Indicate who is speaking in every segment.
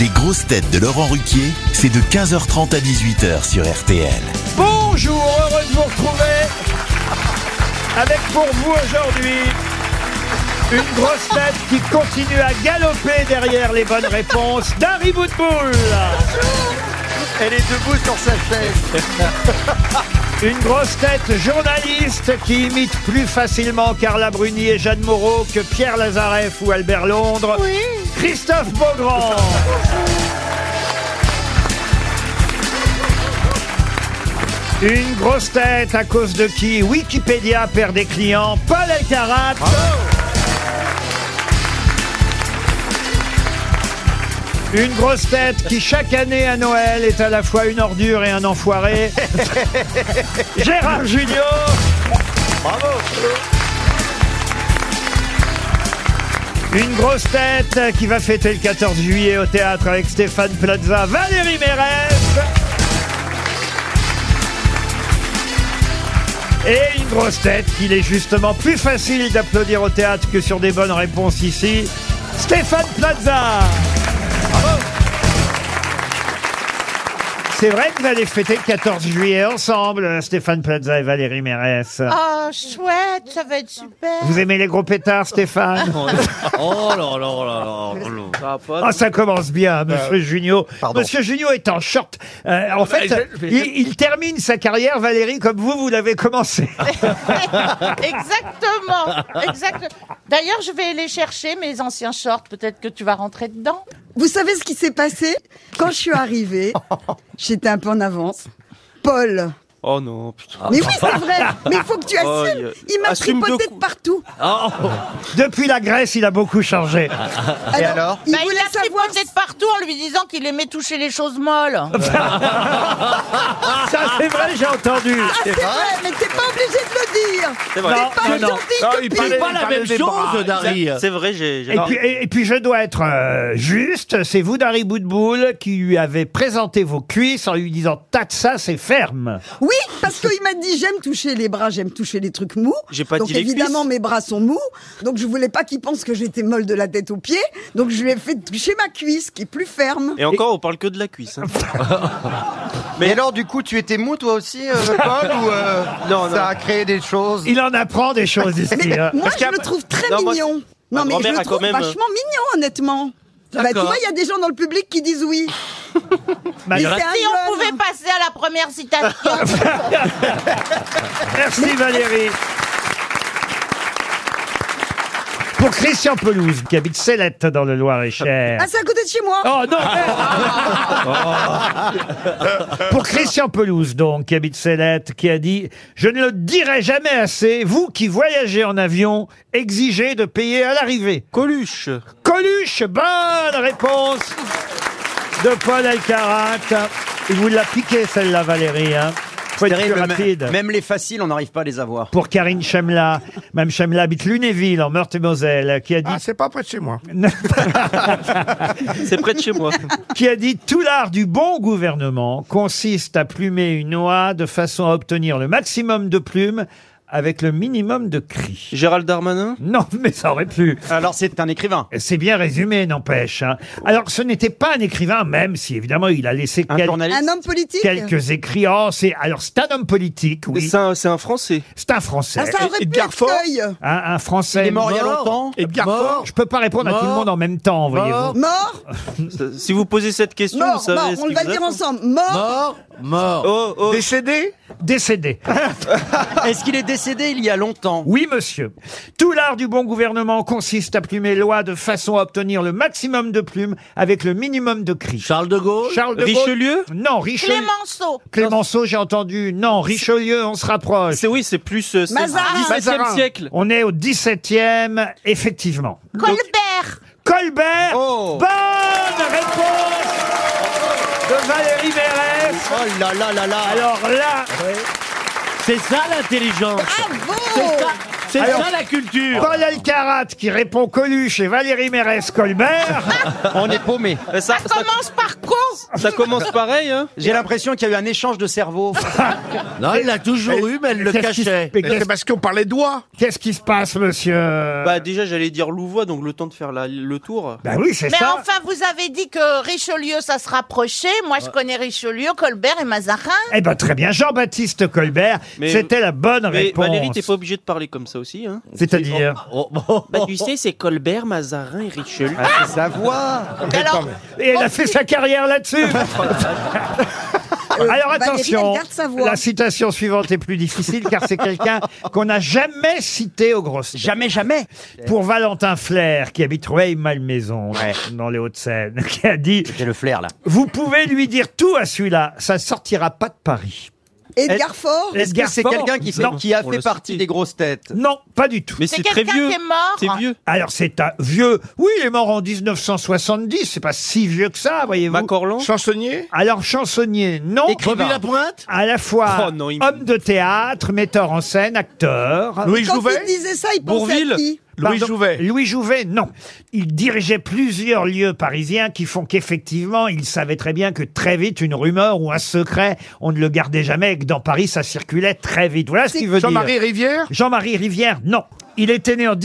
Speaker 1: Les grosses têtes de Laurent Ruquier, c'est de 15h30 à 18h sur RTL.
Speaker 2: Bonjour, heureux de vous retrouver avec pour vous aujourd'hui une grosse tête qui continue à galoper derrière les bonnes réponses d'Harry Boutboul.
Speaker 3: Elle est debout sur sa chaise.
Speaker 2: Une grosse tête journaliste qui imite plus facilement Carla Bruni et Jeanne Moreau que Pierre Lazareff ou Albert Londres. Christophe Beaugrand. Une grosse tête à cause de qui Wikipédia perd des clients. Paul Elkarat. Une grosse tête qui chaque année à Noël est à la fois une ordure et un enfoiré. Gérard Junior.
Speaker 3: Bravo.
Speaker 2: Une grosse tête qui va fêter le 14 juillet au théâtre avec Stéphane Plaza, Valérie Mérès. Et une grosse tête qu'il est justement plus facile d'applaudir au théâtre que sur des bonnes réponses ici, Stéphane Plaza. C'est vrai que vous allez fêter le 14 juillet ensemble, Stéphane Plaza et Valérie Mérès.
Speaker 4: Oh, chouette, ça va être super.
Speaker 2: Vous aimez les gros pétards, Stéphane
Speaker 5: Ah,
Speaker 6: Oh là là là là, là. Ça
Speaker 2: Ah, ça commence bien,
Speaker 7: Bah
Speaker 2: Monsieur Junio.
Speaker 6: Euh, pardon.
Speaker 2: Monsieur Junio est en short. Euh, en fait,
Speaker 6: bah, je- je-
Speaker 2: il, il termine sa carrière, Valérie, comme vous, vous l'avez commencé.
Speaker 4: Exactement. exact. D'ailleurs, je vais aller chercher mes anciens shorts. Peut-être que tu vas rentrer dedans.
Speaker 7: Vous savez ce qui s'est passé Quand je suis arrivée, j'étais un peu en avance. Paul.
Speaker 8: Oh non, putain.
Speaker 7: Mais oui, c'est vrai. Mais il faut que tu
Speaker 8: Oh,
Speaker 7: assumes. Il m'a
Speaker 8: assume de
Speaker 7: tripoté de
Speaker 8: cou-
Speaker 7: partout.
Speaker 2: Oh. Depuis la Grèce, il a beaucoup changé.
Speaker 6: Ah,
Speaker 7: Alors, ah, il
Speaker 4: Bah, il
Speaker 7: voulait
Speaker 4: a pris
Speaker 7: savoir.
Speaker 4: peut-être partout en lui disant qu'il aimait toucher les choses molles.
Speaker 2: Ah, Ça, c'est vrai, j'ai entendu.
Speaker 7: Ah, c'est vrai, mais t'es pas obligé de le dire.
Speaker 8: C'est vrai.
Speaker 2: Non,
Speaker 7: Pas
Speaker 2: non, non.
Speaker 7: gentil,
Speaker 8: il
Speaker 7: copine.
Speaker 8: parlait-
Speaker 6: pas la
Speaker 8: il parlait
Speaker 6: même
Speaker 8: des
Speaker 6: chose,
Speaker 8: bras.
Speaker 6: Dari.
Speaker 8: C'est vrai, j'ai. j'ai-
Speaker 2: Et puis, et- et puis je dois être euh, juste, c'est vous, Dari Boudboul, qui lui avez présenté vos cuisses en lui disant « Tac, ça, c'est ferme
Speaker 7: Oui, parce qu'il m'a dit j'aime toucher les bras, j'aime toucher les trucs mous.
Speaker 8: J'ai pas
Speaker 7: donc
Speaker 8: dit les
Speaker 7: évidemment
Speaker 8: cuisses.
Speaker 7: mes bras sont mous, donc je voulais pas qu'il pense que j'étais molle de la tête aux pieds, donc je lui ai fait toucher ma cuisse qui est plus ferme.
Speaker 8: Et encore, on parle que de la cuisse. hein.
Speaker 3: Mais alors, du coup, tu étais mou, toi aussi, euh, Paul ou, euh,
Speaker 8: Non,
Speaker 3: Ça a créé des choses. ».
Speaker 2: Il en apprend des choses ici.
Speaker 7: Mais
Speaker 2: hein.
Speaker 7: moi
Speaker 8: euh, Parce
Speaker 7: je
Speaker 8: qu'à-
Speaker 7: le trouve très
Speaker 8: Non, moi,
Speaker 7: mignon.
Speaker 8: ma
Speaker 7: non mais je
Speaker 8: grand-mère
Speaker 7: le
Speaker 8: a
Speaker 7: trouve
Speaker 8: quand
Speaker 9: euh,
Speaker 8: même- euh,
Speaker 7: vachement mignon honnêtement. Bah, tu
Speaker 8: D'accord. Bah,
Speaker 7: vois, il y a des gens dans le public qui disent oui. Mais c'est
Speaker 2: Malgré-
Speaker 7: un
Speaker 4: Si on
Speaker 7: jeune.
Speaker 4: pouvait passer à la première citation.
Speaker 2: Merci Valérie. Pour Christian Pelouse, qui habite Célette dans le Loir-et-Cher.
Speaker 7: Ah, c'est à côté de chez moi.
Speaker 2: Oh non mais- Pour Christian Pelouse, donc, qui habite Célette, qui a dit « Je ne le dirai jamais assez, vous qui voyagez en avion, exigez de payer à l'arrivée.
Speaker 8: Coluche. »
Speaker 2: Coluche, bonne réponse de Paul Alcarat. Il vous l'a piqué, celle-là, Valérie. Hein. Faut être plus
Speaker 10: Terrible,
Speaker 2: rapide.
Speaker 10: même- Même les faciles, on n'arrive pas à les avoir.
Speaker 2: Pour Karine Chemla, Mme Chemla habite Lunéville, en Meurthe-et-Moselle, qui a dit
Speaker 11: Ah, c'est pas près de chez moi.
Speaker 8: C'est près de chez moi.
Speaker 2: qui a dit tout l'art du bon gouvernement consiste à plumer une oie de façon à obtenir le maximum de plumes avec le minimum de cris.
Speaker 8: Gérald Darmanin.
Speaker 2: Non, mais ça aurait pu.
Speaker 10: Alors c'est un écrivain.
Speaker 2: C'est bien résumé, n'empêche. hein. Alors, ce n'était pas un écrivain, même si évidemment il a laissé
Speaker 10: Un
Speaker 2: quel-
Speaker 10: journaliste.
Speaker 7: Un homme politique.
Speaker 2: quelques écrits. Oh, c'est alors c'est un homme politique, oui.
Speaker 8: C'est un, c'est un Français.
Speaker 2: C'est un Français,
Speaker 7: Ah, ça aurait pu
Speaker 11: Edgar
Speaker 7: être
Speaker 11: Faure.
Speaker 7: Seuil.
Speaker 2: un, un Français.
Speaker 10: Il est mort il y a longtemps.
Speaker 11: Edgar
Speaker 2: Je peux pas répondre à tout le
Speaker 10: Mort.
Speaker 2: monde en même temps, voyez-vous.
Speaker 7: Mort,
Speaker 8: Si vous posez cette question, vous
Speaker 7: mort,
Speaker 8: savez.
Speaker 7: mort.
Speaker 8: ce
Speaker 7: On
Speaker 8: qu'il
Speaker 7: va
Speaker 8: vous
Speaker 7: dire
Speaker 8: attend.
Speaker 7: ensemble. Mort.
Speaker 10: Mort, mort.
Speaker 8: Oh, oh.
Speaker 11: Décédé
Speaker 2: Décédé.
Speaker 10: Est-ce qu'il est décédé il y a longtemps
Speaker 2: Oui, monsieur. Tout l'art du bon gouvernement consiste à plumer loi de façon à obtenir le maximum de plumes avec le minimum de cris.
Speaker 6: Charles de Gaulle.
Speaker 2: Charles de Gaulle-
Speaker 8: Richelieu
Speaker 2: Non, Richelieu.
Speaker 4: Clémenceau.
Speaker 2: Clémenceau, j'ai entendu. Non, Richelieu, on se rapproche.
Speaker 8: C'est oui, c'est plus. euh, c'est
Speaker 7: Mazarin.
Speaker 8: 17e siècle.
Speaker 2: On est au 17e, effectivement.
Speaker 4: Colbert.
Speaker 2: Colbert,
Speaker 10: Oh.
Speaker 2: bonne réponse de Valérie Mérès.
Speaker 10: Oh là là là là.
Speaker 2: Alors là,
Speaker 6: C'est ça l'intelligence.
Speaker 7: Bravo.
Speaker 6: C'est ça.
Speaker 2: C'est ça la culture Paul Alcarat qui répond Coluche et Valérie Mérès-Colbert.
Speaker 9: On est paumé.
Speaker 8: Ça,
Speaker 4: Ça commence par quoi
Speaker 8: ça commence pareil, hein
Speaker 9: J'ai l'impression qu'il y a eu un échange de cerveau.
Speaker 6: Non, il l'a toujours eu, mais elle le
Speaker 2: Qu'est-ce qui se-
Speaker 6: cachait.
Speaker 2: mais qu'est-ce-
Speaker 11: parce qu'on parlait doigts.
Speaker 2: Qu'est-ce qui se passe, Ah, monsieur euh,
Speaker 8: Bah déjà j'allais dire Louvois, donc le temps de faire la- le tour.
Speaker 2: Bah oui, c'est
Speaker 4: Mais
Speaker 2: ça.
Speaker 4: enfin, vous avez dit que Richelieu, ça se rapprochait. Moi, je connais Richelieu, Colbert et Mazarin.
Speaker 2: Eh ben très bien, Jean-Baptiste Colbert,
Speaker 8: Mais-
Speaker 2: c'était la bonne
Speaker 8: Mais
Speaker 2: réponse.
Speaker 8: Valérie, t'es pas obligé de parler comme ça aussi, hein
Speaker 2: C'est-à-dire
Speaker 6: Oh, bon.
Speaker 8: Bah tu sais, c'est Colbert, Mazarin et Richelieu.
Speaker 9: Ah, c'est sa voix.
Speaker 4: Mais alors,
Speaker 2: Et elle a fait Ah, sa carrière là-dessus.
Speaker 7: Euh,
Speaker 2: Alors
Speaker 7: Valérie,
Speaker 2: attention,
Speaker 7: elle garde sa voix.
Speaker 2: la citation suivante est plus difficile car c'est quelqu'un qu'on n'a jamais cité aux grosses têtes.
Speaker 9: Jamais, jamais.
Speaker 2: Pour Valentin Flair, qui habite Rueil-Malmaison, dans les Hauts-de-Seine, qui a dit
Speaker 9: J'ai le flair là.
Speaker 2: Vous pouvez lui dire tout à celui-là, ça sortira pas de Paris.
Speaker 7: Edgar Faure
Speaker 9: Est-ce que c'est
Speaker 2: Edgar
Speaker 9: quelqu'un qui, fait-
Speaker 2: Non.
Speaker 9: qui a
Speaker 8: On
Speaker 9: fait
Speaker 8: le
Speaker 9: partie
Speaker 8: sortit.
Speaker 9: des grosses têtes
Speaker 2: Non, pas du tout. Ah.
Speaker 8: Mais
Speaker 4: c'est
Speaker 8: c'est très
Speaker 4: quelqu'un qui
Speaker 8: vieux.
Speaker 4: est mort.
Speaker 8: C'est vieux.
Speaker 2: Alors c'est un vieux. Oui, il est mort en 1970, c'est pas si vieux que ça, voyez-vous.
Speaker 8: Macorlan
Speaker 11: Chansonnier
Speaker 2: Alors chansonnier, non.
Speaker 6: Écrivez la pointe
Speaker 2: À la fois
Speaker 8: Oh non, il-
Speaker 2: homme de théâtre, metteur en scène, acteur.
Speaker 11: Louis
Speaker 7: Quand il
Speaker 11: Jouvet
Speaker 7: disait ça, il pensait
Speaker 8: Bourvil
Speaker 7: à qui
Speaker 11: Louis
Speaker 2: Pardon,
Speaker 11: Jouvet.
Speaker 2: Louis Jouvet, non. Il dirigeait plusieurs lieux parisiens qui font qu'effectivement, il savait très bien que très vite, une rumeur ou un secret, on ne le gardait jamais et que dans Paris, ça circulait très vite. Voilà ce qu'il veut dire.
Speaker 11: Jean-Marie Rivière
Speaker 2: Jean-Marie Rivière, non. Il était né en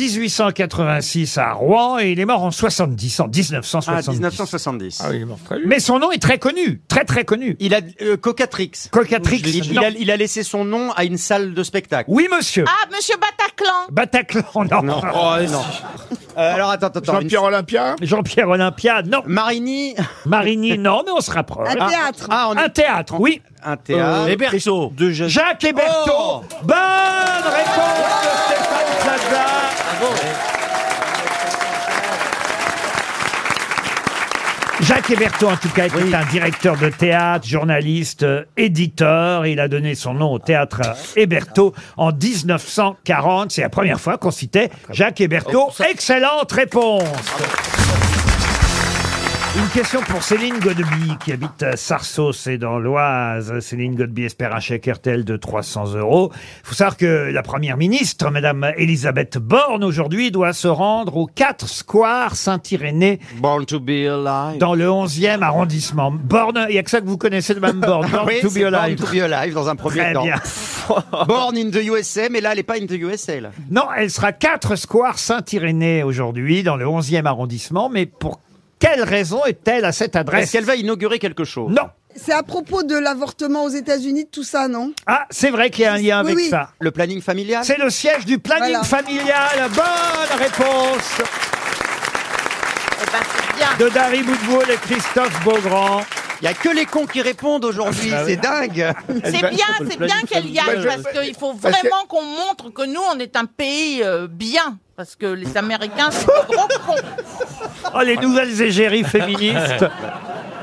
Speaker 2: 1886 à Rouen et il est mort en 70, en
Speaker 9: Ah,
Speaker 2: 1970.
Speaker 9: 1970.
Speaker 11: Ah il est mort très
Speaker 2: Mais son nom est très connu, très très connu.
Speaker 9: Il a euh, Cocatrix.
Speaker 2: Cocatrix,
Speaker 9: Il, il
Speaker 2: non.
Speaker 9: a, il a laissé son nom à une salle de spectacle.
Speaker 2: Oui, monsieur.
Speaker 4: Ah, monsieur Bataclan.
Speaker 2: Bataclan, Oh, non.
Speaker 9: Non. Oh, non. Euh, alors attends, attends. attends.
Speaker 11: Jean-Pierre Olympia
Speaker 2: Jean-Pierre Olympia, non.
Speaker 9: Une- Marini.
Speaker 2: Marigny, non, mais on se rapproche.
Speaker 7: Un théâtre.
Speaker 9: Ah, on est-
Speaker 2: Un théâtre, oui.
Speaker 9: un théâtre.
Speaker 6: Les berceaux.
Speaker 8: de Jazz.
Speaker 2: Euh, Jacques Héberto.
Speaker 6: Oh
Speaker 2: Bonne réponse de Stéphane Plaza. Jacques Héberto, en tout cas, était un directeur de théâtre, journaliste, euh, éditeur. Il a donné son nom au théâtre euh, Héberto en 1940. C'est la première fois qu'on
Speaker 9: Ah,
Speaker 2: citait Jacques
Speaker 9: Oh,
Speaker 2: Héberto. Excellente réponse une question pour Céline Godeby qui habite à Sarceau, c'est dans l'Oise. Céline Godeby espère un chèque RTL de 300 euros. Il faut savoir que la première ministre, Madame Elisabeth Borne, aujourd'hui doit se rendre aux 4 squares Saint-Irénée
Speaker 9: Born to be alive.
Speaker 2: dans le 11e arrondissement. Borne, il n'y a que ça que vous connaissez de Mme Borne. Born
Speaker 9: Ah Oui,
Speaker 2: to
Speaker 9: c'est
Speaker 2: be alive.
Speaker 9: Born to be alive dans un premier
Speaker 2: Très
Speaker 9: temps.
Speaker 2: bien.
Speaker 9: Born in the USA, mais là, elle est pas in the USA. Là.
Speaker 2: Non, elle sera 4 square Saint-Irénée aujourd'hui dans le 11e arrondissement, mais pour quelle raison est-elle à cette
Speaker 9: Est-ce
Speaker 2: adresse
Speaker 9: qu'elle va inaugurer quelque chose
Speaker 2: Non.
Speaker 7: C'est à propos de l'avortement aux États-Unis, de tout ça, non
Speaker 2: Ah, c'est vrai qu'il y a un lien
Speaker 7: Oui,
Speaker 2: avec
Speaker 7: oui.
Speaker 2: ça.
Speaker 9: Le planning familial
Speaker 2: C'est le siège du planning
Speaker 7: Voilà.
Speaker 2: familial. Bonne réponse
Speaker 4: Eh ben, c'est bien.
Speaker 2: de Dari Boudboul et Christophe Beaugrand. Ah, bah
Speaker 9: Il y a que les cons qui répondent aujourd'hui, c'est dingue.
Speaker 2: Eh ben,
Speaker 4: C'est bien, c'est bien qu'elle y aille,
Speaker 11: Bah, je-
Speaker 4: parce qu'il faut
Speaker 11: parce que-
Speaker 4: vraiment qu'on montre que nous, on est un pays euh, bien. Parce que les Américains, c'est des gros cons.
Speaker 2: Oh, les nouvelles égéries féministes.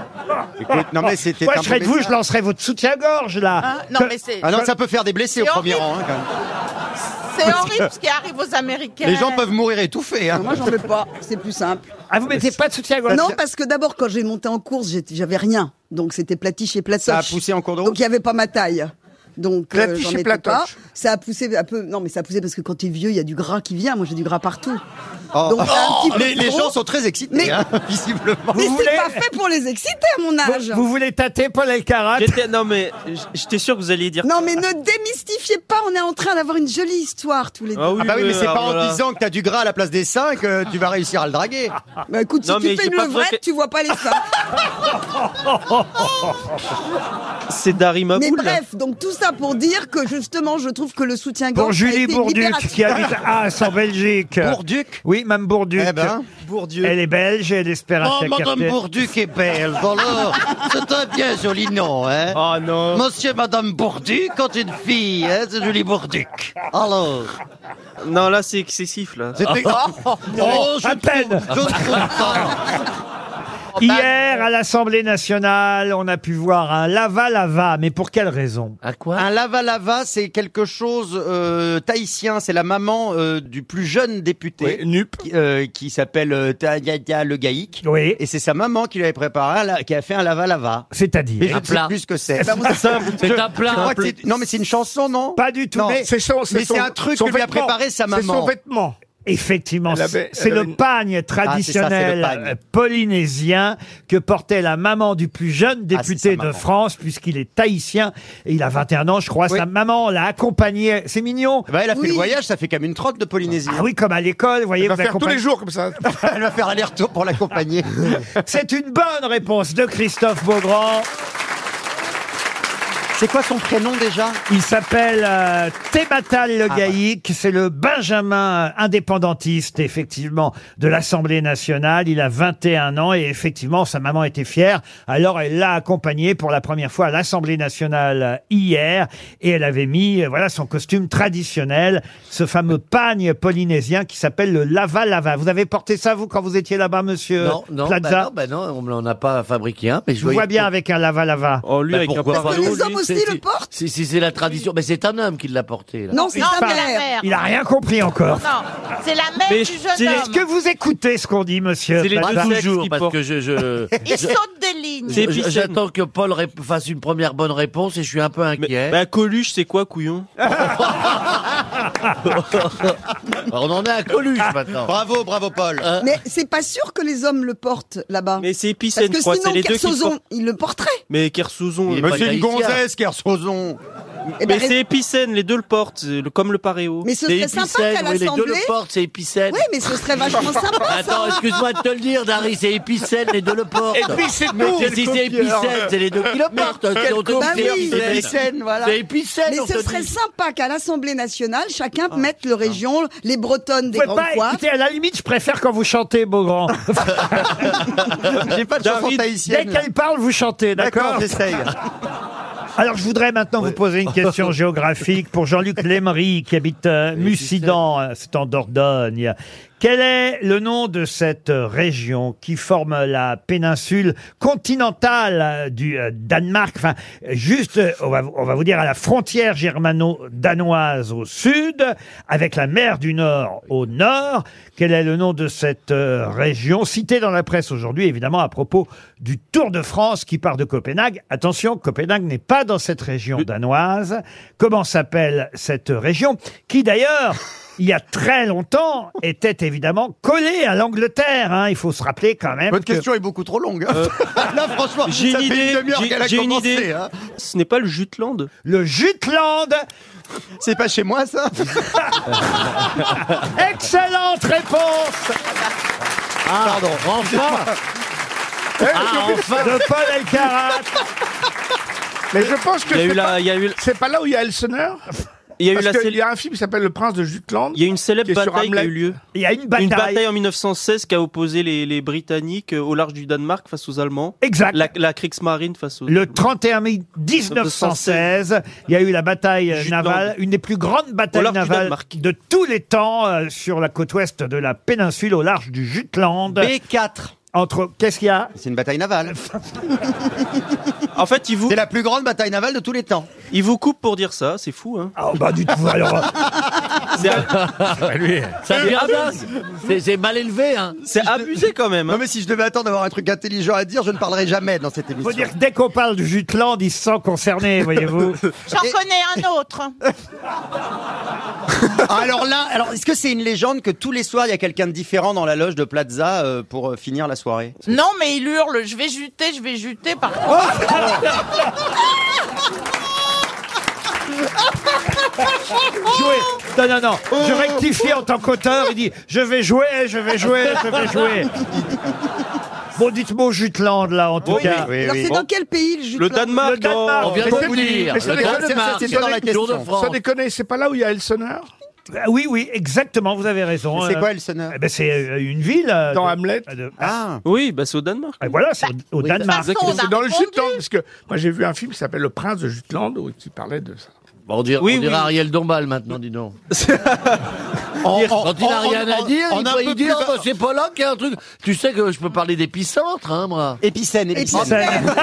Speaker 9: Écoute, non mais c'était
Speaker 2: Moi,
Speaker 9: un
Speaker 2: je serais de vous,
Speaker 9: mauvais-
Speaker 2: je lancerais votre soutien-gorge, là.
Speaker 4: Hein non,
Speaker 2: Que-
Speaker 4: mais c'est
Speaker 9: Ah non, ça peut faire des blessés au
Speaker 4: C'est
Speaker 9: premier
Speaker 4: horrible.
Speaker 9: rang. hein, quand même.
Speaker 4: c'est horrible ce qui arrive aux Américains.
Speaker 9: Les gens peuvent mourir étouffés. hein.
Speaker 7: Moi, j'en veux pas. C'est plus simple.
Speaker 2: Ah, vous mettez pas de soutien-gorge
Speaker 7: Non, parce que d'abord, quand j'ai monté en course, j'étais- j'avais rien. Donc, c'était platiche et platoche.
Speaker 9: Ça a poussé en cours de route
Speaker 7: Donc, il n'y avait pas ma taille. Donc, euh,
Speaker 11: Platiche
Speaker 7: j'en
Speaker 11: et
Speaker 7: mettais
Speaker 11: platoche.
Speaker 7: pas. Ça a poussé un peu. Non, mais ça a poussé parce que quand t'es vieux, il y a du gras qui vient. Moi, j'ai du gras partout.
Speaker 9: Oh.
Speaker 7: Donc, c'est un petit peu
Speaker 9: les, les
Speaker 7: trop.
Speaker 9: gens sont très excités,
Speaker 7: Mais-
Speaker 9: hein, visiblement.
Speaker 7: Mais
Speaker 2: Vous
Speaker 7: c'est
Speaker 2: voulez-
Speaker 7: pas fait pour les exciter à mon âge.
Speaker 2: Vous, vous voulez tâter Paul Alcarat
Speaker 8: J'étais non mais j- j'étais sûr que vous alliez dire.
Speaker 7: Non, mais ne démystifiez pas. On est en train d'avoir une jolie histoire tous les deux.
Speaker 8: oui,
Speaker 9: Ah bah oui, mais c'est
Speaker 8: ah,
Speaker 9: pas
Speaker 8: voilà.
Speaker 9: en disant que t'as du gras à la place des seins que tu vas réussir à le draguer.
Speaker 7: Bah, écoute, si
Speaker 8: Non,
Speaker 7: tu
Speaker 8: mais
Speaker 7: fais
Speaker 8: j'ai
Speaker 7: une
Speaker 8: pas Oh,
Speaker 7: levrette,
Speaker 8: préfé-
Speaker 7: tu vois pas les seins.
Speaker 8: C'est Darima
Speaker 7: mais
Speaker 8: Cool.
Speaker 7: bref, donc tout ça pour dire que justement, je trouve que le soutien
Speaker 2: Pour Julie Bourduc, qui
Speaker 7: libérateur.
Speaker 2: habite à Asse, en Belgique.
Speaker 9: Bourduc
Speaker 2: Oui, Mme Bourduc.
Speaker 9: Eh ben,
Speaker 2: Elle est belge et elle espère un
Speaker 6: Oh,
Speaker 2: chèque
Speaker 6: Madame
Speaker 2: RTL.
Speaker 9: Bourduc est belle, voilà. C'est un bien joli nom, hein.
Speaker 8: Oh non.
Speaker 9: Monsieur, Madame Bourduc quand une fille, hein, c'est Julie Bourduc. Alors,
Speaker 8: Non là c'est excessif là.
Speaker 9: c'était... Oh,
Speaker 2: à peine.
Speaker 9: je trouve ça.
Speaker 2: Hier, à l'Assemblée nationale, on a pu voir un lava-lava, mais pour quelle raison
Speaker 6: À quoi
Speaker 9: Un lava-lava, c'est quelque chose euh, tahitien. C'est la maman euh, du plus jeune député, NUP, qui, euh, qui s'appelle euh, Tayaya Le Gaïc.
Speaker 2: Oui,
Speaker 9: Et c'est sa maman qui lui avait préparé, un la- qui a fait un lava-lava. Et
Speaker 2: c'est-à-dire
Speaker 9: je
Speaker 6: Un
Speaker 9: ne sais
Speaker 6: plat.
Speaker 9: plus ce que c'est.
Speaker 6: C'est un
Speaker 9: Je
Speaker 6: plat.
Speaker 9: crois que c'est- Non, mais c'est une chanson, non
Speaker 2: Pas du tout.
Speaker 9: Non.
Speaker 2: mais-
Speaker 11: C'est son-
Speaker 9: Mais c'est
Speaker 11: son-
Speaker 9: un truc
Speaker 11: son
Speaker 9: que lui a
Speaker 11: vêtement.
Speaker 9: préparé sa
Speaker 11: C'est son
Speaker 9: maman.
Speaker 11: vêtement.
Speaker 2: Effectivement,
Speaker 11: Elle avait-
Speaker 2: Ah, c'est
Speaker 11: elle
Speaker 2: le
Speaker 11: avait une-
Speaker 2: pagne traditionnel
Speaker 9: Ah, c'est ça, c'est le pagne.
Speaker 2: euh, polynésien que portait la maman du plus jeune
Speaker 9: Ah, c'est sa
Speaker 2: député de
Speaker 9: maman.
Speaker 2: France, puisqu'il est tahitien. Et il a 21 ans, je crois.
Speaker 9: Oui.
Speaker 2: Sa maman l'a accompagné. C'est mignon.
Speaker 9: Bah, elle a fait
Speaker 7: Oui.
Speaker 9: le voyage, ça fait comme une trotte de Polynésie.
Speaker 2: Ah oui, comme à l'école, vous voyez,
Speaker 11: Il va
Speaker 2: vous
Speaker 11: faire tous les
Speaker 2: accompagnez-
Speaker 11: jours comme ça.
Speaker 9: Elle va faire aller-retour pour l'accompagner.
Speaker 2: C'est une bonne réponse de Christophe Beaugrand.
Speaker 9: c'est quoi son prénom déjà
Speaker 2: Il s'appelle euh, Thébatal
Speaker 6: Ah
Speaker 2: Le Gaïc. C'est le Benjamin euh, indépendantiste, effectivement, de l'Assemblée nationale. Il a 21 ans et effectivement, sa maman était fière. Alors, elle l'a accompagné pour la première fois à l'Assemblée nationale euh, hier et elle avait mis, euh, voilà, son costume traditionnel, ce fameux pagne polynésien qui s'appelle le lava-lava. Vous avez porté ça, vous, quand vous étiez là-bas,
Speaker 8: Euh,
Speaker 2: monsieur
Speaker 6: Non, non,
Speaker 2: Plaza
Speaker 6: bah non, bah non, on n'en a pas fabriqué un. Mais je
Speaker 2: Je vous vois bien avec un lava-lava.
Speaker 8: Oh, lui,
Speaker 6: Bah,
Speaker 8: avec un
Speaker 6: pourquoi
Speaker 8: parapluie.
Speaker 6: pas
Speaker 7: les hommes aussi
Speaker 6: Si,
Speaker 7: le
Speaker 6: si,
Speaker 7: portent.
Speaker 6: Si, si, c'est la tradition. Mais c'est un homme qui l'a porté. Là.
Speaker 7: Non, c'est
Speaker 4: Non,
Speaker 7: sa
Speaker 4: mais la
Speaker 7: mère.
Speaker 4: mère.
Speaker 2: Il a rien compris encore.
Speaker 4: Non, c'est la mère
Speaker 8: Mais
Speaker 4: du
Speaker 8: je-
Speaker 4: jeune
Speaker 8: c'est-
Speaker 4: homme.
Speaker 2: Est-ce que vous écoutez ce qu'on dit, monsieur
Speaker 8: C'est les
Speaker 6: Pas
Speaker 2: Plaza
Speaker 8: sexes
Speaker 6: toujours,
Speaker 8: qui
Speaker 6: parce
Speaker 8: portent.
Speaker 6: que je... je,
Speaker 4: Il
Speaker 6: je-
Speaker 4: saute des lignes.
Speaker 8: C'est
Speaker 6: je-
Speaker 8: épicène.
Speaker 6: J'attends que Paul rép- fasse une première bonne réponse et je suis un peu
Speaker 8: Mais-
Speaker 6: inquiet.
Speaker 8: Bah, Coluche, c'est quoi, couillon
Speaker 6: On en est à Coluche
Speaker 7: Ah.
Speaker 6: maintenant.
Speaker 9: Bravo, bravo Paul.
Speaker 6: Euh.
Speaker 7: Mais c'est pas sûr que les hommes le portent là-bas.
Speaker 8: Mais c'est
Speaker 7: Parce
Speaker 8: épicène, je
Speaker 7: que
Speaker 8: crois. C'est
Speaker 7: sinon,
Speaker 8: les deux qui
Speaker 7: Kersozon,
Speaker 8: portent.
Speaker 7: il le porterait.
Speaker 8: Mais Kersouzon.
Speaker 2: euh,
Speaker 6: Il est
Speaker 8: Mais,
Speaker 6: pas
Speaker 9: C'est une
Speaker 6: tahitien.
Speaker 9: gonzesse, Kersozon.
Speaker 7: Eh ben,
Speaker 8: mais c'est épicène, les deux le portent, euh, le- comme le paréo.
Speaker 7: mais ce
Speaker 6: C'est
Speaker 7: serait sympa
Speaker 6: épicène,
Speaker 7: qu'à
Speaker 6: oui, les deux
Speaker 7: l'Assemblée.
Speaker 6: le portent, c'est épicène.
Speaker 7: Oui, mais ce serait vachement sympa. ça.
Speaker 6: Attends, excuse-moi de te le dire, Dari, c'est épicène, les deux le portent.
Speaker 11: c'est
Speaker 6: Mais si c'est épicène, c'est les deux
Speaker 9: hein.
Speaker 6: qui le portent. Si on te dit
Speaker 7: copieur,
Speaker 6: c'est
Speaker 7: oui.
Speaker 6: épicène.
Speaker 9: Épicène, voilà.
Speaker 6: C'est épicène,
Speaker 7: Mais
Speaker 6: on
Speaker 7: ce
Speaker 6: te
Speaker 7: serait
Speaker 6: dit. Ah.
Speaker 7: sympa qu'à l'Assemblée nationale, chacun mette le région, les bretonnes des
Speaker 2: Vous pouvez
Speaker 7: grandes
Speaker 2: pas
Speaker 7: coiffes.
Speaker 2: écouter, à la limite, je préfère quand vous chantez, Beaugrand.
Speaker 9: J'ai pas de chanson
Speaker 2: Dès
Speaker 8: David,
Speaker 9: tahitienne.
Speaker 2: qu'elle parle, vous chantez,
Speaker 9: D'accord,
Speaker 2: d'accord
Speaker 9: j'essaye.
Speaker 2: Alors, je voudrais maintenant vous poser une question géographique pour Jean-Luc Lémery, qui habite euh, Mussidan, euh, c'est en Dordogne. Quel est le nom de cette région qui forme la péninsule continentale euh, du euh, Danemark Enfin, juste, euh, on va, on va vous dire, à la frontière germano-danoise au sud, avec la mer du Nord au nord. Quel est le nom de cette euh, région citée dans la presse aujourd'hui, évidemment, à propos du Tour de France qui part de Copenhague. Attention, Copenhague n'est pas dans cette région danoise. Comment s'appelle cette région qui, d'ailleurs, il y a très longtemps, était évidemment collée à l'Angleterre. hein. Il faut se rappeler quand même.
Speaker 9: Votre
Speaker 2: que- Euh,
Speaker 9: question est beaucoup trop longue. hein. Là, franchement,
Speaker 8: J'ai
Speaker 9: ça
Speaker 8: une
Speaker 9: fait
Speaker 8: idée.
Speaker 9: une demi-heure
Speaker 8: j'ai-
Speaker 9: qu'elle a
Speaker 8: J'ai une
Speaker 9: commencé.
Speaker 8: idée.
Speaker 9: hein.
Speaker 8: Ce n'est pas le Jutland.
Speaker 2: Le Jutland.
Speaker 9: C'est pas chez moi, ça
Speaker 2: Excellente réponse
Speaker 6: Ah, pardon, enfin
Speaker 2: Eh,
Speaker 6: Ah, enfin
Speaker 2: de Paul Elkarat.
Speaker 11: Mais je pense que
Speaker 8: Il y a eu
Speaker 11: c'est
Speaker 8: la,
Speaker 11: pas,
Speaker 8: il y a eu,
Speaker 11: c'est pas là où il y a Elsener.
Speaker 8: il y a eu
Speaker 11: Parce
Speaker 8: la,
Speaker 11: qu'il y
Speaker 8: célé-
Speaker 11: a un film qui s'appelle Le Prince de Jutland.
Speaker 8: il y a eu une célèbre
Speaker 11: Qui est sur
Speaker 8: bataille qui a eu
Speaker 11: Hamlet.
Speaker 8: lieu.
Speaker 2: Il y a une
Speaker 8: Une
Speaker 2: bataille.
Speaker 8: bataille en 1916 qui a opposé les, les Britanniques euh, au large du Danemark face aux Allemands.
Speaker 2: Exact.
Speaker 8: La, la Kriegsmarine face aux.
Speaker 2: Le 31 mai 1916, il y a eu la bataille euh,
Speaker 8: Jutland.
Speaker 2: navale, une des plus grandes batailles
Speaker 8: large du
Speaker 2: navales
Speaker 8: Danemark.
Speaker 2: de tous les temps euh, sur la côte ouest de la péninsule au large du Jutland.
Speaker 9: B4.
Speaker 2: Entre qu'est-ce qu'il y a
Speaker 9: C'est une bataille navale.
Speaker 8: En fait, ils vous,
Speaker 9: C'est la plus grande bataille navale de tous les temps.
Speaker 8: ils vous coupent pour dire ça, c'est fou, hein.
Speaker 2: Ah bah du tout alors. Bah,
Speaker 8: C'est a-
Speaker 6: Ça
Speaker 9: Ah,
Speaker 6: devient dingue C'est- C'est mal élevé, hein
Speaker 8: c'est abusé quand même.
Speaker 9: Non,
Speaker 8: hein.
Speaker 9: mais si je devais attendre d'avoir un truc intelligent à dire, je ne parlerai jamais dans cette
Speaker 2: Faut
Speaker 9: émission.
Speaker 2: dire que dès qu'on parle du Jutland, ils se sentent concernés, voyez-vous.
Speaker 4: J'en connais un autre.
Speaker 9: Ah, alors là, alors est-ce que c'est une légende que tous les soirs, il y a quelqu'un de différent dans la loge de Plaza euh, pour euh, finir la soirée
Speaker 4: Non, mais il hurle, je vais juter, je vais juter. Par contre,
Speaker 2: Jouer. Non non non, je rectifie en tant qu'auteur, il dit je vais jouer, je vais jouer, je vais jouer. Bon dites-moi au Jutland là en tout
Speaker 8: Oui,
Speaker 2: cas.
Speaker 9: Oui,
Speaker 7: Alors,
Speaker 9: oui.
Speaker 7: c'est dans quel pays le
Speaker 8: Le
Speaker 7: Jutland
Speaker 8: Danemark,
Speaker 2: Le Danemark.
Speaker 6: On
Speaker 8: dans-
Speaker 6: vient
Speaker 11: Mais
Speaker 6: de
Speaker 11: c'est-
Speaker 6: vous dire
Speaker 11: mais c'est
Speaker 6: Le
Speaker 11: des-
Speaker 6: Danemark,
Speaker 9: c'est- c'est dans la
Speaker 6: le Tour de
Speaker 9: question.
Speaker 6: France
Speaker 11: Sans déconner, c'est pas là où il y a Elsener
Speaker 2: Ah Oui oui, exactement, vous avez raison.
Speaker 9: C'est
Speaker 2: Euh,
Speaker 9: quoi, Elsener
Speaker 2: eh ben, c'est euh, une ville euh,
Speaker 11: dans
Speaker 2: de-
Speaker 11: Hamlet.
Speaker 2: de-
Speaker 9: Ah,
Speaker 8: Oui, bah c'est au Danemark.
Speaker 11: Ah,
Speaker 8: Bah,
Speaker 2: Et voilà, c'est au, au
Speaker 9: oui,
Speaker 2: Danemark.
Speaker 4: de toute façon, on a
Speaker 11: C'est dans le
Speaker 4: répondu.
Speaker 11: Jutland, parce que moi j'ai vu un film qui s'appelle Le Prince de Jutland où- qui parlait de ça.
Speaker 6: Bon, Bah, on dirait,
Speaker 8: Oui,
Speaker 6: on dirait
Speaker 8: oui.
Speaker 6: Ariel Dombal maintenant, dis donc.
Speaker 11: Ah,
Speaker 6: Quand il n'a rien à dire, il peut y dire oh, c'est pas là qu'il y a un truc. Tu sais que je peux parler d'épicentre, hein, moi.
Speaker 9: Épicène, épicène.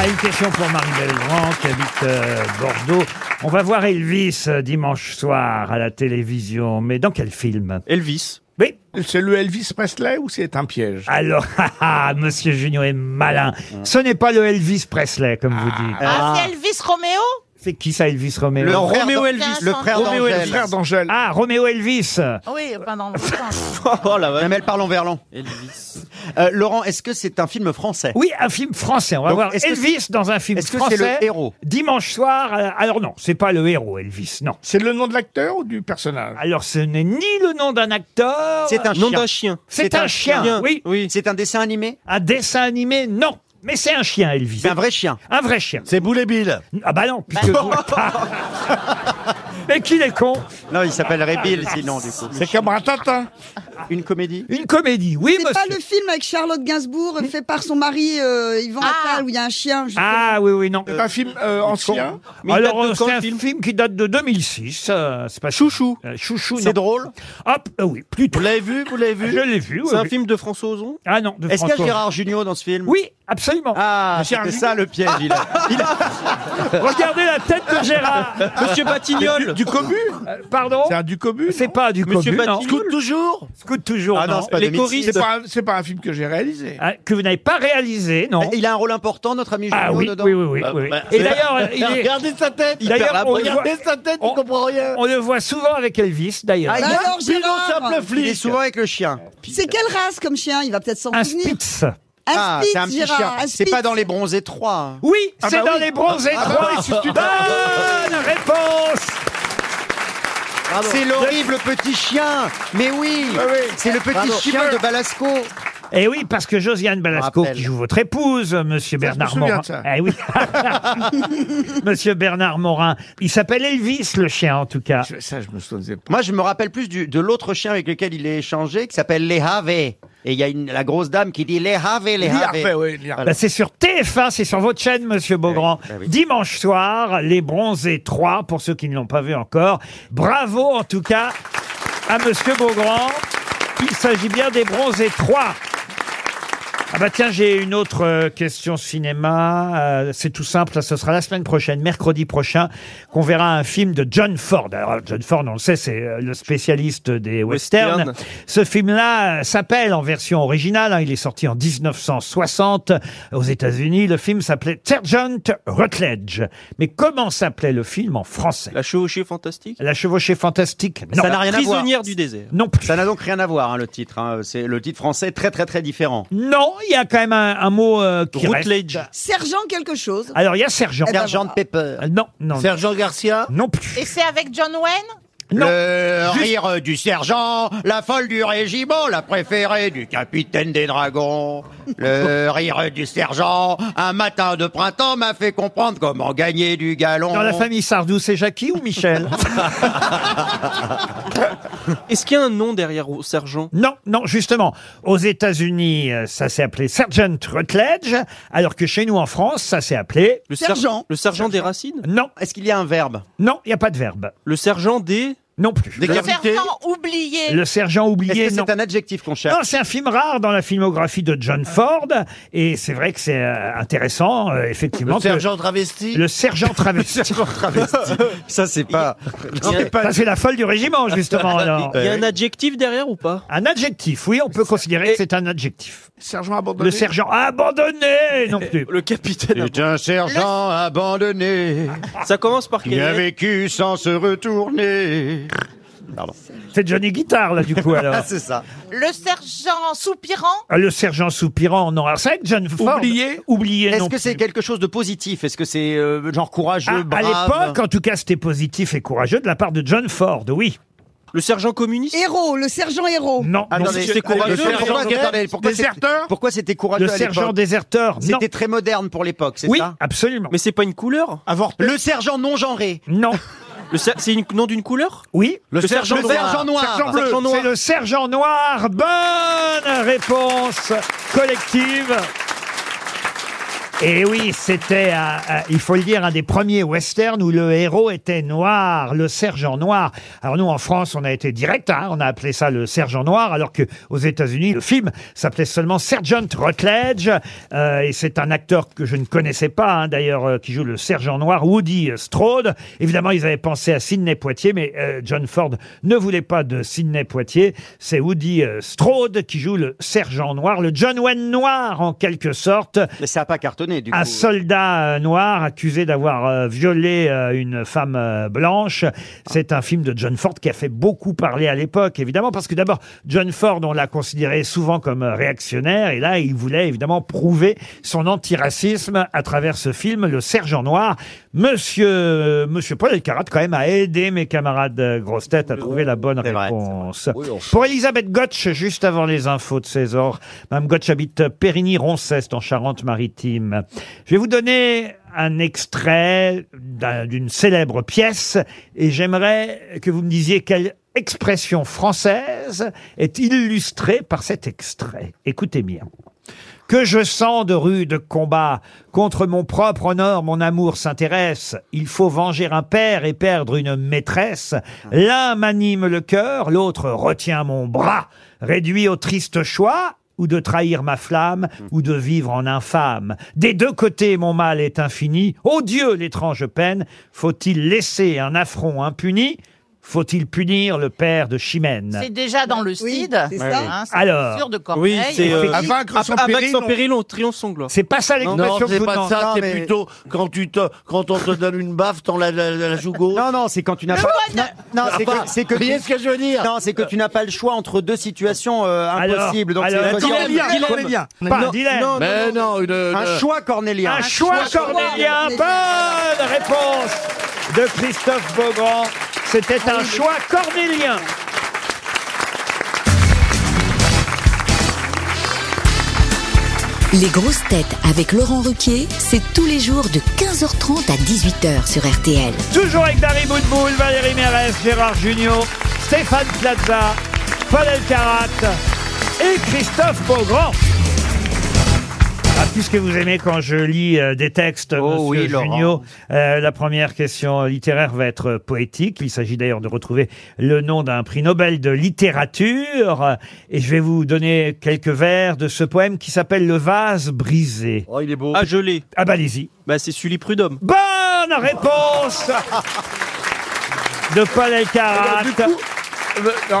Speaker 2: Ah, une question pour Marie-Belle Grand, qui habite euh, Bordeaux. On va voir Elvis euh, dimanche soir à la télévision, mais dans quel film
Speaker 8: Elvis.
Speaker 2: Oui,
Speaker 11: C'est le Elvis Presley ou c'est un piège
Speaker 2: alors, haha, Monsieur Junio est malin. Ce n'est pas le Elvis Presley, comme vous dites.
Speaker 4: Ah, c'est Elvis Romeo
Speaker 2: C'est qui ça, Elvis Romeo
Speaker 9: Le frère
Speaker 8: Roméo
Speaker 9: d'An-
Speaker 8: Elvis.
Speaker 9: Le frère
Speaker 8: Roméo
Speaker 9: d'Angèle.
Speaker 8: Elvis.
Speaker 11: Frère d'Angèle.
Speaker 2: Ah, Roméo Elvis
Speaker 4: Oui, enfin dans le sens.
Speaker 8: Oh la
Speaker 9: Non,
Speaker 8: vache.
Speaker 9: mais elle parle en verlan.
Speaker 8: Elvis.
Speaker 9: Euh, Laurent, est-ce que c'est un film français
Speaker 2: Oui, un film français. On va
Speaker 9: Donc,
Speaker 2: voir
Speaker 9: est-ce que
Speaker 2: Elvis dans un film
Speaker 9: Est-ce que
Speaker 2: français.
Speaker 9: c'est le héros
Speaker 2: Dimanche soir. euh, alors non, c'est pas le héros, Elvis. Non.
Speaker 11: C'est le nom de l'acteur ou du personnage
Speaker 2: Alors ce n'est ni le nom d'un acteur.
Speaker 9: C'est un
Speaker 8: Nom
Speaker 9: chien.
Speaker 8: d'un chien.
Speaker 2: C'est un, chien. Oui.
Speaker 8: Oui.
Speaker 9: C'est un dessin animé
Speaker 2: Un dessin animé. Non. Mais c'est un chien, Elvis.
Speaker 9: C'est un vrai chien.
Speaker 2: Un vrai chien.
Speaker 6: C'est Boulet Bill.
Speaker 2: Ah bah non, puisque vous... Mais qu'il est con
Speaker 9: Non, il s'appelle Rébil, sinon, du coup.
Speaker 11: C'est comme Ratata.
Speaker 9: Une comédie
Speaker 2: Une comédie, oui
Speaker 7: C'est pas
Speaker 2: monsieur. Hmm
Speaker 7: le film avec Charlotte Gainsbourg fait par son mari euh, Yvan
Speaker 4: Ah.
Speaker 7: Attal où il y a un chien. je-
Speaker 2: Ah oui, oui, non.
Speaker 11: C'est un film euh, ancien.
Speaker 8: Mais il
Speaker 2: Alors
Speaker 8: date
Speaker 2: euh,
Speaker 8: de quand,
Speaker 2: c'est
Speaker 8: le
Speaker 2: un film,
Speaker 8: film
Speaker 2: qui date de 2006. euh, c'est pas
Speaker 8: Chouchou.
Speaker 2: Euh, chouchou, non.
Speaker 9: C'est drôle
Speaker 2: Hop, euh, oui, plutôt.
Speaker 6: Vous l'avez vu, vous l'avez vu
Speaker 2: Je l'ai vu. oui,
Speaker 8: C'est un
Speaker 2: oui.
Speaker 8: film de François Ozon
Speaker 2: Ah non, de
Speaker 9: Est-ce qu'il y a
Speaker 2: François.
Speaker 9: Gérard Junior dans ce film
Speaker 2: Oui, absolument.
Speaker 9: Ah,
Speaker 11: Gérard
Speaker 9: c'est ça le piège. Il a, il a-
Speaker 2: Regardez la tête de Gérard.
Speaker 8: Monsieur Batignol
Speaker 11: Du Cobu
Speaker 2: Euh, Pardon.
Speaker 11: C'est un du Cobu
Speaker 2: C'est
Speaker 11: non
Speaker 2: pas du
Speaker 8: Monsieur
Speaker 2: cobu, non.
Speaker 8: Batignol.
Speaker 6: Scoot toujours
Speaker 2: Scoot toujours.
Speaker 9: Ah non,
Speaker 2: non.
Speaker 9: c'est pas
Speaker 8: Les
Speaker 9: 2006.
Speaker 11: C'est
Speaker 8: choristes.
Speaker 11: pas, un- c'est pas un film que j'ai réalisé.
Speaker 2: Ah, que vous n'avez pas réalisé, non
Speaker 9: Il a un rôle important, notre ami Junior,
Speaker 2: Ah oui,
Speaker 9: dedans
Speaker 2: oui, oui, oui. oui. Et d'ailleurs, euh, il est-
Speaker 6: Regardez sa tête
Speaker 2: D'ailleurs,
Speaker 6: Hyper
Speaker 2: on le
Speaker 6: regardez
Speaker 2: voit-
Speaker 6: sa tête,
Speaker 2: on-
Speaker 6: tu comprends rien
Speaker 2: on le voit souvent avec Elvis, d'ailleurs.
Speaker 7: Ah,
Speaker 6: Gérard,
Speaker 7: alors,
Speaker 6: pilon,
Speaker 7: Gérard,
Speaker 6: simple
Speaker 9: Il est
Speaker 6: flic
Speaker 9: souvent avec le chien.
Speaker 7: C'est quelle race comme chien Il va peut-être s'en
Speaker 2: un
Speaker 7: souvenir.
Speaker 2: Spitz.
Speaker 7: Un
Speaker 9: Ah,
Speaker 7: Spitz,
Speaker 9: c'est un petit
Speaker 7: Gérard,
Speaker 9: chien.
Speaker 7: un
Speaker 9: C'est
Speaker 7: Spitz.
Speaker 9: pas dans les bronzés 3.
Speaker 2: Oui,
Speaker 11: Ah
Speaker 2: c'est
Speaker 11: bah
Speaker 2: dans
Speaker 11: oui.
Speaker 2: les bronzés
Speaker 11: Ah bah
Speaker 2: trois.
Speaker 11: oui, si tu-
Speaker 2: Bonne réponse
Speaker 9: C'est l'horrible petit chien. Mais oui,
Speaker 11: Ah oui.
Speaker 9: c'est le petit
Speaker 11: Bravo.
Speaker 9: chien de Balasco.
Speaker 2: Et Eh oui, parce que Josiane Balasco,
Speaker 9: Rappel.
Speaker 2: qui joue votre épouse, euh, Monsieur Bernard
Speaker 11: me souviens
Speaker 2: Morin.
Speaker 11: de ça.
Speaker 2: Eh oui. Monsieur Bernard Morin. Il s'appelle Elvis, le chien, en tout cas.
Speaker 11: Je- Ça, je me souviens pas.
Speaker 9: Moi, je me rappelle plus du- de l'autre chien avec lequel il est échangé, qui s'appelle Les Have. Et il y a une, la grosse dame qui dit Les Have, Les
Speaker 11: Lee Harvey,
Speaker 9: Have.
Speaker 11: oui, Lee Harvey.
Speaker 2: Bah, c'est sur TF1, c'est sur votre chaîne, Monsieur Beaugrand. Dimanche soir, Les Bronzés 3, pour ceux qui ne l'ont pas vu encore. Bravo, en tout cas, à Monsieur Beaugrand. Il s'agit bien des Bronzés 3. Ah bah tiens, j'ai une autre euh, question cinéma. Euh, c'est tout simple, ça, ce sera la semaine prochaine, mercredi prochain, qu'on verra un film de John Ford. Alors John Ford, on le sait, c'est euh, le spécialiste des westerns.
Speaker 8: Western.
Speaker 2: Ce film-là euh, s'appelle en version originale, hein, il est sorti en 1960 aux États-Unis. Le film s'appelait Sergeant Rutledge. Mais comment s'appelait le film en français
Speaker 8: La chevauchée fantastique.
Speaker 2: La chevauchée fantastique Non,
Speaker 9: Ça n'a rien à voir.
Speaker 8: Prisonnière du désert.
Speaker 2: non plus.
Speaker 9: Ça n'a donc rien à voir, hein, le titre. hein. C'est le titre français très, très, très différent.
Speaker 2: Non, Oh, il y a quand même un, un mot euh, qui
Speaker 8: Routledge.
Speaker 2: reste.
Speaker 7: Sergent quelque chose.
Speaker 2: Alors il y a Sergent.
Speaker 7: Eh ben,
Speaker 9: Sergent
Speaker 7: voilà.
Speaker 9: Pepper.
Speaker 2: Euh, Non, non,
Speaker 6: Sergent Garcia
Speaker 2: non plus.
Speaker 4: Et c'est avec John Wayne
Speaker 2: Non.
Speaker 9: Le
Speaker 2: Juste-
Speaker 9: rire euh, du sergent, la folle du régiment, la préférée du capitaine des dragons. Le rire du sergent, un matin de printemps m'a fait comprendre comment gagner du galon.
Speaker 2: Dans la famille Sardou, c'est Jackie ou Michel
Speaker 8: Est-ce qu'il y a un nom derrière au sergent
Speaker 2: Non, non, justement. Aux États-Unis, euh, ça s'est appelé Sergeant Rutledge, alors que chez nous en France, ça s'est appelé.
Speaker 8: le ser-
Speaker 7: Sergent.
Speaker 8: Le sergent des racines
Speaker 2: Non,
Speaker 9: Est-ce qu'il y a un verbe
Speaker 2: non, il n'y a pas de verbe.
Speaker 8: Le sergent des.
Speaker 2: Non plus.
Speaker 4: Le
Speaker 9: Décapité.
Speaker 4: sergent oublié.
Speaker 2: Le sergent
Speaker 9: Est-ce
Speaker 2: oublié,
Speaker 9: que
Speaker 2: non.
Speaker 9: c'est un adjectif qu'on
Speaker 2: Non,
Speaker 9: cherche
Speaker 2: c'est un film rare dans la filmographie de John Ford, et c'est vrai que c'est euh, intéressant, euh, effectivement.
Speaker 6: Le
Speaker 2: que-
Speaker 6: sergent travesti
Speaker 2: le sergent travesti.
Speaker 9: Ça, c'est pas.
Speaker 8: Il y a-
Speaker 2: Ça, c'est la folle du régiment, justement. alors.
Speaker 8: Il y a un adjectif derrière ou pas
Speaker 2: Un adjectif, oui, on peut considérer que c'est un adjectif.
Speaker 11: Sergent abandonné.
Speaker 2: Le sergent abandonné, non plus.
Speaker 8: Le capitaine.
Speaker 9: C'est un sergent abandonné
Speaker 8: Ça commence par quel
Speaker 9: qui a vécu sans se retourner.
Speaker 2: C'est Johnny Guitar, là, du coup, alors.
Speaker 9: c'est ça.
Speaker 4: Le sergent soupirant
Speaker 2: Ah, Le sergent soupirant, non. Alors, c'est vrai que John Ford.
Speaker 11: Oublié
Speaker 2: Oublié, non
Speaker 9: Est-ce que
Speaker 2: plus.
Speaker 9: c'est quelque chose de positif Est-ce que c'est euh, genre courageux,
Speaker 2: Ah, à
Speaker 9: brave
Speaker 2: l'époque, en tout cas, c'était positif et courageux de la part de John Ford, oui.
Speaker 8: Le sergent communiste
Speaker 7: Héros, le sergent héros.
Speaker 2: Non, non,
Speaker 9: Attendez,
Speaker 2: c'est-
Speaker 8: c'est courageux,
Speaker 9: attendez,
Speaker 8: le
Speaker 9: pourquoi-
Speaker 8: sergent
Speaker 9: attendez, pourquoi c'était-
Speaker 11: Déserteur
Speaker 9: Pourquoi c'était courageux
Speaker 2: le
Speaker 9: à
Speaker 2: sergent
Speaker 9: l'époque
Speaker 2: déserteur, non.
Speaker 9: C'était très moderne pour l'époque, c'est
Speaker 2: Oui,
Speaker 9: ça
Speaker 2: absolument.
Speaker 8: Mais c'est pas une couleur
Speaker 11: Avorté.
Speaker 9: Le sergent non genré.
Speaker 2: Non,
Speaker 8: Le ser- C'est une... nom d'une couleur
Speaker 2: oui.
Speaker 8: Le sergent
Speaker 9: le
Speaker 8: noir.
Speaker 9: sergent noir.
Speaker 11: Sergent bleu.
Speaker 8: Sergent
Speaker 2: C'est
Speaker 8: noir.
Speaker 2: le sergent noir. Bonne réponse collective. Et oui, c'était, un- un- il faut le dire, un des premiers westerns où le héros était noir, le sergent noir. Alors nous, en France, on a été direct, hein, on a appelé ça le sergent noir, alors que aux États-Unis, le film s'appelait seulement Sergeant Rutledge. Euh, et c'est un acteur que je ne connaissais pas, hein, d'ailleurs, euh, qui joue le sergent noir, Woody Strode. Évidemment, ils avaient pensé à Sidney Poitier, mais euh, John Ford ne voulait pas de Sidney Poitier. C'est Woody euh, Strode qui joue le sergent noir, le John Wayne noir, en quelque sorte. Ah,
Speaker 10: Mais ça a pas cartonné, du coup.
Speaker 2: Un soldat euh, noir accusé d'avoir euh, violé euh, une femme euh, blanche.
Speaker 10: Ah.
Speaker 2: C'est un film de John Ford qui a fait beaucoup parler à l'époque, évidemment, parce que d'abord, John Ford, on l'a considéré souvent comme euh, réactionnaire, et là, il voulait évidemment prouver son antiracisme à travers ce film, Le Sergent Noir. Monsieur, euh, monsieur Paul Elkarat, quand même, a aidé mes camarades euh, grosses têtes à trouver la bonne
Speaker 10: C'est vrai, c'est vrai.
Speaker 2: réponse. Pour Elisabeth Gotch, juste avant les infos de 16 heures, Mme Gotch habite Périgny-Ronceste en Charente-Maritime. Je vais vous donner un extrait d'un- d'une célèbre pièce et j'aimerais que vous me disiez quelle expression française est illustrée par cet extrait. Écoutez bien. Que je sens de rude combat, contre mon propre honneur mon amour s'intéresse, il faut venger un père et perdre une maîtresse, l'un m'anime le cœur, l'autre retient mon bras, réduit au triste choix, ou de trahir ma flamme, ou de vivre en infâme. Des deux côtés mon mal est infini, ô Dieu l'étrange peine, faut-il laisser un affront impuni, faut-il punir le père de Chimène
Speaker 4: C'est déjà dans le
Speaker 7: Oui,
Speaker 4: Cid.
Speaker 7: c'est
Speaker 4: hein,
Speaker 7: ça.
Speaker 4: c'est
Speaker 2: Ah. Alors.
Speaker 4: sûr de
Speaker 8: Oui,
Speaker 4: Corneille.
Speaker 8: c'est. euh,
Speaker 11: À vaincre sans
Speaker 6: Ah,
Speaker 8: à- à vaincre
Speaker 11: péril,
Speaker 8: sans
Speaker 11: on-
Speaker 8: péril, on triomphe sans gloire.
Speaker 2: C'est pas ça
Speaker 6: Non,
Speaker 2: l'expression que
Speaker 6: c'est
Speaker 2: vous
Speaker 6: pas
Speaker 2: demandez.
Speaker 6: ça,
Speaker 10: non,
Speaker 6: c'est
Speaker 10: mais-
Speaker 6: plutôt quand, tu te, quand on te donne une baffe, t'en la, la, la joue gauche.
Speaker 10: Non, non, c'est quand tu n'as
Speaker 4: Le
Speaker 10: pas.
Speaker 4: bonne-
Speaker 10: Non,
Speaker 2: Ah,
Speaker 10: non, c'est
Speaker 6: Enfin,
Speaker 10: que, c'est que
Speaker 6: vous voyez
Speaker 10: tu...
Speaker 6: ce que je veux dire
Speaker 10: Non, c'est que tu n'as pas le choix entre deux situations euh,
Speaker 2: Alors,
Speaker 10: impossibles. Donc,
Speaker 2: alors,
Speaker 10: c'est le choix
Speaker 2: dilemme,
Speaker 10: entre-
Speaker 2: dilemme. Pas un dilemme.
Speaker 6: Mais non, une, euh,
Speaker 10: Un
Speaker 6: une-
Speaker 10: choix cornélien.
Speaker 2: Un choix cornélien.
Speaker 7: cornélien.
Speaker 2: Bonne réponse de Christophe Beaugrand. C'était un choix cornélien.
Speaker 12: Les grosses têtes avec Laurent Ruquier, c'est tous les jours de 15h30 à 18h sur RTL.
Speaker 2: Toujours avec Dari Boudboul, Valérie Mérès, Gérard Junior, Stéphane Plaza, Paul Elkarat et Christophe Beaugrand. Ah, puisque vous aimez quand je lis euh, des textes,
Speaker 10: Oh
Speaker 2: monsieur
Speaker 10: oui, Laurent.
Speaker 2: Junio, euh, la première question littéraire va être euh, poétique. Il s'agit d'ailleurs de retrouver le nom d'un prix Nobel de littérature. Et je vais vous donner quelques vers de ce poème qui s'appelle Le vase brisé.
Speaker 6: Oh, il est beau.
Speaker 8: Ah, je l'ai.
Speaker 2: Ah bah allez-y.
Speaker 8: Bah, c'est Sully Prudhomme.
Speaker 2: Bonne réponse de Paul Elkarat.
Speaker 11: Du coup, euh, non.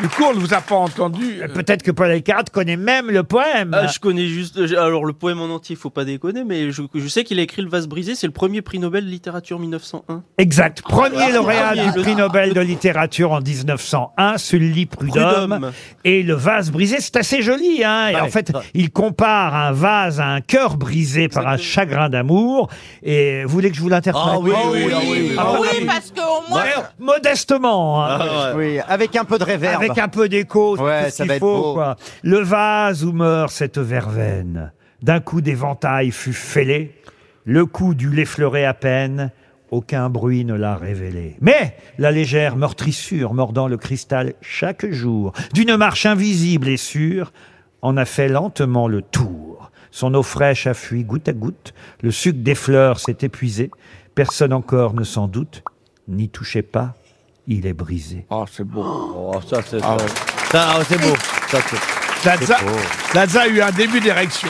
Speaker 11: Du coup, on ne vous a pas entendu. euh,
Speaker 2: Peut-être que Paul Elkarat connaît même le poème.
Speaker 8: Ah, je connais juste. euh, Alors, le poème en entier, faut pas déconner, mais je, je sais qu'il a écrit Le Vase Brisé, c'est le premier prix Nobel de littérature 1901.
Speaker 2: Exact.
Speaker 6: Ah,
Speaker 2: Premier lauréat
Speaker 8: premier,
Speaker 2: du
Speaker 8: le-
Speaker 2: prix Nobel de littérature en 1901, Sully Prudhomme.
Speaker 8: Prudhomme.
Speaker 2: Et le vase brisé, c'est assez joli. Hein et en fait, il compare un vase à un cœur brisé par un chagrin d'amour. Et vous voulez que je vous l'interprète
Speaker 6: Ah oui, oui, ah oui, oui. Ah,
Speaker 2: Ah
Speaker 4: oui, parce qu'au moins,
Speaker 2: Alors, Modestement. hein.
Speaker 10: Oui, avec un peu de réverb.
Speaker 2: Avec un peu d'écho, c'est
Speaker 10: Ouais, ça
Speaker 2: tout ce
Speaker 10: va
Speaker 2: qu'il
Speaker 10: être
Speaker 2: faut.
Speaker 10: beau.
Speaker 2: Quoi. Le vase où meurt cette verveine, d'un coup d'éventail fut fêlé, le coup dut l'effleurer à peine, aucun bruit ne l'a révélé. Mais la légère meurtrissure mordant le cristal chaque jour, d'une marche invisible et sûre, en a fait lentement le tour. Son eau fraîche a fui goutte à goutte, le suc des fleurs s'est épuisé, personne encore ne s'en doute, n'y touchez pas, il est brisé.
Speaker 11: Oh, c'est beau.
Speaker 6: Oh, ça, c'est ça. Ça, ah, c'est beau. Ça, c'est-
Speaker 11: Plaza, Plaza a eu un début d'érection.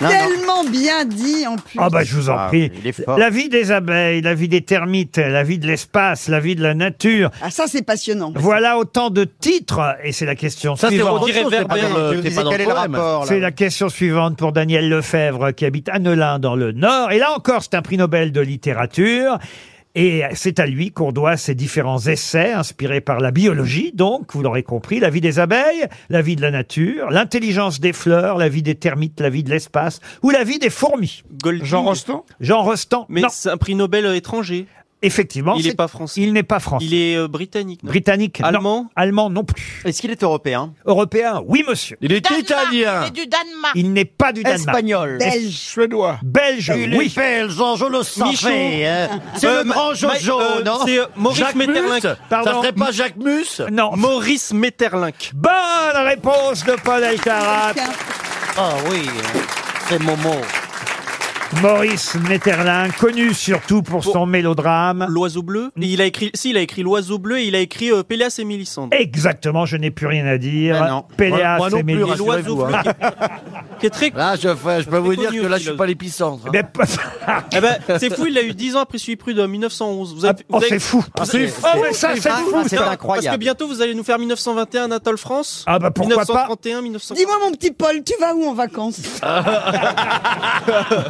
Speaker 10: Non, non.
Speaker 7: Tellement bien dit en plus.
Speaker 2: Ah bah je vous en
Speaker 10: Ah,
Speaker 2: prie.
Speaker 10: il est fort.
Speaker 2: La vie des abeilles, la vie des termites, la vie de l'espace, la vie de la nature.
Speaker 7: Ah ça c'est passionnant.
Speaker 2: Voilà autant de titres et c'est la question
Speaker 6: ça, c'est
Speaker 2: suivante.
Speaker 6: autre chose, c'est pas
Speaker 8: réverbéré.
Speaker 6: dans
Speaker 10: Je
Speaker 6: le,
Speaker 10: vous
Speaker 6: euh, c'est
Speaker 10: disais,
Speaker 6: pas dans
Speaker 10: quel
Speaker 6: le
Speaker 10: est le
Speaker 6: poème.
Speaker 10: rapport là
Speaker 2: C'est la question suivante pour Daniel Lefebvre qui habite Annelin dans le Nord. Et là encore, c'est un prix Nobel de littérature. Et c'est à lui qu'on doit ces différents essais inspirés par la biologie, donc, vous l'aurez compris, la vie des abeilles, la vie de la nature, l'intelligence des fleurs, la vie des termites, la vie de l'espace, ou la vie des fourmis.
Speaker 8: Golding.
Speaker 11: Jean Rostand
Speaker 2: Jean Rostand,
Speaker 8: Mais
Speaker 2: non,
Speaker 8: c'est un prix Nobel étranger.
Speaker 2: effectivement,
Speaker 8: il
Speaker 2: c'est-
Speaker 8: est pas français.
Speaker 2: il n'est pas français.
Speaker 8: Il est euh, britannique. non
Speaker 2: Britannique, non.
Speaker 8: Allemand
Speaker 2: Allemand non plus.
Speaker 10: Est-ce qu'il est européen
Speaker 2: Européen, oui monsieur.
Speaker 6: Il est
Speaker 4: Danemark,
Speaker 6: italien.
Speaker 4: c'est du Danemark.
Speaker 2: Il n'est pas du Danemark.
Speaker 10: Espagnol.
Speaker 7: Belge.
Speaker 11: Suédois.
Speaker 2: Belge, oui. hein,
Speaker 10: Belge, je le
Speaker 8: Michaud.
Speaker 10: hein. C'est le grand Jojo,
Speaker 8: Ma- euh,
Speaker 10: non
Speaker 8: C'est euh, Maurice
Speaker 6: Jacques Mus
Speaker 8: Metterlinck.
Speaker 6: Ça
Speaker 2: Pardon.
Speaker 6: serait pas Jacques Mus
Speaker 2: Non.
Speaker 8: Maurice Metterlinck.
Speaker 2: Bonne réponse de Paul Alcarat.
Speaker 7: Tiens.
Speaker 10: Ah oui, c'est Momo.
Speaker 2: Maurice Metterlin, connu surtout pour son mélodrame.
Speaker 8: L'oiseau bleu. Et Il a écrit, si, il a écrit l'oiseau bleu et il a écrit euh, Pélias et Mélisande.
Speaker 2: Exactement, je n'ai plus rien à dire.
Speaker 8: Ah non.
Speaker 2: Péléas
Speaker 8: Moi- moi non
Speaker 2: Eh, et
Speaker 8: plus,
Speaker 2: Mélisande.
Speaker 8: rassurez-vous, hein.
Speaker 6: Là, je, je peux vous dire que là, je suis pas hein. les
Speaker 8: Eh ben, c'est fou, il l'a eu 10 ans après celui Prud'homme, 1911. Vous avez-
Speaker 6: oh,
Speaker 8: vous avez-
Speaker 6: c'est fou.
Speaker 8: vous
Speaker 6: C'est
Speaker 8: avez-
Speaker 6: fou. Ah, mais ça, c'est
Speaker 8: Ah,
Speaker 6: fou. C'est
Speaker 8: Parce
Speaker 6: incroyable.
Speaker 8: que bientôt, vous allez nous faire 1921, Anatole France.
Speaker 2: Ah bah, pourquoi pas.
Speaker 8: 1931, 1931.
Speaker 7: Dis-moi, mon petit Paul, tu vas où en vacances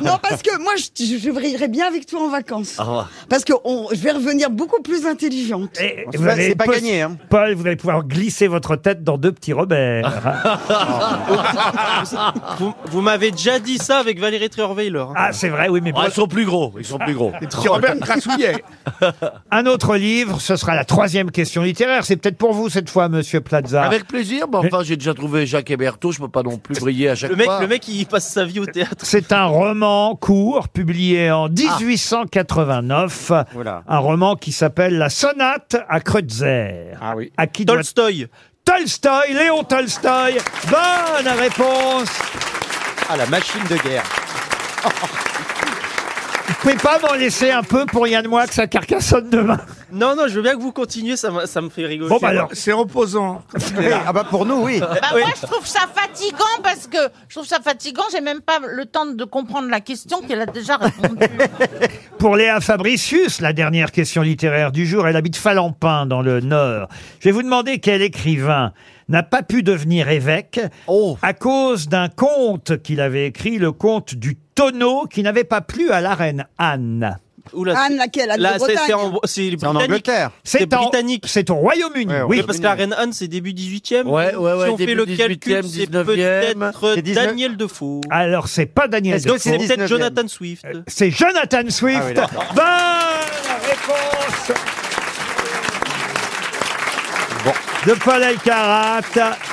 Speaker 7: Non, parce que moi, je, je, je brillerais bien avec toi en vacances.
Speaker 8: Ah,
Speaker 2: Ah.
Speaker 7: Parce que on- je vais revenir beaucoup plus intelligente.
Speaker 2: Et Eh, vous allez pos-
Speaker 8: hein.
Speaker 2: Paul, vous allez pouvoir glisser votre tête dans deux petits Robert.
Speaker 8: vous vous m'avez déjà dit ça avec Valérie Trierweiler. hein.
Speaker 2: Ah, c'est vrai, oui, mais
Speaker 6: Ah, ils sont plus gros. Ils sont plus gros.
Speaker 2: Un autre livre, ce sera la troisième question littéraire. C'est peut-être pour vous cette fois, Monsieur Plaza. Euh,
Speaker 6: Avec plaisir, mais enfin, j'ai déjà trouvé Jacques et Berthaud, je peux pas non plus briller à chaque
Speaker 8: Le mec,
Speaker 6: fois.
Speaker 8: le mec, il passe sa vie au théâtre.
Speaker 2: C'est un roman court publié
Speaker 3: Ah.
Speaker 2: en 1889. Un roman qui s'appelle La sonate à Kreutzer. Ah oui. À qui doit-
Speaker 8: Tolstoy.
Speaker 2: Tolstoï, Léon Tolstoï. Bonne réponse.
Speaker 3: Ah, la machine de guerre.
Speaker 2: Vous pouvez pas m'en laisser un peu pour Yann Moix à Carcassonne demain.
Speaker 8: Non, non, je veux bien que vous continuez, ça, me- ça me fait rigoler.
Speaker 2: Bon, bah alors.
Speaker 11: C'est reposant.
Speaker 3: ah bah pour nous, oui.
Speaker 4: Bah, Moi, je trouve ça fatigant parce que je trouve ça fatigant. J'ai même pas le temps de comprendre la question qu'elle a déjà répondu.
Speaker 2: Pour Léa Fabricius, la dernière question littéraire du jour, elle habite Falampin dans le Nord. Je vais vous demander quel écrivain n'a pas pu devenir évêque
Speaker 7: Oh.
Speaker 2: à cause d'un conte qu'il avait écrit, le conte du tonneau qui n'avait pas plu à la reine Anne.
Speaker 8: Oula, c'est-
Speaker 7: Anne, laquelle Anne
Speaker 8: Là,
Speaker 7: de
Speaker 8: c'est
Speaker 7: Bretagne
Speaker 8: c'est en, c'est
Speaker 3: C'est en
Speaker 8: britannique.
Speaker 3: Angleterre.
Speaker 8: C'est
Speaker 2: en-
Speaker 8: britannique.
Speaker 2: C'est au Royaume-Uni,
Speaker 3: Ouais, au
Speaker 2: oui.
Speaker 8: Mais parce que la reine Anne, c'est début 18e.
Speaker 6: Ouais, ouais, ouais,
Speaker 8: Si on
Speaker 6: début
Speaker 8: fait le
Speaker 6: 18e,
Speaker 8: calcul, c'est
Speaker 6: 19e.
Speaker 8: peut-être euh,
Speaker 3: C'est 19e.
Speaker 8: Daniel Defoe.
Speaker 2: Alors, c'est pas Daniel
Speaker 3: Est-ce que
Speaker 2: Defoe,
Speaker 3: c'est-
Speaker 8: C'est peut-être
Speaker 3: 19e.
Speaker 8: Jonathan Swift.
Speaker 2: c'est Jonathan Swift.
Speaker 3: Ah oui, d'accord.
Speaker 2: Bonne réponse De Paul Elkarat,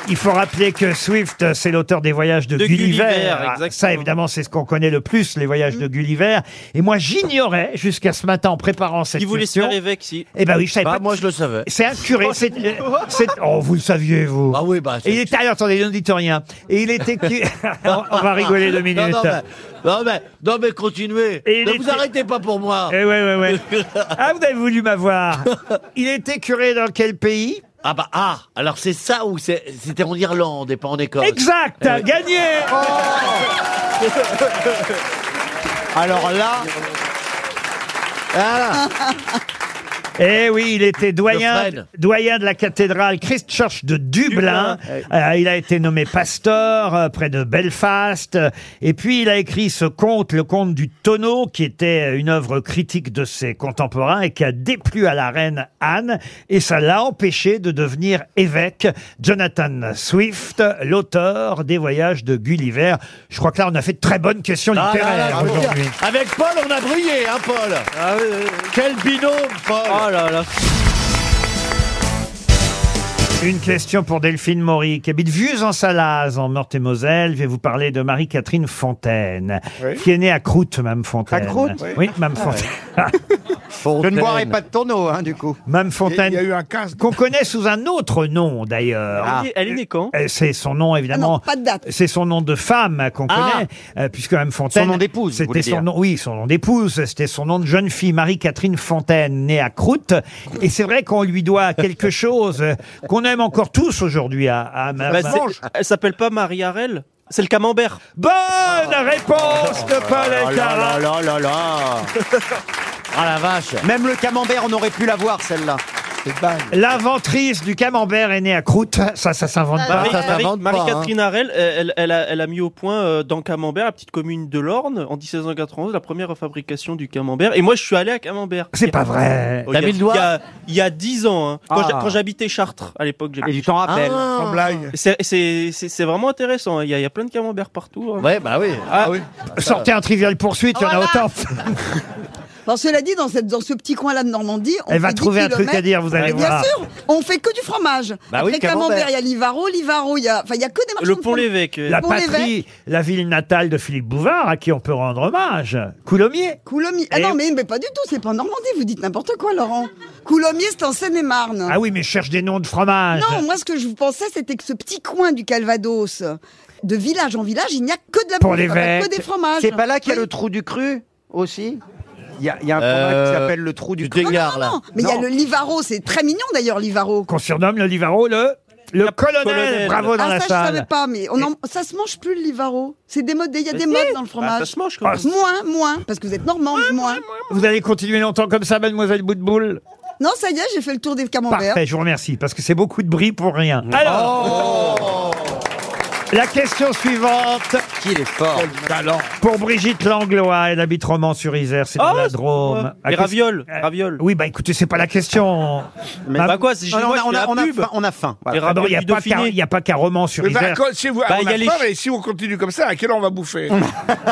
Speaker 2: il faut rappeler que Swift, c'est l'auteur des voyages de,
Speaker 8: De
Speaker 2: Gulliver.
Speaker 8: Gulliver,
Speaker 2: Ah,
Speaker 8: exactement.
Speaker 2: Ça, évidemment, c'est ce qu'on connaît le plus, les voyages de Gulliver. Et moi, j'ignorais jusqu'à ce matin en préparant cette
Speaker 8: Il voulait se
Speaker 2: question.
Speaker 8: faire évêque, si.
Speaker 2: Eh ben oui, je savais
Speaker 6: Bah,
Speaker 2: pas.
Speaker 6: moi, je le savais.
Speaker 2: C'est un curé. c'est- euh, c'est- oh, vous le saviez, vous.
Speaker 6: Ah oui, bah.
Speaker 2: Et il
Speaker 6: c'est-
Speaker 2: était, alors, attendez, ne dites rien. Et il était, cu- on, on va rigoler deux minutes.
Speaker 6: Non, non, mais, non, mais, non, mais continuez.
Speaker 2: Et il
Speaker 6: ne
Speaker 2: était-
Speaker 6: vous arrêtez pas pour moi.
Speaker 2: Eh ouais, ouais, ouais. Ah, vous avez voulu m'avoir. Il était curé dans quel pays
Speaker 6: Ah bah, ah, alors c'est ça ou c'est- c'était en Irlande et pas en Écosse Eh
Speaker 2: Exact, gagné
Speaker 3: Alors là. Ah,
Speaker 2: Eh oui, il était doyen,
Speaker 6: Fred.
Speaker 2: doyen de la cathédrale Christchurch de Dublin. Euh, il a été nommé pasteur euh, près de Belfast. Euh, Et puis, il a écrit ce conte, le conte du tonneau, qui était euh, une œuvre critique de ses contemporains et qui a déplu à la reine Anne. Et ça l'a empêché de devenir évêque. Jonathan Swift, l'auteur des voyages de Gulliver. Je crois que là, on a fait de très bonnes questions
Speaker 6: Ah, là, là,
Speaker 2: littéraires
Speaker 6: je veux dire,
Speaker 2: aujourd'hui. Ah
Speaker 6: Avec Paul, on a brillé, hein, Paul Quel binôme, Paul
Speaker 8: Oh là là.
Speaker 2: Une question pour Delphine Maury, qui habite Vieuse-en-Salaz, en Meurthe-et-Moselle. Je vais vous parler de Marie-Catherine Fontaine, qui est née à Croûte, Mme Fontaine.
Speaker 3: À Croûte Ah
Speaker 2: Oui, Mme Fontaine.
Speaker 3: je ne boirai pas de tonneau, hein, du coup.
Speaker 2: Mme
Speaker 11: Il y a il y a
Speaker 2: Fontaine,
Speaker 11: eu un casse.
Speaker 2: qu'on connaît sous un autre nom, d'ailleurs.
Speaker 8: Ah. Elle est- Elle est née quand
Speaker 2: Euh, C'est son nom,
Speaker 7: Ah non,
Speaker 2: évidemment.
Speaker 7: pas de date.
Speaker 2: C'est son nom de femme qu'on
Speaker 6: Ah.
Speaker 2: connaît, euh, puisque Mme Fontaine.
Speaker 3: Son nom d'épouse, vous
Speaker 2: C'était
Speaker 3: voulez
Speaker 2: son
Speaker 3: dire.
Speaker 2: nom, oui, son nom d'épouse. C'était son nom de jeune fille, Marie-Catherine Fontaine, née à Croûte. Et c'est vrai qu'on lui doit quelque chose euh, qu'on aime encore tous aujourd'hui à, à Mme-
Speaker 8: Bah, c'est- Elle s'appelle pas Marie Harel C'est le camembert.
Speaker 2: Bonne réponse de Paul
Speaker 3: Oh là
Speaker 2: Elkarat.
Speaker 3: là là là là.
Speaker 6: Ah la vache
Speaker 3: Même le camembert, on aurait pu l'avoir, celle-là.
Speaker 2: L'inventrice du camembert est née à Croûte. Ça, ça s'invente pas.
Speaker 6: Ah, ça
Speaker 8: Bah, Marie-
Speaker 6: s'invente
Speaker 11: hein.
Speaker 6: pas,
Speaker 8: Marie-Catherine Harel, elle, elle a, elle a mis au point euh, dans Camembert, la petite commune de l'Orne, en 1791, la première fabrication du Camembert. Et moi, je suis allé à Camembert.
Speaker 2: C'est pas vrai.
Speaker 8: Oh, il y a-
Speaker 6: T'as mis le doigt
Speaker 8: Il y a- il y a 10 ans, hein. quand
Speaker 3: Ah.
Speaker 8: j'a- quand j'habitais Chartres, à l'époque. j'habitais
Speaker 3: Il t'en rappelle.
Speaker 11: Sans blague.
Speaker 8: C'est- C'est c'est- c'est vraiment intéressant. hein. Il y, a- il y a plein de camemberts partout. hein.
Speaker 6: Ouais, bah oui.
Speaker 8: Ah,
Speaker 2: Sortez un trivial poursuite, il y en a
Speaker 4: Voilà.
Speaker 2: autant.
Speaker 7: Alors, cela dit, dans, cette, dans ce petit coin-là de Normandie, on
Speaker 2: Elle va
Speaker 7: fait 10
Speaker 2: trouver un truc
Speaker 7: kilomètres.
Speaker 2: à dire, vous allez
Speaker 7: Mais bien
Speaker 2: voir.
Speaker 7: sûr, on fait que du fromage.
Speaker 3: Bah
Speaker 7: Après
Speaker 3: oui, camembert.
Speaker 7: camembert, il y a l'Ivaro, l'Ivaro, il y a, enfin, il y a que des marchands de
Speaker 8: Le pont
Speaker 7: fromage.
Speaker 8: l'évêque. euh,
Speaker 2: La
Speaker 7: Bon,
Speaker 2: patrie,
Speaker 7: l'évêque.
Speaker 2: la ville natale de Philippe Bouvard, à qui on peut rendre hommage. Coulommiers.
Speaker 7: Coulommiers. Ah
Speaker 2: Et-
Speaker 7: non, mais, mais pas du tout, c'est pas en Normandie, vous dites n'importe quoi, Laurent. Coulommiers, c'est en Seine-et-Marne.
Speaker 2: Ah oui, mais je cherche des noms de fromages.
Speaker 7: non, moi, ce que je vous pensais, c'était que ce petit coin du Calvados, de village en village, il n'y a que de la
Speaker 9: Pour
Speaker 7: bouffe,
Speaker 9: les
Speaker 7: ça va être
Speaker 9: vêtes.
Speaker 7: que des fromages.
Speaker 9: C'est pas là qu'il y a
Speaker 7: Oui.
Speaker 9: le trou du cru aussi Il y a, il y a un fromage
Speaker 2: Euh,
Speaker 9: qui s'appelle le trou du, cru.
Speaker 2: Dégard, là.
Speaker 7: Mais il y a le Livaro, c'est très mignon d'ailleurs, Livaro.
Speaker 2: Qu'on surnomme le Livaro le, le colonel.
Speaker 7: Colonel.
Speaker 2: Bravo dans
Speaker 7: ah,
Speaker 2: la
Speaker 7: ça,
Speaker 2: salle.
Speaker 7: je savais pas, mais on en- ça se mange plus le Livaro. C'est démodé, il y a
Speaker 2: Mais
Speaker 7: des
Speaker 2: si.
Speaker 7: modes dans le
Speaker 2: Bah,
Speaker 7: fromage.
Speaker 2: ça se mange, quand même.
Speaker 7: Moins, moins, parce que vous êtes normande, moins.
Speaker 2: Vous allez continuer longtemps comme ça, mademoiselle Boutboul
Speaker 7: Non, ça y est, j'ai fait le tour des camemberts.
Speaker 2: Parfait, je vous remercie, parce que c'est beaucoup de bris pour rien. Alors La question suivante.
Speaker 9: Qu'il est fort.
Speaker 2: Pour Brigitte Langlois, elle habite Romans-sur-Isère, c'est dans
Speaker 8: Ah,
Speaker 2: la
Speaker 8: c'est- ouais.
Speaker 2: Drôme.
Speaker 8: Et
Speaker 2: qu'est-ce-
Speaker 8: ravioles,
Speaker 2: Euh, Oui, bah écoutez, c'est pas la question.
Speaker 8: Mais bah quoi, c'est- Ah, on a- moi, je on fais a- la on a pub. faim- on a faim, voilà. Les
Speaker 2: Ah non, Il
Speaker 8: ravioles
Speaker 2: n'y a
Speaker 8: du
Speaker 2: pas
Speaker 8: Dauphiné.
Speaker 2: qu'à- il y a pas qu'à
Speaker 11: Mais bah,
Speaker 2: Romans-sur-Isère.
Speaker 11: quand- si vous,
Speaker 2: Bah,
Speaker 11: on
Speaker 2: il y a
Speaker 11: a
Speaker 2: les
Speaker 11: faim,
Speaker 2: chi-
Speaker 11: mais si on continue comme ça, à quelle heure on va bouffer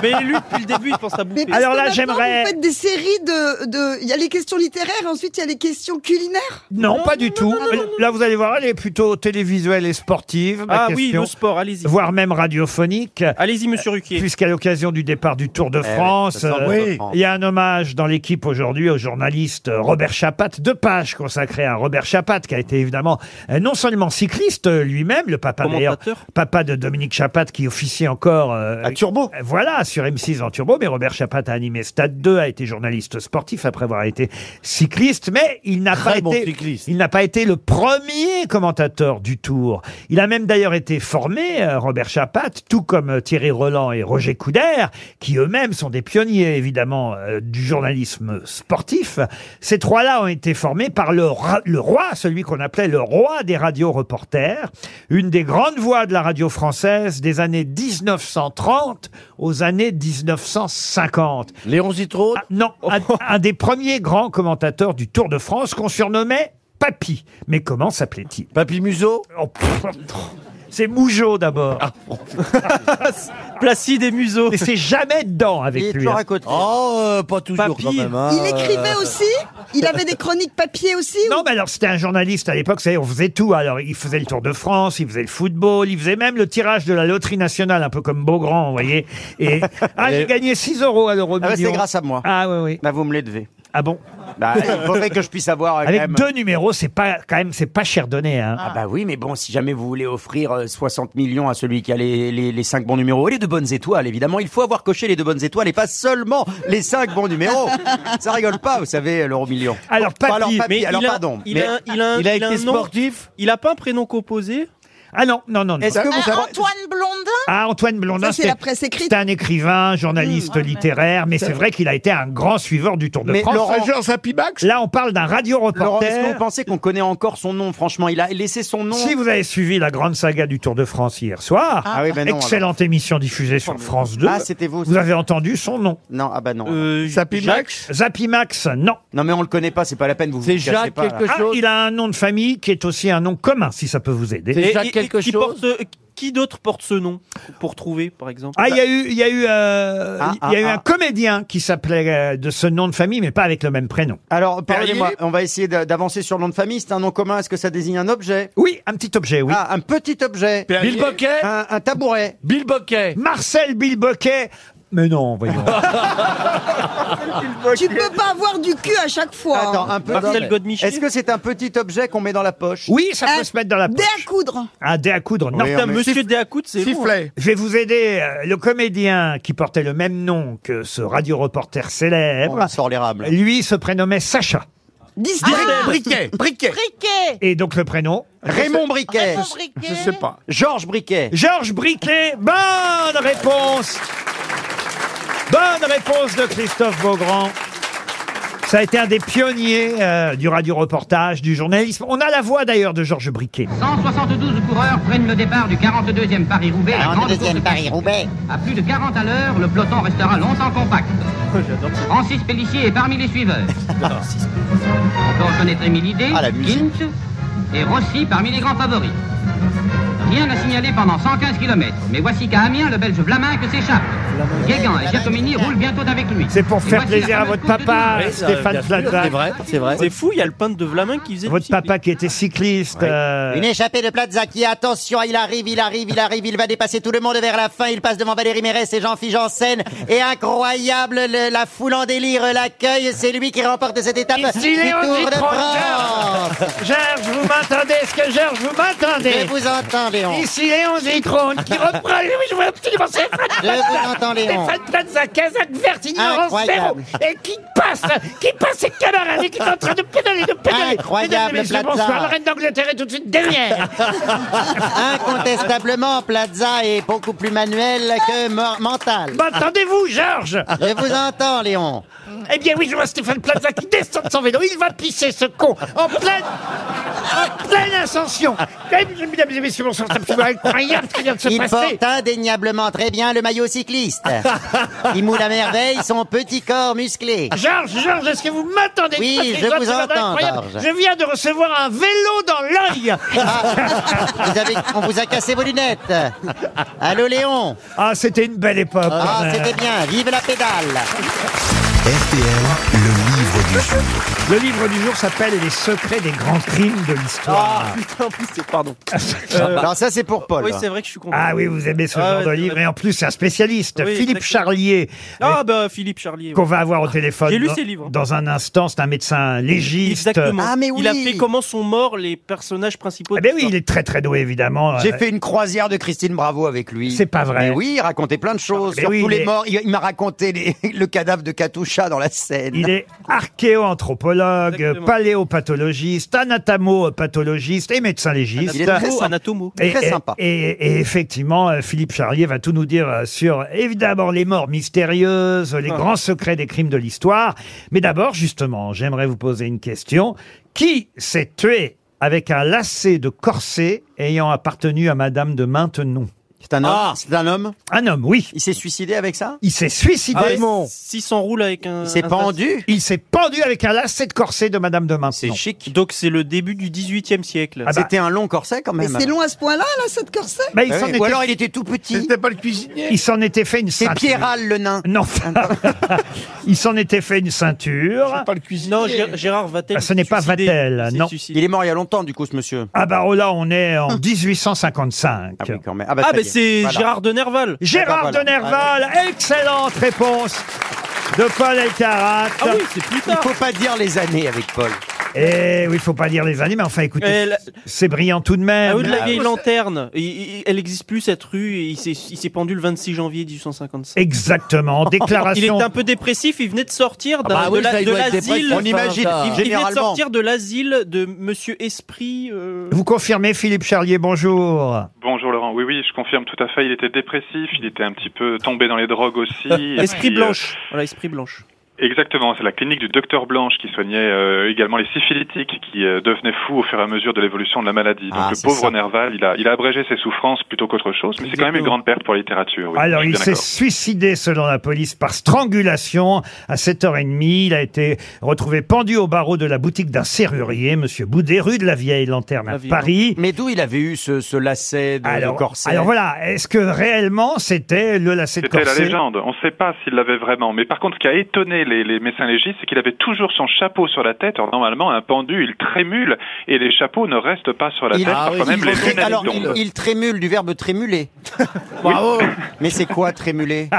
Speaker 8: Mais lui, depuis le début, il pense à
Speaker 7: Mais
Speaker 8: bouffer.
Speaker 7: parce que maintenant, Vous faites des séries de. de- Il y a les questions littéraires, ensuite il y a les questions culinaires.
Speaker 2: Non, pas du tout. Là, vous allez voir, elle est plutôt télévisuelle et sportive. ma
Speaker 8: Ah oui,
Speaker 2: question.
Speaker 8: le sport, allez-y.
Speaker 2: Voire même radiophonique.
Speaker 8: Allez-y, monsieur Ruquier.
Speaker 2: Puisqu'à l'occasion du départ du Tour de
Speaker 8: Eh oui,
Speaker 2: France,
Speaker 8: ça sent le Tour de
Speaker 2: euh,
Speaker 8: France.
Speaker 2: il y a un hommage dans l'équipe aujourd'hui au journaliste euh, Robert Chapat, deux pages consacrées à Robert Chapat, qui a été évidemment euh, non seulement cycliste euh, lui-même, le papa d'ailleurs, papa de Dominique Chapat, qui officie encore à Turbo. Voilà, sur M6 en Turbo, mais Robert Chapat a animé Stade 2, a été journaliste sportif après avoir été cycliste, mais il n'a
Speaker 6: Très
Speaker 2: pas
Speaker 6: bon
Speaker 2: été
Speaker 6: cycliste.
Speaker 2: il n'a pas été le premier commentateur du Tour. Il a même d'ailleurs été formé, euh, Robert Chapat, tout comme euh, Thierry Roland et Roger Coudert, qui eux-mêmes sont des pionniers, évidemment, euh, du journalisme sportif. Ces trois-là ont été formés par le, ra- le roi, celui qu'on appelait le roi des radios reporters, une des grandes voix de la radio française des années 1930 aux années 1950. Léon Zitrone Ah, Non, un- un des premiers grands commentateurs du Tour de France qu'on surnommait Papy. Mais comment s'appelait-il Papy Museau C'est Mougeot d'abord.
Speaker 9: Ah,
Speaker 2: Placide et Museau. Et c'est jamais dedans avec lui. hein.
Speaker 9: Ah,
Speaker 6: Oh, euh, pas toujours quand même. hein.
Speaker 7: Il écrivait aussi Il avait des chroniques papier aussi
Speaker 2: Non, mais alors c'était un journaliste à l'époque, vous savez, on faisait tout. Alors il faisait le Tour de France, il faisait le football, il faisait même le tirage de la loterie nationale, un peu comme Beaugrand, vous voyez. Et ah, j'ai gagné 6 euros à l'euro
Speaker 9: Ah bah,
Speaker 2: million.
Speaker 9: c'est grâce à moi.
Speaker 2: Ah oui, oui.
Speaker 9: Bah, vous me l'élevez.
Speaker 2: Ah bon
Speaker 9: Bah, il faudrait que je puisse avoir. euh,
Speaker 2: Avec
Speaker 9: quand même-
Speaker 2: deux numéros, c'est pas quand même c'est pas cher donné. Hein.
Speaker 9: Ah bah oui, mais bon, si jamais vous voulez offrir euh, 60 millions à celui qui a les, les, les 5 bons numéros et les deux bonnes étoiles, évidemment, il faut avoir coché les deux bonnes étoiles et pas seulement les 5 bons numéros. Ça rigole pas, vous savez, euh, l'euro million.
Speaker 2: Alors,
Speaker 9: Bon,
Speaker 2: papy,
Speaker 9: alors,
Speaker 2: mais
Speaker 9: alors
Speaker 2: il a-
Speaker 9: pardon.
Speaker 8: Il
Speaker 9: mais-
Speaker 8: a, un- il a, un- il a un nom. Il a pas un prénom composé
Speaker 2: Ah non, non, non. non.
Speaker 8: Est-ce que vous
Speaker 4: Euh, Antoine Blondin
Speaker 2: Ah, Antoine Blondin,
Speaker 4: Ça, c'est
Speaker 2: c'était-
Speaker 4: la presse écrite. Mmh,
Speaker 2: c'était un écrivain, journaliste littéraire, mais c'est vrai qu'il a été un grand suiveur du Tour de France. Là, on parle d'un radio
Speaker 9: Laurent, est-ce que
Speaker 2: reporter.
Speaker 9: vous pensez qu'on connaît encore son nom Franchement, il a laissé son nom.
Speaker 2: Si vous avez suivi la grande saga du Tour de France hier soir,
Speaker 9: Ah oui, ben non,
Speaker 2: excellente émission diffusée sur France 2.
Speaker 9: Ah, c'était vous,
Speaker 2: Vous avez entendu son nom
Speaker 9: Non, ah bah non.
Speaker 2: Zapimax Euh, Zapimax, non.
Speaker 9: Non, mais on le connaît pas, c'est pas la peine. Vous vous cachez pas, là.
Speaker 2: Ah, il a un nom de famille qui est aussi un nom commun, si ça peut vous aider.
Speaker 8: Et- et- et qui porte- euh, Qui d'autre porte ce nom pour trouver, par exemple
Speaker 2: Ah, il y a eu, il y a eu, euh,
Speaker 8: Ah,
Speaker 2: il y a
Speaker 8: ah,
Speaker 2: eu un
Speaker 8: ah.
Speaker 2: comédien qui s'appelait euh, de ce nom de famille, mais pas avec le même prénom.
Speaker 9: Alors, pardonnez-moi, on va essayer d'a- d'avancer sur le nom de famille. C'est un nom commun. Est-ce que ça désigne un objet
Speaker 2: Oui, un petit objet, oui.
Speaker 9: Ah, un petit objet.
Speaker 2: Perrier. Bill Bocquet
Speaker 9: un, un tabouret.
Speaker 6: Bill Bocquet.
Speaker 2: Marcel Bilboquet. Mais non, voyons.
Speaker 7: Tu peux pas avoir du cul à chaque fois. hein.
Speaker 9: Attends, un petit. Est-ce que c'est un petit objet qu'on met dans la poche
Speaker 2: oui, ça peut
Speaker 7: Un
Speaker 2: se mettre dans la
Speaker 7: Dé
Speaker 2: poche.
Speaker 7: à coudre.
Speaker 2: Un dé Ah, à coudre. Non,
Speaker 8: Oui, Putain, on met- monsieur dé à coudre, c'est lourd, Sifflet. hein.
Speaker 2: Je vais vous aider. euh, Le comédien qui portait le même nom que ce radio reporter célèbre,
Speaker 9: On Oh, sort l'érable. Ah,
Speaker 2: lui se prénommait Sacha.
Speaker 7: Disney.
Speaker 9: Briquet. Briquet.
Speaker 4: Briquet
Speaker 2: Et donc le prénom
Speaker 9: Raymond Briquet. Ah,
Speaker 4: Raymond Briquet.
Speaker 9: pas. Georges Briquet.
Speaker 2: Georges Briquet, bonne réponse. Bonne réponse de Christophe Beaugrand. Ça a été un des pionniers euh, du radio-reportage, du journalisme. On a la voix d'ailleurs de Georges Briquet.
Speaker 13: 172 coureurs prennent le départ du 42e Paris-Roubaix. la grande course de
Speaker 14: Paris-Roubaix.
Speaker 13: À plus de 40 à l'heure, le peloton restera longtemps compact.
Speaker 2: Oh,
Speaker 13: Francis Pellissier est parmi les suiveurs. Encore connaître Émilie D, Gint et Rossi parmi les grands favoris. Rien à signaler pendant 115 km, mais voici qu'à Amiens, le Belge Vlaminck s'échappe. Guégan et Giacomini roulent bientôt avec lui.
Speaker 2: C'est pour
Speaker 13: Et
Speaker 2: faire
Speaker 13: voici la
Speaker 2: plaisir à
Speaker 13: fameuse
Speaker 2: votre
Speaker 13: Coupe de
Speaker 2: papa,
Speaker 13: Toulouse.
Speaker 2: Stéphane Plaza.
Speaker 8: C'est fou, il y a le peintre de Vlamin qui faisait.
Speaker 2: Votre papa qui était cycliste. euh,
Speaker 14: Une échappée de Plaza qui, attention, il arrive, il arrive, il arrive, il va dépasser tout le monde vers la fin, il passe devant Valérie Mérès et Jean-Philippe Janssen, et incroyable, le- la foule en délire l'accueil, c'est lui qui remporte cette étape
Speaker 2: Ici
Speaker 14: du
Speaker 2: Léon
Speaker 14: Tour
Speaker 2: Zitrone,
Speaker 14: de France
Speaker 2: Georges, vous m'entendez Est-ce que Georges, vous m'entendez
Speaker 14: Je vous entends, Léon.
Speaker 15: Ici Léon Zitrone qui reprend. Oui, je vois absolument Stéphane
Speaker 14: Je vous entends, Léon.
Speaker 15: Stéphane Plaza, Kazakh, Vertigny, Laurence Ferro.
Speaker 14: Incroyable.
Speaker 15: Et qui passe, qui passe et canard et qui est en train de pédaler, de pédaler.
Speaker 14: Incroyable,
Speaker 15: Mesdames et messieurs,
Speaker 14: Plaza.
Speaker 15: Bonsoir, la reine d'Angleterre est tout de suite derrière.
Speaker 14: Incontestablement, Plaza est beaucoup plus manuel que mor- mental.
Speaker 15: M'entendez-vous, Bah, Georges
Speaker 14: Je vous entends, Léon.
Speaker 15: Eh bien oui, je vois Stéphane Plaza qui descend de son vélo. Il va pisser ce con en pleine, en pleine ascension. Quand même, mesdames et messieurs, bonsoir, c'est absolument incroyable ce qui vient de se
Speaker 14: Il
Speaker 15: passer.
Speaker 14: porte indéniablement très bien le maillot cycliste. Il moule à merveille son petit corps musclé.
Speaker 15: Georges, Georges, est-ce que vous m'entendez
Speaker 14: Oui,
Speaker 15: Parce que
Speaker 14: je
Speaker 15: dois
Speaker 14: vous
Speaker 15: te dire,
Speaker 14: entends,
Speaker 15: incroyable,
Speaker 14: Georges.
Speaker 15: Je viens de recevoir un vélo dans l'œil.
Speaker 14: Vous avez- on vous a cassé vos lunettes. Allô, Léon.
Speaker 2: Ah, c'était une belle époque.
Speaker 14: Ah, c'était bien. Vive la pédale.
Speaker 1: RTL, le livre du jour.
Speaker 2: Le livre du jour s'appelle Les secrets des grands crimes de l'histoire.
Speaker 8: Ah putain, en plus, c'est pardon. Euh,
Speaker 2: Alors
Speaker 14: ça, c'est pour Paul.
Speaker 9: hein.
Speaker 8: Oui, c'est vrai que je suis content.
Speaker 2: Ah oui, vous aimez ce
Speaker 8: Ah ouais,
Speaker 2: genre de
Speaker 8: c'est
Speaker 2: livre.
Speaker 8: vrai.
Speaker 2: Et en plus, c'est un spécialiste,
Speaker 8: Oui,
Speaker 2: Philippe Charlier.
Speaker 8: Ah bah Philippe Charlier.
Speaker 2: Qu'on va avoir au téléphone
Speaker 8: J'ai lu
Speaker 2: dans,
Speaker 8: ses livres.
Speaker 2: dans un instant. C'est un médecin légiste.
Speaker 8: Exactement.
Speaker 9: Ah,
Speaker 8: Il a fait comment sont morts les personnages principaux.
Speaker 2: Eh bien oui, il est très très doué, évidemment.
Speaker 9: J'ai
Speaker 2: Euh,
Speaker 9: fait une croisière de Christine Bravo avec lui.
Speaker 2: C'est pas vrai.
Speaker 9: Mais oui, il racontait plein de choses
Speaker 2: Mais
Speaker 9: sur
Speaker 2: oui,
Speaker 9: tous
Speaker 2: il
Speaker 9: les
Speaker 2: est-
Speaker 9: morts. Il, il m'a raconté les- le cadavre de Katoucha dans la Seine.
Speaker 2: Il est archéo-anthropologue, paléopathologiste, anatomo-pathologiste et médecin légiste.
Speaker 8: Il est très sympa. Anatomo.
Speaker 2: Et,
Speaker 8: Très
Speaker 2: et-
Speaker 8: sympa.
Speaker 2: Et, et effectivement, euh, Philippe Charlier va tout nous dire euh, sur, évidemment, les morts mystérieuses, les grands secrets des crimes de l'histoire. Mais d'abord, justement, j'aimerais vous poser une question. Qui s'est tué avec un lacet de corset ayant appartenu à Madame de Maintenon Ah.
Speaker 9: C'est un homme C'est un homme
Speaker 2: Un homme, oui.
Speaker 9: Il s'est suicidé avec ça
Speaker 2: Il s'est suicidé.
Speaker 8: Ah, mais S'il s'enroule avec un.
Speaker 9: Il s'est
Speaker 8: un-
Speaker 9: pendu
Speaker 2: Il s'est pendu avec un lacet de corset de Madame de Maintenon.
Speaker 9: C'est chic.
Speaker 8: Donc c'est le début du 18e siècle.
Speaker 2: Ah bah.
Speaker 9: C'était un long corset quand
Speaker 7: Mais
Speaker 9: même.
Speaker 7: c'est long à ce point-là, là, cette corset
Speaker 2: Bah, il
Speaker 9: Ah
Speaker 2: s'en
Speaker 9: oui.
Speaker 2: était-
Speaker 9: Ou alors il était tout petit.
Speaker 11: C'était pas le cuisinier.
Speaker 2: Il s'en était fait une
Speaker 9: C'est
Speaker 2: ceinture.
Speaker 9: Pierral le nain.
Speaker 2: Non. il s'en était fait une ceinture.
Speaker 11: Pas le cuisinier.
Speaker 8: Non, Gé- Gérard Vatel.
Speaker 2: Ah, ce n'est pas
Speaker 8: suicidé.
Speaker 2: Vatel,
Speaker 8: Il s'est
Speaker 2: non.
Speaker 8: suicidé.
Speaker 9: Il est mort il y a longtemps du coup ce monsieur.
Speaker 2: Ah bah oh là, on est en 1855.
Speaker 9: Ah oui quand même.
Speaker 8: Ah
Speaker 9: ça
Speaker 8: bah
Speaker 9: y est.
Speaker 8: c'est
Speaker 9: Voilà.
Speaker 8: Gérard de Nerval.
Speaker 2: Gérard
Speaker 9: Ah bah voilà.
Speaker 2: de Nerval, excellente réponse de Paul Elkarat.
Speaker 8: Ah oui, c'est plus
Speaker 9: Il
Speaker 8: tard.
Speaker 9: faut pas dire les années avec Paul.
Speaker 2: Et Eh oui, faut pas dire les années, mais enfin écoutez,
Speaker 8: Et Eh, la-
Speaker 2: c'est brillant tout de
Speaker 8: Ah
Speaker 2: même.
Speaker 8: oui, de la vieille lanterne. Il- il- elle existe plus cette rue. et Il s'est il s'est pendu le 26 janvier 1855.
Speaker 2: Exactement,
Speaker 8: Il
Speaker 2: déclaration.
Speaker 8: était un peu dépressif. Il venait de sortir d'un-
Speaker 6: bah
Speaker 8: de
Speaker 6: oui,
Speaker 8: la-
Speaker 6: ça, il
Speaker 8: de
Speaker 6: doit être
Speaker 8: l'asile.
Speaker 6: dépressif,
Speaker 9: On imagine,
Speaker 6: ça.
Speaker 9: il-
Speaker 8: Il venait de
Speaker 9: Généralement.
Speaker 8: sortir de l'asile de Monsieur Esprit. euh,
Speaker 2: Vous confirmez, Philippe Charlier, bonjour.
Speaker 16: Bonjour Laurent, oui oui, je confirme tout à fait, il était dépressif, il était un petit peu tombé dans les drogues aussi. et
Speaker 8: Esprit
Speaker 16: puis,
Speaker 8: Blanche. Voilà, Esprit Blanche.
Speaker 16: euh, exactement, c'est la clinique du docteur Blanche qui soignait euh, également les syphilitiques qui euh, devenaient fous au fur et à mesure de l'évolution de la maladie. Donc
Speaker 9: Ah,
Speaker 16: le
Speaker 9: c'est
Speaker 16: pauvre
Speaker 9: ça.
Speaker 16: Nerval, il a, il a abrégé ses souffrances plutôt qu'autre chose, mais c'est quand même une
Speaker 8: Exactement.
Speaker 16: grande perte pour la littérature. oui,
Speaker 2: Alors,
Speaker 16: je suis
Speaker 2: il
Speaker 16: bien
Speaker 2: s'est
Speaker 16: d'accord.
Speaker 2: suicidé, selon la police, par strangulation à 7h30. Il a été retrouvé pendu au barreau de la boutique d'un serrurier, Monsieur Boudet, rue de la Vieille Lanterne à
Speaker 8: La Vieille
Speaker 2: Paris.
Speaker 9: Mais d'où il avait eu ce, ce lacet de, de
Speaker 2: Alors,
Speaker 9: corset
Speaker 2: alors voilà, est-ce que réellement c'était le lacet de
Speaker 16: C'était la
Speaker 2: corset
Speaker 16: légende, on ne sait pas s'il l'avait vraiment, mais par contre ce qui a étonné les, les médecins légistes, c'est qu'il avait toujours son chapeau sur la tête. Alors normalement, un pendu, il trémule et les chapeaux ne restent pas sur la
Speaker 9: Il-
Speaker 16: tête,
Speaker 9: Ah
Speaker 16: parfois
Speaker 9: oui,
Speaker 16: même
Speaker 9: il-
Speaker 16: les
Speaker 9: il-
Speaker 16: lunettes
Speaker 9: alors, il,
Speaker 16: tombent.
Speaker 9: il trémule du verbe trémuler. Bravo. Mais c'est quoi trémuler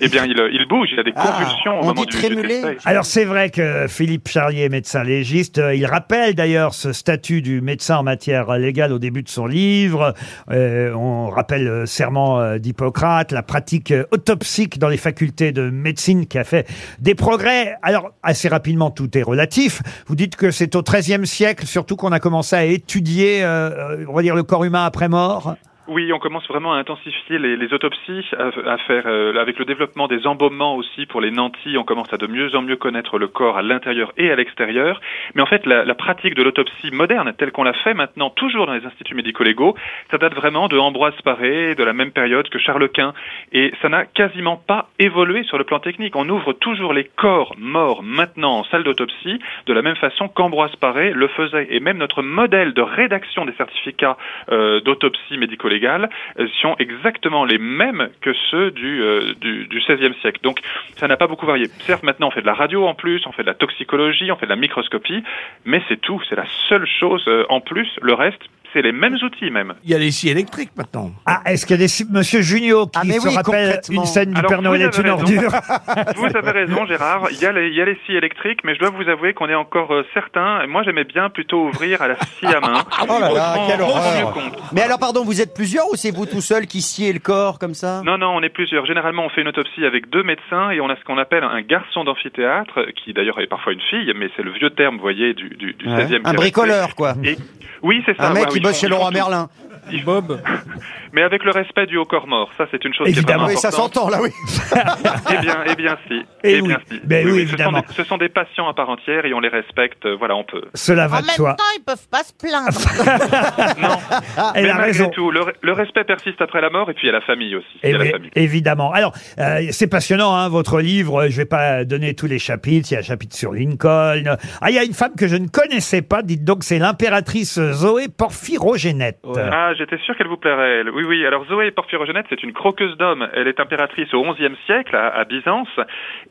Speaker 16: Eh bien, il, il bouge, il a des convulsions
Speaker 9: Ah, on
Speaker 16: au moment
Speaker 9: dit
Speaker 16: du,
Speaker 9: trémuler.
Speaker 16: du test.
Speaker 2: Alors c'est vrai que Philippe Charlier, médecin légiste, euh, il rappelle d'ailleurs ce statut du médecin en matière légale au début de son livre. Euh, on rappelle le serment euh, d'Hippocrate, la pratique euh, autopsique dans les facultés de médecine qui a fait des progrès. Alors assez rapidement, tout est relatif. Vous dites que c'est au XIIIe siècle surtout qu'on a commencé à étudier, euh, euh, on va dire, le corps humain après mort.
Speaker 16: Oui, on commence vraiment à intensifier les, les autopsies, à, à faire euh, avec le développement des embaumements aussi pour les nantis, on commence à de mieux en mieux connaître le corps à l'intérieur et à l'extérieur. Mais en fait, la, la pratique de l'autopsie moderne, telle qu'on la fait maintenant, toujours dans les instituts médico-légaux, ça date vraiment de Ambroise Paré, de la même période que Charles Quint, et ça n'a quasiment pas évolué sur le plan technique. On ouvre toujours les corps morts maintenant en salle d'autopsie, de la même façon qu'Ambroise Paré le faisait. Et même notre modèle de rédaction des certificats euh, d'autopsie médico-légale euh, sont exactement les mêmes que ceux du, euh, du, du 16e siècle. Donc ça n'a pas beaucoup varié. Certes, maintenant on fait de la radio en plus, on fait de la toxicologie, on fait de la microscopie, mais c'est tout. C'est la seule chose euh, en plus. Le reste, c'est les mêmes outils même.
Speaker 11: Il y a les scies électriques maintenant.
Speaker 2: Ah, est-ce que les- Monsieur Junio
Speaker 16: Ah,
Speaker 2: qui se rappelle une scène du
Speaker 16: Alors,
Speaker 2: Père
Speaker 16: vous
Speaker 2: Noël est
Speaker 16: avez
Speaker 2: une
Speaker 16: raison.
Speaker 2: ordure
Speaker 16: Vous avez raison, Gérard. Il y, a les, il y a les scies électriques, mais je dois vous avouer qu'on est encore euh, certains. Moi, j'aimais bien plutôt ouvrir à la scie à main.
Speaker 9: Oh là là,
Speaker 16: On
Speaker 9: quelle
Speaker 16: prend mieux
Speaker 9: horreur.
Speaker 16: compte.
Speaker 9: Mais alors, pardon, vous êtes plusieurs ou c'est vous tout seul qui sciez le corps comme ça
Speaker 16: Non, non, on est plusieurs. Généralement, on fait une autopsie avec deux médecins et on a ce qu'on appelle un garçon d'amphithéâtre, qui d'ailleurs est parfois une fille, mais c'est le vieux terme, vous voyez, du, du, du
Speaker 9: Ouais.
Speaker 16: 16e qui
Speaker 9: Un
Speaker 16: est
Speaker 9: bricoleur,
Speaker 16: resté.
Speaker 9: quoi.
Speaker 16: Et- Oui, c'est ça.
Speaker 9: Un mec
Speaker 16: Ouais,
Speaker 9: qui
Speaker 16: ils
Speaker 9: bosse
Speaker 16: font-
Speaker 9: chez
Speaker 16: ils font
Speaker 9: Leroy
Speaker 16: tout.
Speaker 9: Merlin.
Speaker 16: Bob. Mais avec le respect du haut corps mort, ça c'est une chose
Speaker 9: Évidemment.
Speaker 16: qui
Speaker 9: Oui,
Speaker 16: est
Speaker 9: ça
Speaker 16: vraiment importante.
Speaker 9: s'entend, là, oui.
Speaker 16: eh bien, eh bien si.
Speaker 2: Eh
Speaker 16: eh bien,
Speaker 2: oui.
Speaker 16: si.
Speaker 2: Ben oui,
Speaker 16: ce sont
Speaker 2: évidemment.
Speaker 16: des- Ce, sont des, patients à part entière et on les respecte. euh, Voilà, on peut.
Speaker 2: Cela va
Speaker 4: En
Speaker 2: de
Speaker 4: même
Speaker 2: soi.
Speaker 4: temps, ils peuvent pas se plaindre.
Speaker 2: Elle
Speaker 16: Ah, Mais
Speaker 2: a
Speaker 16: malgré
Speaker 2: raison.
Speaker 16: tout, le, le respect persiste après la mort et puis il y a la famille aussi. Il
Speaker 2: Eh
Speaker 16: y a la
Speaker 2: oui,
Speaker 16: famille.
Speaker 2: évidemment. Alors, euh, c'est passionnant, hein, votre livre. Je vais pas donner tous les chapitres. Il y a un chapitre sur Lincoln. Ah, il y a une femme que je ne connaissais pas. Dites donc, c'est l'impératrice Zoé Porphyrogénète.
Speaker 16: Ah, j'étais sûr qu'elle vous plairait. elle. Oui, oui. Alors Zoé Porphyrogénète, c'est une croqueuse d'hommes. Elle est impératrice au XIe siècle à, à Byzance,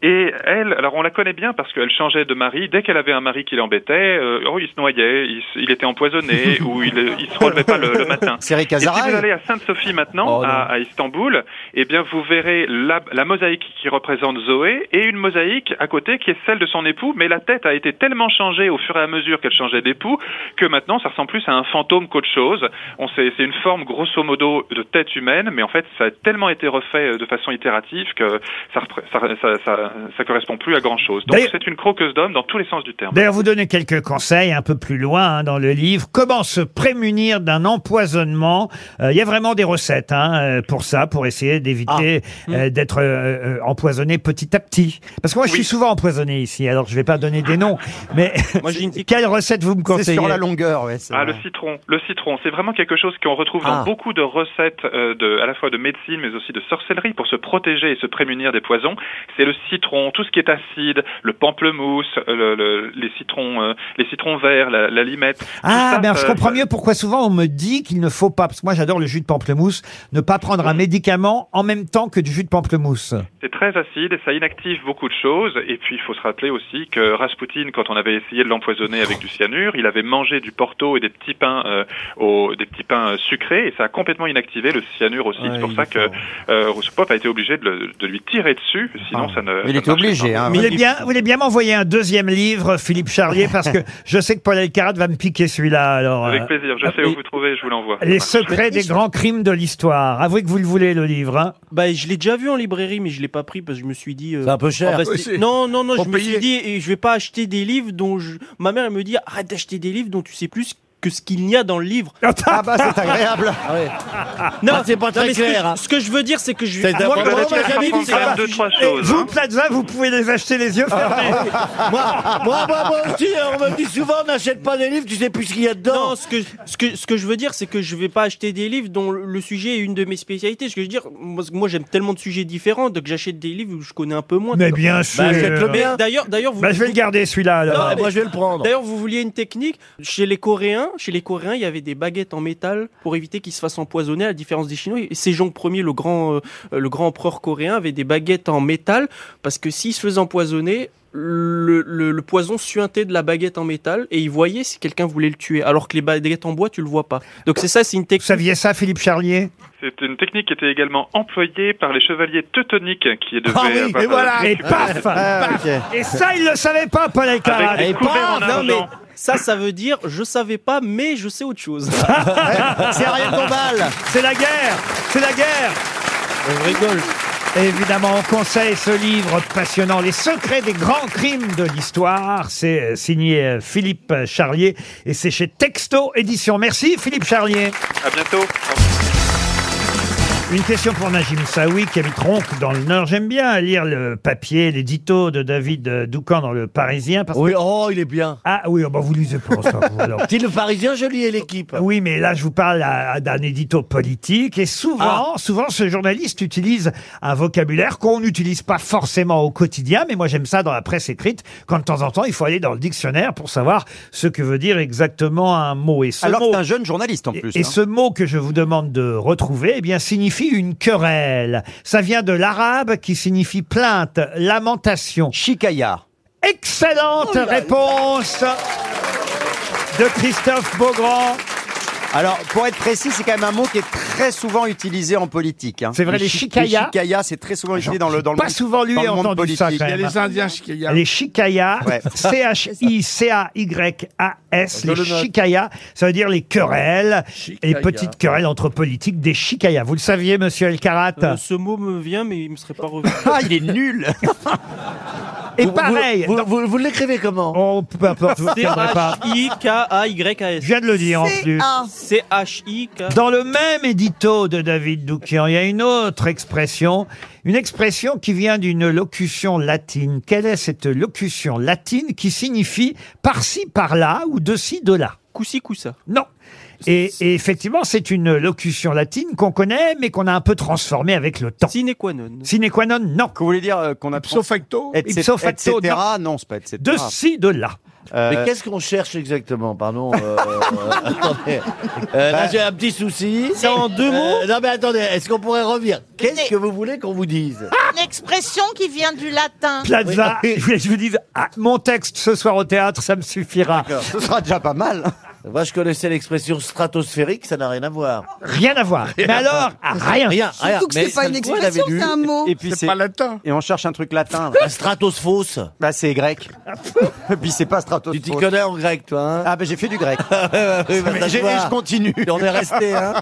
Speaker 16: et elle, alors on la connaît bien parce qu'elle changeait de mari. Dès qu'elle avait un mari qui l'embêtait, euh, oh, il se noyait, il, se- il était empoisonné, ou il, il se relevait pas le, le matin.
Speaker 9: C'est Rick
Speaker 16: Et si
Speaker 9: Azaray
Speaker 16: vous allez à Sainte-Sophie maintenant,
Speaker 2: Oh,
Speaker 16: à, à Istanbul, eh bien vous verrez la, la mosaïque qui représente Zoé et une mosaïque à côté qui est celle de son époux, mais la tête a été tellement changée au fur et à mesure qu'elle changeait d'époux que maintenant ça ressemble plus à un fantôme qu'autre chose. On sait, c'est une forme grosso modo de tête humaine, mais en fait ça a tellement été refait euh, de façon itérative que ça, repré- ça, ça, ça, ça correspond plus à grand chose. Donc
Speaker 2: D'ailleurs-
Speaker 16: c'est une croqueuse d'homme dans tous les sens du terme.
Speaker 2: D'ailleurs, vous donnez quelques conseils un peu plus loin hein, dans le livre. Comment se prémunir d'un empoisonnement Euh, Il y a vraiment des recettes hein, euh, pour ça, pour essayer d'éviter
Speaker 16: Ah.
Speaker 2: euh, d'être euh, euh, empoisonné petit à petit. Parce que moi, je suis souvent empoisonné ici, alors je vais pas donner des noms. Mais quelle recette vous me conseillez
Speaker 9: longueur, ouais.
Speaker 16: Ah, le citron. Le citron, c'est vraiment quelque chose qu'on retrouve
Speaker 9: Ah.
Speaker 16: dans beaucoup de recettes, euh, de, à la fois de médecine, mais aussi de sorcellerie, pour se protéger et se prémunir des poisons. C'est le citron, tout ce qui est acide, le pamplemousse, euh, le- le- les, citrons, euh, les citrons verts, la, la limette. Tout
Speaker 2: Ah,
Speaker 16: ça,
Speaker 2: ben je
Speaker 16: ça-
Speaker 2: comprends mieux pourquoi souvent on me dit qu'il ne faut pas, parce que moi j'adore le jus de pamplemousse, ne pas prendre un médicament en même temps que du jus de pamplemousse.
Speaker 16: C'est très acide et ça inactive beaucoup de choses. Et puis, il faut se rappeler aussi que Rasputin, quand on avait essayé de l'empoisonner avec du cyanure, il avait mangé du porto et des petits pains, euh, au- des petits pains euh, sucrés et ça a complètement inactivé le cyanure aussi. c'est pour ça que euh, Rousseau a été obligé de, le- de lui tirer dessus, sinon ça ne. ça ne marchait pas.
Speaker 2: Vous voulez bien, vous voulez bien m'envoyer un deuxième livre, Philippe Charlier, parce que je sais que Paul Elkarat va me piquer celui-là. Alors, euh,
Speaker 16: Avec plaisir. Je sais où vous trouvez, je vous l'envoie.
Speaker 2: Les secrets des grands crimes de l'histoire. Avouez que vous le voulez, le livre. hein.
Speaker 8: Bah, je l'ai déjà vu en librairie, mais je l'ai pas pris parce que je me suis dit. euh,
Speaker 2: C'est un peu cher.
Speaker 8: en rester-
Speaker 2: Oui, c'est-
Speaker 8: Non, non, non,
Speaker 2: Faut
Speaker 8: je me
Speaker 2: payer.
Speaker 8: suis dit, et je vais pas acheter des livres dont je... ma mère elle me dit, arrête d'acheter des livres dont tu sais plus que ce qu'il y a dans le livre.
Speaker 2: Ah
Speaker 9: bah, c'est agréable.
Speaker 8: Non,
Speaker 6: Ah, c'est pas très
Speaker 8: mais ce que-
Speaker 6: clair, hein.
Speaker 8: Ce que je veux dire, c'est que je.
Speaker 6: C'est
Speaker 8: Ah, moi,
Speaker 6: d'abord-
Speaker 8: quand
Speaker 6: Moi,
Speaker 8: j'étais
Speaker 6: j'avais
Speaker 8: petit,
Speaker 6: dit,
Speaker 8: c'est
Speaker 6: ça
Speaker 8: pas
Speaker 6: va.
Speaker 8: deux, trois
Speaker 2: Et
Speaker 8: choses,
Speaker 2: vous,
Speaker 8: hein. Ah.
Speaker 2: Plaza, vous pouvez les acheter les yeux fermés.
Speaker 6: moi, moi, moi, moi aussi, hein, on me dit souvent, on n'achète pas des livres, tu sais plus ce qu'il y a dedans.
Speaker 8: Non, ce que, ce, que, ce que je veux dire, c'est que je vais pas acheter des livres dont le sujet est une de mes spécialités. Ce que je veux dire, moi, moi, j'aime tellement de sujets différents, donc j'achète des livres où je connais un peu moins. Bah,
Speaker 2: Mais bien sûr.
Speaker 8: achète-le bien. D'ailleurs, d'ailleurs, vous-
Speaker 2: Bah, je vais le garder, celui-là. alors. euh,
Speaker 8: mais- D'ailleurs, vous vouliez une technique chez les Coréens. Chez les Coréens, il y avait des baguettes en métal pour éviter qu'ils se fassent empoisonner. À la différence des Chinois, Et Sejong Ier, le grand, euh, le grand empereur coréen, avait des baguettes en métal parce que s'il se faisait empoisonner. Le, le- le poison suintait de la baguette en métal et il voyait si quelqu'un voulait le tuer. Alors que les baguettes en bois, tu le vois pas. Donc c'est ça, c'est une technique. Vous
Speaker 2: saviez ça, Philippe Charlier
Speaker 16: C'est une technique qui était également employée par les chevaliers teutoniques qui devaient.
Speaker 2: Ah oui,
Speaker 16: avoir- euh,
Speaker 2: et voilà, et paf, paf. Et ça, il le savait pas, Paul Elkarat.
Speaker 8: Avec des
Speaker 2: Et
Speaker 8: couvées,
Speaker 2: paf,
Speaker 8: mon
Speaker 2: non, mais-
Speaker 8: argent. Ça, ça veut dire je savais pas, mais je sais autre chose.
Speaker 2: C'est Ariel Dombal. C'est la guerre, c'est la guerre. On rigole. Évidemment, on conseille ce livre passionnant, Les secrets des grands crimes de l'histoire. C'est euh, signé euh, Philippe Charlier et c'est chez Texto Édition. Merci Philippe Charlier.
Speaker 16: À bientôt.
Speaker 2: Une question pour Najim Saoui qui habite Ronc dans le Nord. J'aime bien lire le papier, l'édito de David euh, Doucan dans le Parisien. Parce
Speaker 6: Oui,
Speaker 2: que...
Speaker 6: oh, il est bien.
Speaker 2: Ah oui, oh, bah, vous lisez pas ça. vous, alors.
Speaker 6: Si le Parisien, je lis l'équipe.
Speaker 2: Oui, mais là, je vous parle à- à- d'un édito politique. Et
Speaker 6: Ah.
Speaker 2: souvent, souvent, ce journaliste utilise un vocabulaire qu'on n'utilise pas forcément au quotidien. Mais moi, j'aime ça dans la presse écrite. Quand de temps en temps, il faut aller dans le dictionnaire pour savoir ce que veut dire exactement un mot. Et ce
Speaker 9: Alors que
Speaker 2: mot-
Speaker 9: t'es un jeune journaliste en plus.
Speaker 2: et
Speaker 9: hein.
Speaker 2: ce mot que je vous demande de retrouver, eh bien, signifie une querelle. Ça vient de l'arabe qui signifie plainte, lamentation.
Speaker 9: Chikaya.
Speaker 2: Excellente réponse de Christophe Beaugrand.
Speaker 9: Alors, pour être précis, c'est quand même un mot qui est très souvent utilisé en politique. hein.
Speaker 11: C'est vrai, les
Speaker 9: chi-
Speaker 11: chicayas.
Speaker 9: Les chicayas, c'est très souvent utilisé dans le dans le
Speaker 2: Ah, pas
Speaker 9: monde-
Speaker 2: souvent lu
Speaker 9: dans
Speaker 2: et
Speaker 9: le monde
Speaker 2: entendu ça,
Speaker 9: politique.
Speaker 2: quand même. hein.
Speaker 11: chicayas.
Speaker 2: Les chicayas,
Speaker 9: Ouais.
Speaker 2: C-H-I-C-A-Y-A-S,
Speaker 11: Je
Speaker 2: les
Speaker 11: le note.
Speaker 2: chicayas, ça veut dire les querelles, les
Speaker 8: Chicayas.
Speaker 2: petites querelles entre politiques, des chicayas. Vous le saviez, monsieur El Karat
Speaker 8: Euh, ce mot me vient, mais il me serait pas revenu.
Speaker 9: Ah, il est nul
Speaker 2: Et pareil
Speaker 6: Vous, vous- vous l'écrivez comment
Speaker 2: oh, Peu importe, vous ne retiendrez pas.
Speaker 8: C-H-I-K-A-Y-A-S.
Speaker 2: Je viens de le dire, en plus.
Speaker 8: C-H-I-K.
Speaker 2: Dans le même édito de David Doukian, il y a une autre expression, une expression qui vient d'une locution latine. Quelle est cette locution latine qui signifie par-ci, par-là ou de-ci, de-là
Speaker 8: Coussi, coussa.
Speaker 2: Non. Et, et effectivement, c'est une locution latine qu'on connaît, mais qu'on a un peu transformée avec le temps.
Speaker 8: Sine qua non.
Speaker 2: Sine qua non, non.
Speaker 9: Que vous voulez dire euh, qu'on a...
Speaker 11: Ipso facto
Speaker 9: Et,
Speaker 2: Ipso facto,
Speaker 9: etc.
Speaker 2: non.
Speaker 9: Non, c'est pas etc.
Speaker 2: De ci, de là.
Speaker 9: Euh,
Speaker 6: Mais qu'est-ce qu'on cherche exactement Pardon. euh, attendez. Euh, là, j'ai un petit souci. C'est en deux mots Non, mais attendez, est-ce qu'on pourrait revenir Qu'est-ce que vous voulez qu'on vous dise
Speaker 4: Une expression qui vient du latin.
Speaker 2: Plaza, je voulais que je vous dise, ah, mon texte ce soir au théâtre, ça me suffira.
Speaker 9: Ce sera déjà pas mal.
Speaker 6: Moi, je connaissais l'expression stratosphérique, ça n'a rien à voir.
Speaker 2: Rien à voir. Mais alors, ah, rien.
Speaker 6: Rien, rien.
Speaker 7: Surtout que c'est
Speaker 6: Mais
Speaker 7: pas
Speaker 6: ça,
Speaker 7: une
Speaker 6: je l'avais
Speaker 7: expression,
Speaker 6: lu.
Speaker 7: c'est un mot.
Speaker 9: Et puis
Speaker 11: C'est pas latin.
Speaker 9: Et on cherche un truc latin.
Speaker 6: La stratosphos.
Speaker 9: bah, c'est grec. Et puis c'est pas
Speaker 6: Tu t'y
Speaker 9: stratosphérique.
Speaker 6: connais en grec, toi. hein
Speaker 9: Ah, ben j'ai fait du grec.
Speaker 6: Oui, bah, ça
Speaker 9: J'ai-
Speaker 6: se voit.
Speaker 9: et je continue.
Speaker 6: Et on est resté, hein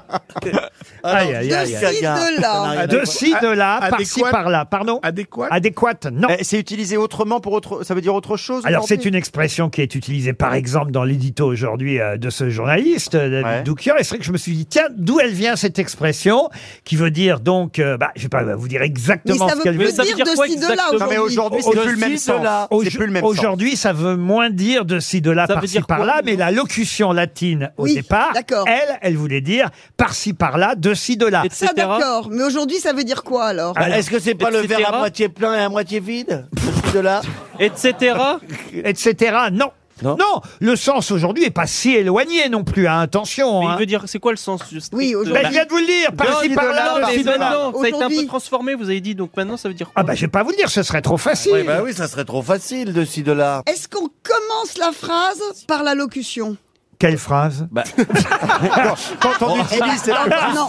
Speaker 2: Aïe, aïe, aïe, aïe.
Speaker 7: ci, de là.
Speaker 2: De ci, de là, par-ci,
Speaker 11: Adéquate.
Speaker 2: Ah, par-là. Pardon
Speaker 11: Adéquat
Speaker 2: Adéquate, non.
Speaker 9: Eh, C'est utilisé autrement pour autre. Ça veut dire autre chose
Speaker 2: Alors c'est
Speaker 9: aujourd'hui
Speaker 2: une expression qui est utilisée par exemple dans l'édito aujourd'hui euh, de ce journaliste euh, David
Speaker 9: Ouais.
Speaker 2: Doukian et c'est vrai que je me suis dit tiens d'où elle vient cette expression qui veut dire donc euh, bah je vais pas vous dire
Speaker 7: Mais
Speaker 2: exactement
Speaker 7: ça
Speaker 2: ce qu'elle
Speaker 7: veut
Speaker 2: veut
Speaker 7: plus
Speaker 8: Mais ça veut
Speaker 7: dire
Speaker 8: dire quoi
Speaker 7: de ci, de là
Speaker 8: exactement
Speaker 9: Non, mais
Speaker 7: aujourd'hui.
Speaker 9: aujourd'hui, c'est
Speaker 6: Au-
Speaker 9: plus le même
Speaker 6: de
Speaker 9: sens.
Speaker 6: là.
Speaker 9: C'est plus le même sens.
Speaker 2: Aujourd'hui, ça veut moins dire de ci, de là,
Speaker 8: Ça veut
Speaker 2: par-ci,
Speaker 8: dire quoi,
Speaker 2: par-là, mais
Speaker 8: maintenant
Speaker 2: la locution latine au
Speaker 7: Oui,
Speaker 2: départ,
Speaker 7: d'accord.
Speaker 2: elle, elle voulait dire par-ci, par-là, de ci, de là.
Speaker 7: Ça, d'accord. Mais aujourd'hui, ça veut dire quoi, alors
Speaker 2: Ah,
Speaker 6: Bah, Est-ce que c'est pas le
Speaker 8: Etc.
Speaker 6: verre à moitié plein et à moitié vide De là
Speaker 8: Etc.
Speaker 2: Etc. Non.
Speaker 6: Non.
Speaker 2: le sens aujourd'hui est pas si éloigné non plus, hein, attention.
Speaker 8: Mais
Speaker 2: hein.
Speaker 8: il veut dire, c'est quoi le sens juste
Speaker 7: Oui,
Speaker 8: de-
Speaker 2: Ben, je
Speaker 7: aujourd'hui.
Speaker 2: viens de vous le dire, par-ci,
Speaker 9: ci, de
Speaker 2: par-là,
Speaker 9: là,
Speaker 2: de
Speaker 8: Non,
Speaker 9: par-ci,
Speaker 2: ci,
Speaker 8: mais
Speaker 2: de là.
Speaker 8: maintenant, ça a été un
Speaker 7: Aujourd'hui.
Speaker 8: peu transformé, vous avez dit, donc maintenant ça veut dire quoi
Speaker 2: Ah bah je vais pas vous le dire, ce serait trop facile.
Speaker 6: Oui, bah oui, ça serait trop facile de ci, de là.
Speaker 7: Est-ce qu'on commence la phrase par la locution
Speaker 2: Quelle phrase
Speaker 6: Bah.
Speaker 9: Quand
Speaker 6: Oh.
Speaker 9: on utilise, c'est
Speaker 7: Ah, Non.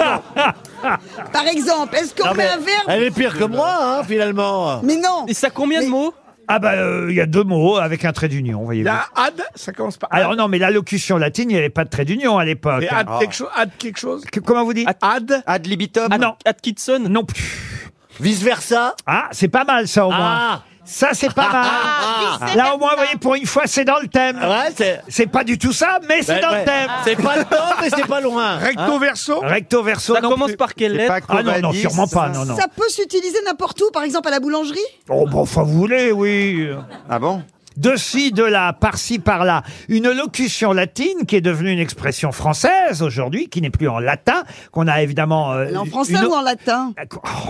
Speaker 7: Par exemple, est-ce qu'on
Speaker 6: Non,
Speaker 7: met
Speaker 6: mais
Speaker 7: un verbe
Speaker 6: Elle est pire que moi, hein, finalement.
Speaker 7: Mais non.
Speaker 8: Et ça a combien de mots
Speaker 2: Ah bah euh, il y a deux mots avec un trait d'union, voyez-vous.
Speaker 11: La ad, ça commence par.
Speaker 2: Alors non, mais l'allocution latine, il n'y avait pas de trait d'union à l'époque.
Speaker 11: Et
Speaker 6: ah,
Speaker 11: ad quelque chose. Ad quelque chose.
Speaker 2: Que- Comment vous dites
Speaker 11: Ad.
Speaker 9: ad libitum.
Speaker 2: Ah non,
Speaker 8: Atkinson
Speaker 2: non plus.
Speaker 6: Vice-versa
Speaker 2: Ah, c'est pas mal ça au moins.
Speaker 6: Ah
Speaker 2: Ça c'est pas mal.
Speaker 4: Ah, oui, c'est
Speaker 2: Là au moins,
Speaker 4: ça.
Speaker 2: vous voyez, pour une fois, c'est dans le thème.
Speaker 6: Ouais, c'est...
Speaker 2: C'est pas du tout ça, mais c'est
Speaker 6: Ouais,
Speaker 2: dans
Speaker 6: ouais.
Speaker 2: le thème.
Speaker 6: C'est pas le temps, mais c'est pas loin. hein.
Speaker 11: Recto verso.
Speaker 2: Recto verso.
Speaker 8: Ça
Speaker 2: non
Speaker 8: commence
Speaker 2: plus.
Speaker 8: par quelle
Speaker 9: C'est
Speaker 8: lettre
Speaker 9: pas
Speaker 2: Ah non, non,
Speaker 9: Covadis,
Speaker 2: sûrement pas,
Speaker 9: ça.
Speaker 2: non, non.
Speaker 7: Ça peut s'utiliser n'importe où, par exemple à la boulangerie
Speaker 2: Oh, bon, enfin, vous voulez, oui.
Speaker 9: Ah bon
Speaker 2: De ci, de là, par-ci, par-là. Une locution latine qui est devenue une expression française aujourd'hui, qui n'est plus en latin, qu'on a évidemment... euh,
Speaker 7: Elle est En
Speaker 2: une
Speaker 7: français
Speaker 2: au-
Speaker 7: ou en latin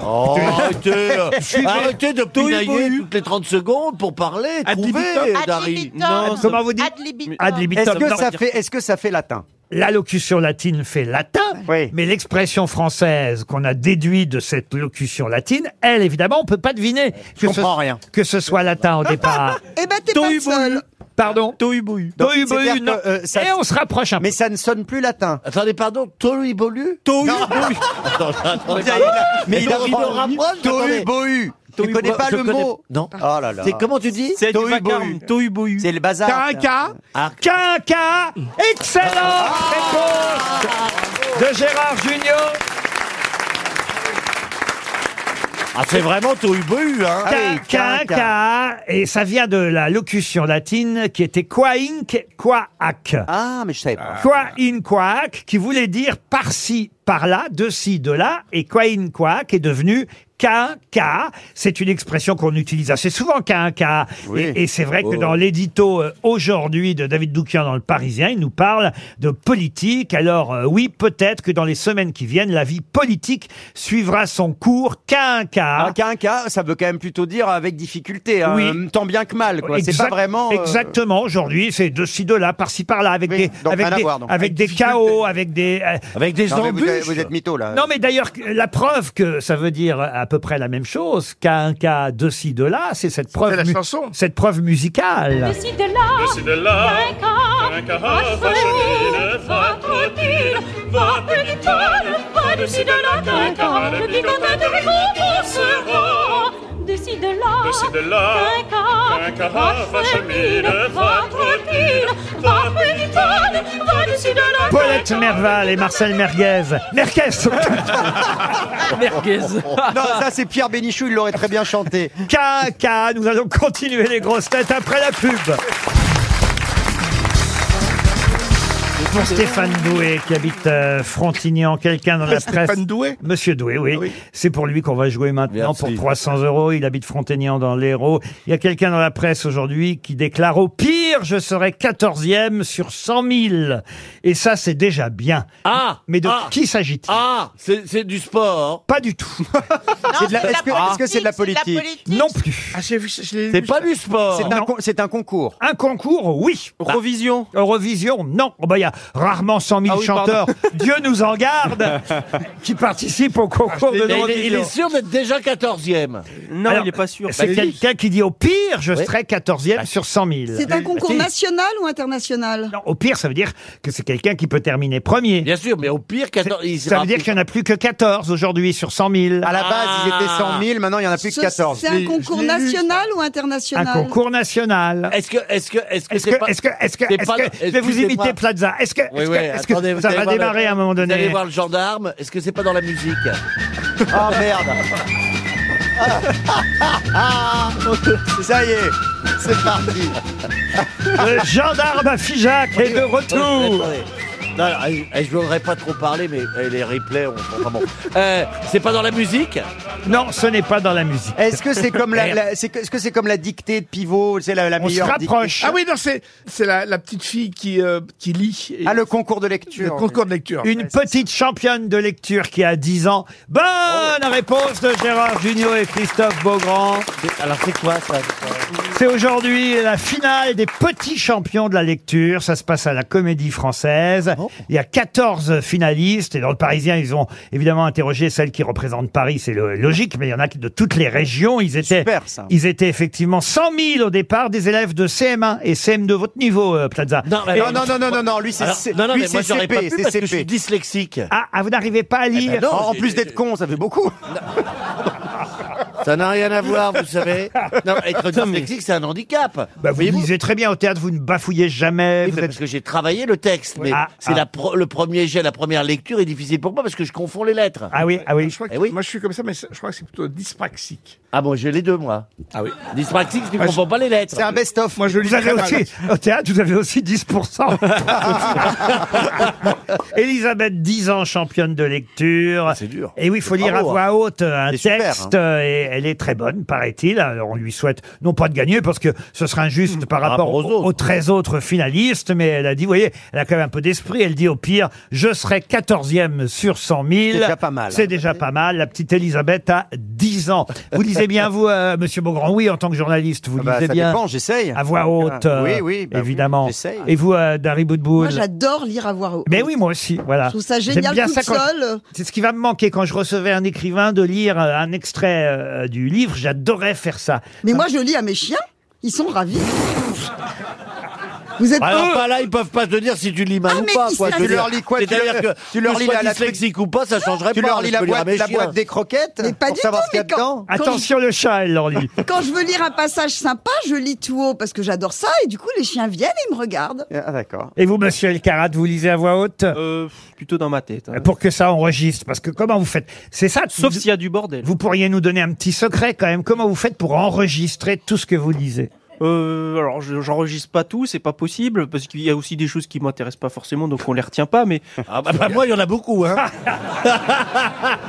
Speaker 6: Oh, arrêtez,
Speaker 2: euh,
Speaker 6: arrêtez de pinailler
Speaker 8: bohu.
Speaker 6: toutes les 30 secondes pour parler,
Speaker 11: Ad
Speaker 6: trouver,
Speaker 11: libitum.
Speaker 4: Ad
Speaker 6: Dari.
Speaker 4: libitum.
Speaker 8: Non,
Speaker 2: comment vous dites
Speaker 4: Ad libitum.
Speaker 2: Ad libitum.
Speaker 9: euh, Est-ce
Speaker 2: Non,
Speaker 9: que ça fait Est-ce que ça fait latin
Speaker 2: L'allocution latine fait latin,
Speaker 9: Oui.
Speaker 2: mais l'expression française qu'on a déduite de cette locution latine, elle, évidemment, on peut pas deviner que,
Speaker 9: comprends
Speaker 2: ce,
Speaker 9: rien.
Speaker 2: que ce soit latin au départ.
Speaker 7: Eh ben, t'es pas
Speaker 8: Tohu
Speaker 7: le
Speaker 8: bohu.
Speaker 7: seul.
Speaker 2: Pardon
Speaker 8: Tohu bohu.
Speaker 2: Tohu
Speaker 9: c'est-à-dire
Speaker 2: bohu,
Speaker 9: que,
Speaker 2: non.
Speaker 9: euh,
Speaker 6: Eh,
Speaker 9: ça-
Speaker 2: Et on se rapproche un peu.
Speaker 9: Mais ça ne sonne plus latin.
Speaker 6: Attendez, pardon, Tolu Bolu
Speaker 8: Tohu
Speaker 6: Attendez,
Speaker 9: Mais
Speaker 6: pardon.
Speaker 9: Ah mais il a
Speaker 6: donc, il le rapproche,
Speaker 9: Tohu
Speaker 6: attendez.
Speaker 9: bohu. Tu
Speaker 8: Tohu
Speaker 9: connais
Speaker 8: bohu,
Speaker 9: pas
Speaker 6: je
Speaker 9: le
Speaker 6: connais-
Speaker 9: mot
Speaker 6: Non.
Speaker 9: Oh là là.
Speaker 6: C'est comment tu dis
Speaker 8: C'est
Speaker 9: Tohu
Speaker 8: du vacarme,
Speaker 9: bohu.
Speaker 8: tohu bohu.
Speaker 9: C'est le bazar.
Speaker 11: Caca.
Speaker 2: Quinca Excellente réponse de Gérard Junior.
Speaker 6: Ah, c'est vraiment Tolu Bolu, hein
Speaker 9: Ah oui,
Speaker 2: Quinca Et ça vient de la locution latine qui était quainc, quaac.
Speaker 9: Ah, mais je savais pas.
Speaker 2: Quain quac, qui voulait dire par-ci, par-là, de ci, de là, et quain quac est devenu quinca. C'est une expression qu'on utilise assez souvent, quinca.
Speaker 9: Oui.
Speaker 2: Et, et c'est vrai
Speaker 6: Oh.
Speaker 2: que dans l'édito euh, aujourd'hui de David Doukian dans Le Parisien, il nous parle de politique. Alors euh, oui, peut-être que dans les semaines qui viennent, la vie politique suivra son cours quinca.
Speaker 9: Un quinca, Ah, ça veut quand même plutôt dire avec difficulté, hein,
Speaker 2: Oui.
Speaker 9: tant bien que mal. quoi. C'est
Speaker 2: Exact-
Speaker 9: pas vraiment. euh,
Speaker 2: Exactement, aujourd'hui, c'est de ci, de là, par-ci, par-là, avec
Speaker 9: Oui,
Speaker 2: des,
Speaker 9: donc
Speaker 2: avec
Speaker 9: rien à
Speaker 2: des,
Speaker 9: voir, donc.
Speaker 2: avec des chaos, avec des, euh,
Speaker 6: Avec des
Speaker 9: Non, mais vous, êtes,
Speaker 6: embûches
Speaker 9: vous êtes mytho là.
Speaker 2: Non, mais d'ailleurs, la preuve que ça veut dire à peu près la même chose qu'à un cas de ci, de là, c'est cette preuve,
Speaker 11: la
Speaker 2: mu-
Speaker 11: chanson.
Speaker 2: cette preuve musicale.
Speaker 5: Décide là,
Speaker 17: C'est de là
Speaker 5: un cas,
Speaker 17: un cas facile, facile,
Speaker 5: de ci, de là, qu'un cas, le bigotin de récompensera. De ci, de là,
Speaker 17: De ci, de là,
Speaker 5: qu'un cas,
Speaker 17: qu'un cas, va chemine, va
Speaker 5: tranquille, va pénitente, va de ci, de là,
Speaker 2: Paulette Merval et Marcel Merguez. Merguez
Speaker 6: Ah,
Speaker 9: Merguez. non, ça c'est Pierre Bénichou, il l'aurait très bien chanté.
Speaker 2: Caca, nous allons continuer les grosses têtes après la pub. Et Pour Stéphane Doué, qui habite euh, Frontignan, quelqu'un dans la presse.
Speaker 11: Stéphane Doué
Speaker 2: Monsieur Doué, oui. C'est pour lui qu'on va jouer maintenant pour 300 euros. Il habite Frontignan dans l'Hérault. Il y a quelqu'un dans la presse aujourd'hui qui déclare au pire, je serai 14e sur 100 000. Et ça, c'est déjà bien.
Speaker 6: Ah
Speaker 2: Mais de
Speaker 6: ah,
Speaker 2: qui s'agit-il
Speaker 6: Ah, c'est c'est du sport.
Speaker 2: Pas du tout.
Speaker 9: C'est de la- Est-ce que est-ce que c'est de la politique
Speaker 2: Non plus.
Speaker 9: C'est pas du sport. C'est un con-
Speaker 2: C'est un concours. Un concours, oui. Eurovision. Eurovision, non. Oh bah, Il y a rarement 100 000
Speaker 6: Ah oui,
Speaker 2: chanteurs,
Speaker 6: pardon.
Speaker 2: Dieu nous en garde, qui participent au concours de
Speaker 6: Mais il, est, il
Speaker 2: l'Eurovision.
Speaker 6: est sûr d'être déjà 14e.
Speaker 2: Alors,
Speaker 6: Bah,
Speaker 2: C'est quelqu'un qui dit au pire, je
Speaker 6: Oui.
Speaker 2: serai 14e sur 100 000.
Speaker 7: C'est un concours
Speaker 2: Si.
Speaker 7: national ou international
Speaker 2: Au pire, ça veut dire que c'est quelqu'un qui peut terminer premier. Bien sûr, mais au pire, ça veut dire qu'il n'y en a plus que 14 aujourd'hui sur 100 000.
Speaker 9: À la base, ils étaient 100 000, maintenant il y en a plus
Speaker 7: Ce-
Speaker 9: que 14.
Speaker 7: Ah. C'est un concours national ou international
Speaker 2: Un concours national. Est-ce que, est-ce que, est-ce
Speaker 6: que c'est pas-
Speaker 2: est-ce que, est-ce que,
Speaker 6: c'est
Speaker 2: est-ce
Speaker 6: pas-
Speaker 2: que- je vais vous
Speaker 6: excusez-moi.
Speaker 2: imiter Plaza. Est-ce que,
Speaker 6: Oui,
Speaker 2: est-ce que-
Speaker 6: oui,
Speaker 2: est-ce que
Speaker 6: attendez, vous
Speaker 2: ça
Speaker 6: allez
Speaker 2: va
Speaker 6: voir le-
Speaker 2: démarrer à un moment
Speaker 6: Vous allez
Speaker 2: donné
Speaker 6: voir le gendarme. Est-ce que c'est pas dans la musique
Speaker 9: Ah merde
Speaker 6: Ah.
Speaker 9: Ça y est, c'est parti.
Speaker 2: Le gendarme à Figeac est de retour.
Speaker 6: Attendez. Non, alors, eh, eh, je ne voudrais pas trop parler, mais eh, les replays, on enfin, bon. Euh, c'est pas dans la musique
Speaker 2: Non, ce n'est pas dans la musique.
Speaker 9: Est-ce que c'est comme la, la- c'est que- est-ce que c'est comme la dictée de pivot C'est la, la meilleure. dictée
Speaker 11: Ah oui, non, c'est c'est la, la petite fille qui, euh, qui lit. et-
Speaker 9: Ah, le concours de lecture.
Speaker 11: Le concours de lecture.
Speaker 2: Une petite championne de lecture qui a 10 ans. Bonne réponse de Gérard Junior et Christophe Beaugrand.
Speaker 6: Alors c'est quoi ça
Speaker 2: C'est aujourd'hui la finale des petits champions de la lecture. Ça se passe à la Comédie Française. Il y a 14 finalistes. Et dans le Parisien, ils ont évidemment interrogé celles qui représentent Paris. C'est lo- logique, mais il y en a qui- de toutes les régions. Ils étaient, ils étaient effectivement 100 000 au départ des élèves de CM1 et CM2 de votre niveau, euh, Plaza.
Speaker 6: mais
Speaker 2: Et-
Speaker 6: alors- Alors, Non, non,
Speaker 2: lui,
Speaker 6: mais moi
Speaker 2: c'est
Speaker 6: j'aurais pas
Speaker 2: CP,
Speaker 6: pu
Speaker 2: c'est
Speaker 6: parce que je
Speaker 2: CP.
Speaker 6: suis dyslexique. ben
Speaker 2: Ah, ah, vous n'arrivez pas à lire.
Speaker 6: non, En j'ai- plus
Speaker 2: d'être con, ça fait beaucoup.
Speaker 6: Ça n'a rien à voir, vous savez. Non, être dyslexique, c'est un handicap.
Speaker 2: Bah, vous
Speaker 6: Voyez-vous
Speaker 2: lisez très bien au théâtre, vous ne bafouillez jamais.
Speaker 6: Oui,
Speaker 2: Euh, vous
Speaker 6: mais
Speaker 2: êtes-
Speaker 6: Parce que j'ai travaillé le texte, mais
Speaker 2: Ah,
Speaker 6: c'est
Speaker 2: ah.
Speaker 6: la pro- le premier jet, la première lecture est difficile pour moi parce que je confonds les lettres. Eh
Speaker 2: Ah oui, ah oui.
Speaker 11: Je crois que- Moi, je suis comme ça, mais c'est- je crois que c'est plutôt dyspraxique.
Speaker 6: Ah bon, j'ai les deux, moi. Ah oui. Dyspraxique, tu
Speaker 11: Ah, je-
Speaker 6: comprends pas les lettres.
Speaker 11: C'est un
Speaker 6: best-of.
Speaker 11: Moi, je lis
Speaker 2: Vous avez
Speaker 11: très mal.
Speaker 2: aussi, au théâtre, vous avez aussi 10%. Elisabeth, 10 ans, championne de lecture. C'est dur. Et oui, il faut lire à
Speaker 6: Bravo,
Speaker 2: voix haute euh, un
Speaker 6: C'est super,
Speaker 2: texte.
Speaker 6: hein.
Speaker 2: euh, Et elle est très bonne, paraît-il. Alors, on lui souhaite, non pas de gagner, parce que ce serait injuste par rapport aux, aux 13 autres finalistes, mais elle a dit, vous voyez, elle a quand même un peu d'esprit. Elle dit, au pire, je serai 14e sur 100 000.
Speaker 9: C'est déjà pas mal.
Speaker 2: C'est déjà pas mal. La petite Elisabeth a 10 ans. Vous lisez bien, vous, euh, monsieur Beaugrand Oui, en tant que journaliste, vous
Speaker 9: Ah bah,
Speaker 2: lisez
Speaker 9: ça
Speaker 2: bien.
Speaker 9: dépend, j'essaye.
Speaker 2: À voix haute.
Speaker 9: Ah,
Speaker 2: euh,
Speaker 9: oui, oui, bah oui,
Speaker 2: évidemment.
Speaker 9: j'essaye.
Speaker 2: Et vous, euh, Dari Boudboul
Speaker 7: Moi, j'adore lire à voix haute.
Speaker 2: mais oui, moi aussi, voilà.
Speaker 7: Je trouve ça
Speaker 2: J'aime
Speaker 7: génial
Speaker 2: bien
Speaker 7: toute
Speaker 2: ça quand-
Speaker 7: seule.
Speaker 2: C'est ce qui va me manquer quand je recevais un écrivain de lire euh, un extrait euh, du livre. J'adorais faire ça.
Speaker 7: Mais moi, je lis à mes chiens. Ils sont ravis. Vous êtes
Speaker 6: Alors
Speaker 7: heureux.
Speaker 6: pas là, ils peuvent pas te dire si tu lis mal
Speaker 7: Ah,
Speaker 6: ou
Speaker 7: mais
Speaker 6: pas.
Speaker 7: ils
Speaker 6: Quoi,
Speaker 7: savent-
Speaker 6: je veux
Speaker 7: Tu leur
Speaker 6: dire.
Speaker 7: lis quoi, tu
Speaker 6: C'est-à-dire
Speaker 7: leur-
Speaker 6: que que
Speaker 7: tu leur
Speaker 6: je
Speaker 7: lis
Speaker 6: sois
Speaker 7: la- la-
Speaker 6: dyslexique ou pas, ça changerait
Speaker 9: Tu
Speaker 6: pas.
Speaker 9: leur
Speaker 6: mais
Speaker 9: lis
Speaker 6: je
Speaker 9: la
Speaker 6: peux lire à
Speaker 9: boîte,
Speaker 6: mes
Speaker 9: la
Speaker 6: chiens.
Speaker 9: boîte des croquettes
Speaker 7: Mais pas
Speaker 9: pour
Speaker 7: du
Speaker 9: savoir
Speaker 7: tout,
Speaker 9: ce qu'il y a
Speaker 7: mais quand-
Speaker 9: dedans.
Speaker 7: quand
Speaker 2: Attention, le chat, elle l'en lit.
Speaker 7: Quand je veux lire un passage sympa, je lis tout haut parce que j'adore ça et du coup les chiens viennent et ils me regardent.
Speaker 9: Ah d'accord.
Speaker 2: Et vous, monsieur Elkarat, vous lisez à voix haute
Speaker 8: Euh, Plutôt dans ma tête. hein.
Speaker 2: Pour que ça enregistre, parce que comment vous faites C'est ça. Sauf s'il
Speaker 8: y a du bordel.
Speaker 2: Vous pourriez nous donner un petit secret quand même. Comment vous faites pour enregistrer tout ce que vous lisez
Speaker 8: Euh, alors, je- j'enregistre pas tout, c'est pas possible, parce qu'il y a aussi des choses qui m'intéressent pas forcément, donc on les retient pas, mais.
Speaker 6: Ah, bah, moi, il y en a beaucoup, hein.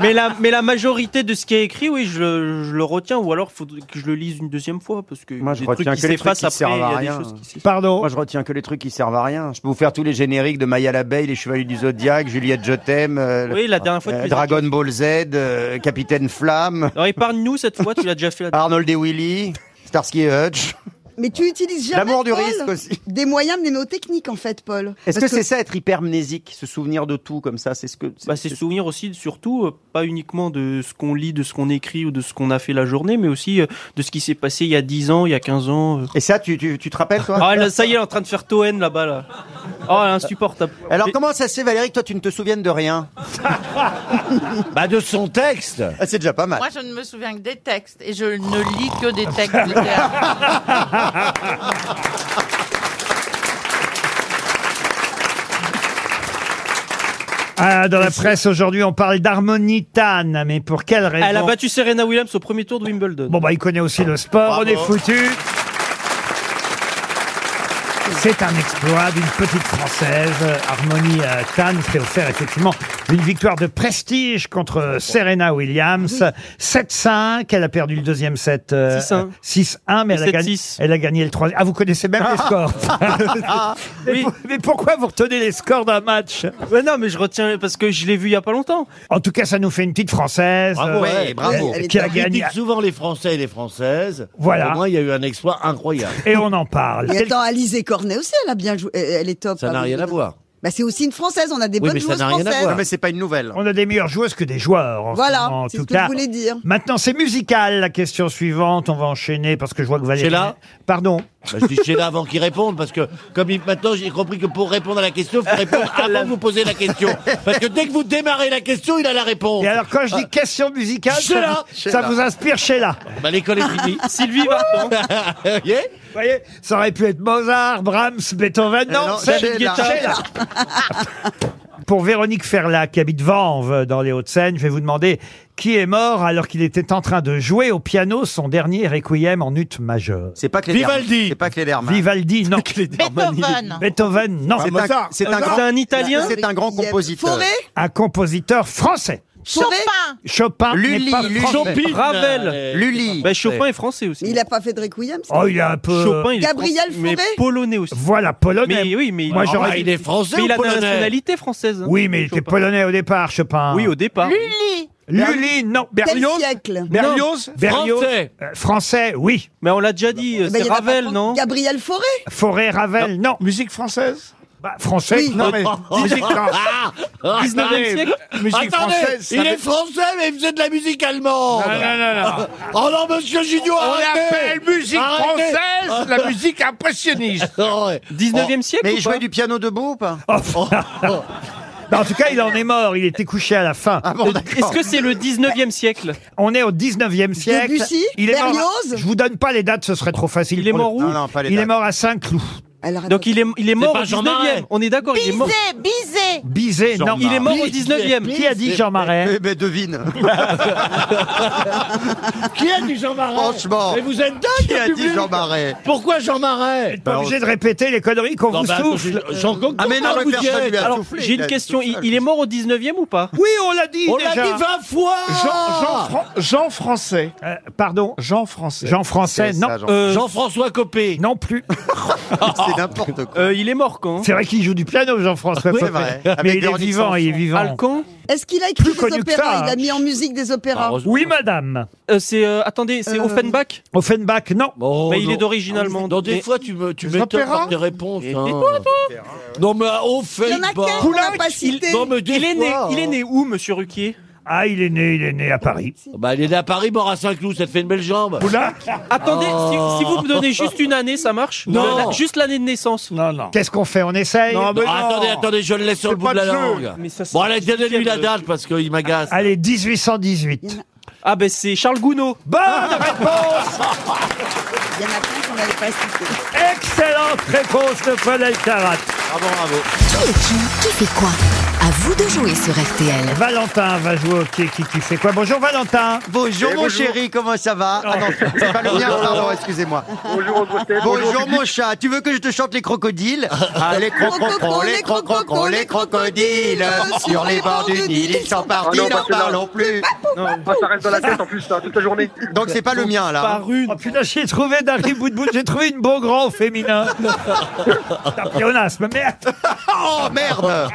Speaker 8: mais, la, mais la majorité de ce qui est écrit, oui, je, le- je le retiens, ou alors faut que je le lise une deuxième fois, parce que.
Speaker 9: Moi, je
Speaker 8: des
Speaker 9: retiens
Speaker 8: trucs
Speaker 9: que les trucs
Speaker 8: s'effacent
Speaker 9: qui servent
Speaker 8: après, il y
Speaker 9: à
Speaker 8: a des
Speaker 9: rien.
Speaker 8: choses qui
Speaker 2: Pardon.
Speaker 9: Moi, je retiens que les trucs qui servent à rien. Je peux vous faire tous les génériques de Maya l'abeille, les Chevaliers du Zodiaque, Juliette je t'aime, euh,
Speaker 8: Oui, la dernière fois, tu
Speaker 9: euh,
Speaker 8: les as
Speaker 9: Dragon Ball Z, euh, Capitaine Flamme,
Speaker 8: Alors épargne-nous cette fois, tu l'as déjà fait. la-
Speaker 9: Arnold et Willy, Starsky et Hutch.
Speaker 7: Mais tu utilises jamais
Speaker 9: L'amour du
Speaker 7: Paul,
Speaker 9: risque aussi.
Speaker 7: des moyens mnémotechniques en fait, Paul.
Speaker 9: Est-ce que
Speaker 7: Parce
Speaker 9: c'est ça être hypermnésique, se souvenir de tout comme ça C'est ce que.
Speaker 8: Bah, c'est se souvenir aussi, surtout, euh, pas uniquement de ce qu'on lit, de ce qu'on écrit ou de ce qu'on a fait la journée, mais aussi euh, de ce qui s'est passé il y a 10 ans, il y a 15 ans. euh.
Speaker 9: Et ça, tu, tu, tu te rappelles, toi
Speaker 8: Ah, là, ça y est, elle est en train de faire Toen là-bas, là. Oh, elle est insupportable.
Speaker 9: Alors comment ça se fait, Valérie, que toi tu ne te souviennes de rien Bah de son texte. c'est déjà pas mal.
Speaker 4: Moi, je ne me souviens que des textes et je ne lis que des textes littéraires.
Speaker 2: Ah, dans la presse aujourd'hui, on parle d'harmonie Tan, mais pour quelle raison
Speaker 8: Elle a battu Serena Williams au premier tour de Wimbledon.
Speaker 2: Bon, bah, il connaît aussi le sport, on est foutu. C'est un exploit d'une petite Française, Harmonie euh, Tan, s'est offert effectivement une victoire de prestige contre euh, Serena Williams. 7-5, elle a perdu le deuxième set. euh,
Speaker 8: 6-1.
Speaker 2: 6-1, mais elle a, gagné,
Speaker 8: 7-6.
Speaker 2: elle a gagné le troisième. Ah, vous connaissez même les scores mais, pour- mais pourquoi vous retenez les scores d'un match
Speaker 8: Non, mais je retiens parce que je l'ai vu il y a pas longtemps.
Speaker 2: En tout cas, ça nous fait une petite Française. euh,
Speaker 6: Elle,
Speaker 2: Qui a gagné.
Speaker 6: souvent les Français et les Françaises.
Speaker 2: Voilà.
Speaker 6: Au moins, il y a eu un exploit incroyable.
Speaker 2: Et on en parle.
Speaker 7: Mais attends, Alizé Cornet aussi, elle a bien joué, euh, elle est top.
Speaker 6: Ah, Ça n'a
Speaker 7: Ah,
Speaker 6: rien
Speaker 7: oui.
Speaker 6: à voir.
Speaker 7: Bah, c'est aussi une française, on a des bonnes joueuses françaises.
Speaker 9: mais c'est pas une nouvelle.
Speaker 2: On a des meilleures joueuses que des joueurs. En
Speaker 7: Voilà,
Speaker 2: ce moment, en
Speaker 7: c'est
Speaker 2: tout
Speaker 7: ce que
Speaker 2: cas.
Speaker 7: je voulais dire.
Speaker 2: Maintenant, c'est musical, la question suivante. On va enchaîner parce que je vois que Valérie.
Speaker 6: Sheila
Speaker 2: Pardon.
Speaker 6: Bah, je dis chez là avant qu'ils répondent, parce que comme il- maintenant j'ai compris que pour répondre à la question, il faut répondre avant de vous poser la question. Parce que dès que vous démarrez la question, il a la réponse. Ah.
Speaker 2: Et alors, quand je dis question musicale,
Speaker 6: Sheila
Speaker 2: ça, vous- ça
Speaker 6: Sheila.
Speaker 2: vous inspire Sheila.
Speaker 6: Bah, l'école est finie.
Speaker 8: Sylvie Vartan.
Speaker 6: voyez
Speaker 2: Vous voyez, ça aurait pu être Mozart, Brahms, Beethoven.
Speaker 6: Euh,
Speaker 2: Non,
Speaker 6: non,
Speaker 2: c'est
Speaker 6: David Guetta.
Speaker 2: Sheila. Pour Véronique Ferla, qui habite Vanves, dans les Hauts-de-Seine, je vais vous demander qui est mort alors qu'il était en train de jouer au piano son dernier requiem en ut majeure.
Speaker 9: C'est pas Cléderman.
Speaker 2: Vivaldi.
Speaker 9: C'est pas Cléderman.
Speaker 2: Vivaldi, non.
Speaker 4: Beethoven.
Speaker 2: Beethoven, non.
Speaker 8: Ah,
Speaker 9: C'est un- Mozart. c'est
Speaker 8: Euh,
Speaker 9: un grand- c'est un grand Il y a- compositeur. Fauré
Speaker 2: Un compositeur français.
Speaker 4: Chopin.
Speaker 2: Chopin.
Speaker 9: Lully,
Speaker 2: n'est pas
Speaker 9: Lully.
Speaker 2: français.
Speaker 9: Chopin. euh,
Speaker 8: Ravel.
Speaker 9: Lully.
Speaker 8: Bah, Chopin est français aussi.
Speaker 7: Mais il a pas fait de requiem. c'est
Speaker 2: Oh,
Speaker 7: vrai.
Speaker 2: il est un peu.
Speaker 8: Chopin, il est
Speaker 7: Gabriel
Speaker 8: français, mais
Speaker 7: Fauré
Speaker 8: polonais aussi.
Speaker 2: Voilà, polonais.
Speaker 8: Mais oui, mais
Speaker 2: Moi, j'aurais dit-
Speaker 8: Mais il a la nationalité française. hein,
Speaker 2: Oui, mais il était
Speaker 8: Chopin.
Speaker 2: polonais au départ, Chopin.
Speaker 8: Oui, au départ.
Speaker 4: Lully.
Speaker 2: Lully, non.
Speaker 7: Quel
Speaker 2: Berlioz.
Speaker 7: siècle
Speaker 2: Berlioz Berlioz,
Speaker 8: Français.
Speaker 2: euh, français, oui.
Speaker 8: Mais on l'a déjà dit, euh,
Speaker 7: Bah, il
Speaker 8: c'est
Speaker 7: y en a
Speaker 8: Ravel,
Speaker 7: pas-
Speaker 8: non
Speaker 7: Gabriel Fauré
Speaker 2: Forêt, Ravel, non.
Speaker 11: Musique française
Speaker 2: Bah, français, non.
Speaker 11: mais-
Speaker 2: Musique française.
Speaker 8: Ah,
Speaker 11: Attendez,
Speaker 8: 19e siècle
Speaker 11: Musique
Speaker 6: Attendez,
Speaker 11: française. ça
Speaker 6: il est
Speaker 11: dé-
Speaker 6: français, mais il faisait de la musique allemande.
Speaker 11: Non, non, non, non.
Speaker 6: Oh non, monsieur Junior,
Speaker 11: On
Speaker 6: arrêtez.
Speaker 11: appelle musique
Speaker 6: Arrêtez.
Speaker 11: française la musique impressionniste.
Speaker 6: Ah ouais.
Speaker 8: 19e siècle
Speaker 9: Mais
Speaker 8: ou
Speaker 9: il jouait
Speaker 8: pas
Speaker 9: du piano debout ou pas
Speaker 2: Oh, bah, en tout cas, il en est mort. Il était couché à la fin.
Speaker 9: Ah Oh,
Speaker 8: Est-ce que c'est le 19e siècle
Speaker 2: On est au 19e siècle.
Speaker 7: Debussy,
Speaker 2: il est mort.
Speaker 7: Berlioz
Speaker 2: Je vous donne pas les dates, ce serait trop facile.
Speaker 8: Il est
Speaker 2: pour le-
Speaker 8: mort où
Speaker 9: Non, non, pas les
Speaker 2: Il est
Speaker 9: dates. Ah,
Speaker 2: mort à Saint-Cloud.
Speaker 7: Alors,
Speaker 8: Donc il est, il est mort au
Speaker 6: pas Jean
Speaker 8: 19e.
Speaker 6: Marais.
Speaker 8: On est d'accord, il est mort.
Speaker 4: Bizet, Bizet.
Speaker 2: Bizet, non.
Speaker 8: Il est mort au 19e.
Speaker 2: Qui a dit Jean Marais
Speaker 9: Eh ben devine.
Speaker 6: Qui a dit Jean Marais
Speaker 9: Franchement.
Speaker 6: Mais vous êtes dingue,
Speaker 9: Qui a
Speaker 6: le
Speaker 9: dit
Speaker 6: public.
Speaker 9: Jean Marais
Speaker 6: Pourquoi Jean Marais
Speaker 2: Pas obligé de répéter les conneries qu'on vous
Speaker 6: bah,
Speaker 2: souffle.
Speaker 6: attendez, Jean Gogol,
Speaker 9: Bah, Ah mais non,
Speaker 6: vous
Speaker 9: mais personne
Speaker 6: direz.
Speaker 9: lui a
Speaker 8: Alors,
Speaker 9: soufflé,
Speaker 8: j'ai
Speaker 9: il
Speaker 8: une
Speaker 9: a
Speaker 8: question.
Speaker 9: tout
Speaker 8: Il,
Speaker 9: seul.
Speaker 8: il est mort au 19e ou pas
Speaker 2: Oui, on l'a dit
Speaker 6: On l'a
Speaker 2: déjà.
Speaker 6: dit 20 fois
Speaker 11: Jean, Jean, Fran- Jean français.
Speaker 2: Euh, pardon.
Speaker 11: Jean français.
Speaker 2: Jean français,
Speaker 9: C'est
Speaker 2: non.
Speaker 9: ça, Jean-
Speaker 8: Euh,
Speaker 6: Jean-François Copé.
Speaker 2: Non plus.
Speaker 9: C'est n'importe quoi.
Speaker 8: euh, Il est mort quand
Speaker 2: C'est vrai qu'il joue du piano, Jean-François.
Speaker 9: Oui, c'est
Speaker 2: Popin.
Speaker 9: vrai.
Speaker 2: Mais
Speaker 9: Avec
Speaker 2: il est
Speaker 9: Véronique
Speaker 2: vivant, il est
Speaker 9: Sanson.
Speaker 2: vivant.
Speaker 8: Alcan
Speaker 7: Est-ce qu'il a écrit
Speaker 2: Plus
Speaker 7: des
Speaker 2: connu que ça,
Speaker 7: opéras
Speaker 2: hein.
Speaker 7: Il a mis en musique des opéras.
Speaker 2: Oui, madame.
Speaker 8: Euh, C'est euh, attendez, c'est
Speaker 7: Euh,
Speaker 8: Offenbach.
Speaker 2: Offenbach, non.
Speaker 6: Oh,
Speaker 8: Mais il est d'origine allemande.
Speaker 6: Dans des
Speaker 8: Mais-
Speaker 6: fois, tu me, tu
Speaker 11: Les
Speaker 6: m'étonnes
Speaker 11: opéras
Speaker 6: par tes réponses.
Speaker 8: Et-
Speaker 6: hein.
Speaker 8: et toi,
Speaker 6: Non, mais
Speaker 2: Ah,
Speaker 6: au fait,
Speaker 7: Il y en a
Speaker 6: bah.
Speaker 7: qu'un qu'on n'a pas cité.
Speaker 6: Non, mais des
Speaker 8: Il est né.
Speaker 6: fois,
Speaker 8: Il est
Speaker 6: hein.
Speaker 8: né où, Monsieur Ruquier
Speaker 2: Ah, il est né, il est né à Paris.
Speaker 6: Bah, il est né à Paris, mort à Saint-Cloud, ça te fait une belle jambe. Oh.
Speaker 8: Attendez, si, si vous me donnez juste une année, ça marche
Speaker 6: Non.
Speaker 8: La- Juste l'année de naissance.
Speaker 11: Non, non.
Speaker 2: Qu'est-ce qu'on fait On essaye Ah,
Speaker 11: Non, mais-
Speaker 6: Non, attendez, attendez, je le laisse sur
Speaker 11: C'est
Speaker 6: le bout
Speaker 11: pas
Speaker 6: de la
Speaker 11: de jeu.
Speaker 6: langue.
Speaker 8: Mais ça, c'est
Speaker 6: Bon, allez, donnez-lui la
Speaker 8: le-
Speaker 6: date parce qu'il m'agace.
Speaker 2: Allez, 1818.
Speaker 8: Ah ben c'est Charles Gounod.
Speaker 2: Bonne réponse
Speaker 7: Il y en a plein qu'on n'avait pas cité.
Speaker 2: Excellente réponse de Paul Elkarat.
Speaker 6: Ah
Speaker 9: Bravo, bravo.
Speaker 12: Qui est qui Qui fait quoi À vous de jouer sur RTL.
Speaker 2: Valentin va jouer au qui qui qui fait quoi. Bonjour Valentin.
Speaker 9: Bonjour
Speaker 16: Eh,
Speaker 9: mon
Speaker 16: bonjour.
Speaker 9: chéri, comment ça va Ah non, c'est pas le mien, pardon, excusez-moi.
Speaker 16: Bonjour aux grosses têtes, bonjour
Speaker 9: Bonjour
Speaker 16: au public.
Speaker 9: mon chat, tu veux que je te chante les crocodiles Ah, les crococons, les crococons, les crocodiles Sur les bords du Nile, ils sont partis,
Speaker 16: Ah non,
Speaker 9: n'en
Speaker 16: parce que là-
Speaker 9: parlons plus
Speaker 16: Ah, ça reste dans la tête en plus, ça, toute la journée.
Speaker 9: Donc c'est pas le mien là hein.
Speaker 8: Par une.
Speaker 2: Oh putain, j'ai trouvé Dari Boudboul, j'ai trouvé une beau grand au féminin. Tapionas, mais merde.
Speaker 9: Oh merde